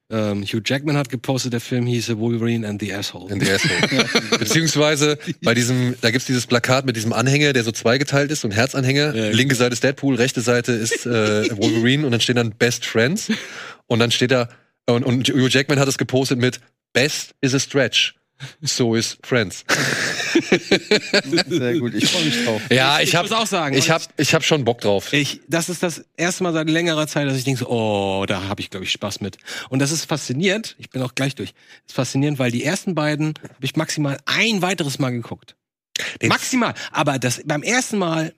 S3: Ähm, Hugh Jackman hat gepostet, der Film hieße Wolverine and the Asshole.
S1: In the asshole. Beziehungsweise bei diesem, da gibt's dieses Plakat mit diesem Anhänger, der so zweigeteilt ist, so ein Herzanhänger.
S3: Ja.
S1: Linke Seite ist Deadpool, rechte Seite ist äh, Wolverine und dann stehen dann Best Friends. Und dann steht da, und, und Hugh Jackman hat es gepostet mit Best is a stretch. So is Friends.
S2: Sehr gut, ich freue mich drauf.
S1: Ja,
S3: Ich
S1: ich hab,
S3: muss auch sagen,
S1: ich hab, ich hab schon Bock drauf.
S3: Ich, das ist das erste Mal seit längerer Zeit, dass ich denke, so, oh, da habe ich, glaube ich, Spaß mit. Und das ist faszinierend, ich bin auch gleich durch. Ist faszinierend, weil die ersten beiden habe ich maximal ein weiteres Mal geguckt.
S1: Den-
S3: maximal. Aber das beim ersten Mal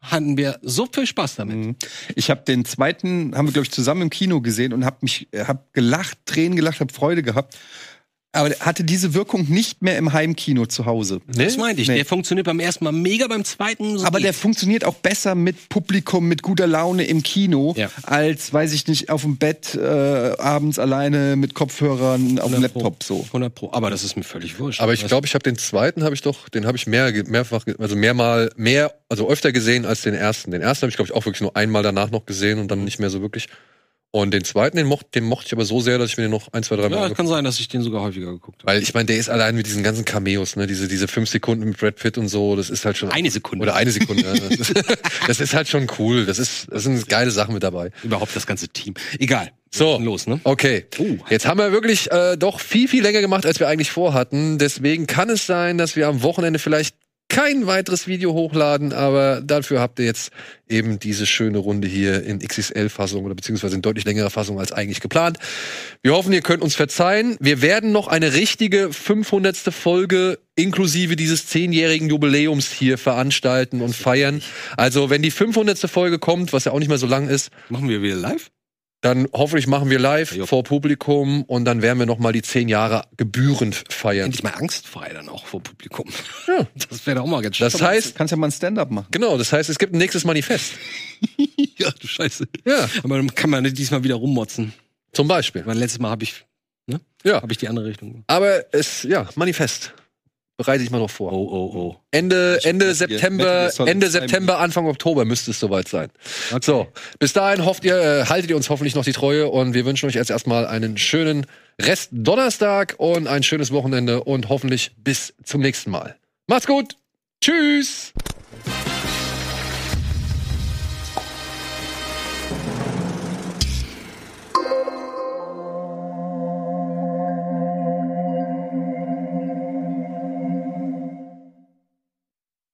S3: hatten wir so viel Spaß damit.
S2: Mhm. Ich habe den zweiten, haben wir, glaube ich, zusammen im Kino gesehen und habe mich, habe gelacht, Tränen gelacht, habe Freude gehabt. Aber der hatte diese Wirkung nicht mehr im Heimkino zu Hause.
S3: Das meinte ich. Der funktioniert beim ersten Mal mega, beim zweiten so
S2: Aber der
S3: geht's.
S2: funktioniert auch besser mit Publikum, mit guter Laune im Kino,
S3: Ja.
S2: als, weiß ich nicht, auf dem Bett äh, abends alleine mit Kopfhörern auf dem
S3: 100 Pro.
S2: Laptop so.
S3: 100 Pro. Aber das ist mir völlig wurscht.
S1: Aber ich
S3: Weißt
S1: glaube, ich habe den zweiten habe ich doch, den habe ich mehr, ge- mehrfach, ge- also mehrmal, mehr, also öfter gesehen als den ersten. Den ersten habe ich glaube ich auch wirklich nur einmal danach noch gesehen und dann nicht mehr so wirklich. Und den zweiten, den, mocht, den mochte ich aber so sehr, dass ich mir den noch ein, zwei, drei
S3: du?
S1: Mal
S3: ja,
S1: angeguckt
S3: es kann sein, dass ich den sogar häufiger geguckt habe.
S1: Weil ich meine, der ist allein mit diesen ganzen Cameos, ne? Diese, diese fünf Sekunden mit Brad Pitt und so, das ist halt schon.
S3: Eine Sekunde.
S1: Oder eine Sekunde. ja. Das ist- das ist halt schon cool. Das ist, das sind geile Sachen mit dabei.
S3: Überhaupt das ganze Team. Egal.
S1: So.
S3: Los, ne?
S1: Okay. Jetzt haben wir wirklich äh, doch viel, viel länger gemacht, als wir eigentlich vorhatten. Deswegen kann es sein, dass wir am Wochenende vielleicht kein weiteres Video hochladen, aber dafür habt ihr jetzt eben diese schöne Runde hier in XXL-Fassung oder beziehungsweise in deutlich längerer Fassung als eigentlich geplant. Wir hoffen, ihr könnt uns verzeihen. Wir werden noch eine richtige 500. Folge inklusive dieses zehnjährigen Jubiläums hier veranstalten und feiern. Also wenn die 500. Folge kommt, was ja auch nicht mehr so lang ist,
S3: Machen wir wieder live?
S1: dann hoffentlich machen wir live
S3: Jo.
S1: vor Publikum und dann werden wir noch mal die zehn Jahre gebührend feiern.
S3: Endlich mal angstfrei dann auch vor Publikum. Das wäre doch auch mal ganz schön.
S1: Das heißt,
S2: Kannst ja mal ein Stand-up machen.
S1: genau, das heißt, es gibt ein nächstes Manifest.
S3: ja, du Scheiße.
S1: Ja,
S3: Aber dann kann man nicht diesmal wieder rummotzen.
S1: zum Beispiel.
S3: Weil letztes Mal habe ich, ne?
S1: Ja.
S3: Habe ich die andere Richtung.
S1: Aber es, ja, Manifest. Bereite ich mal noch vor.
S3: Oh, oh, oh.
S1: Ende, Ende
S2: Metal Gear- Metal
S1: September,
S2: Gear Solid
S1: Ende
S2: Time.
S1: September, Anfang Oktober müsste es soweit sein. So, bis dahin hofft ihr, äh, haltet ihr uns hoffentlich noch die Treue und wir wünschen euch jetzt erstmal einen schönen Rest Donnerstag und ein schönes Wochenende und hoffentlich bis zum nächsten Mal. Macht's gut. Tschüss.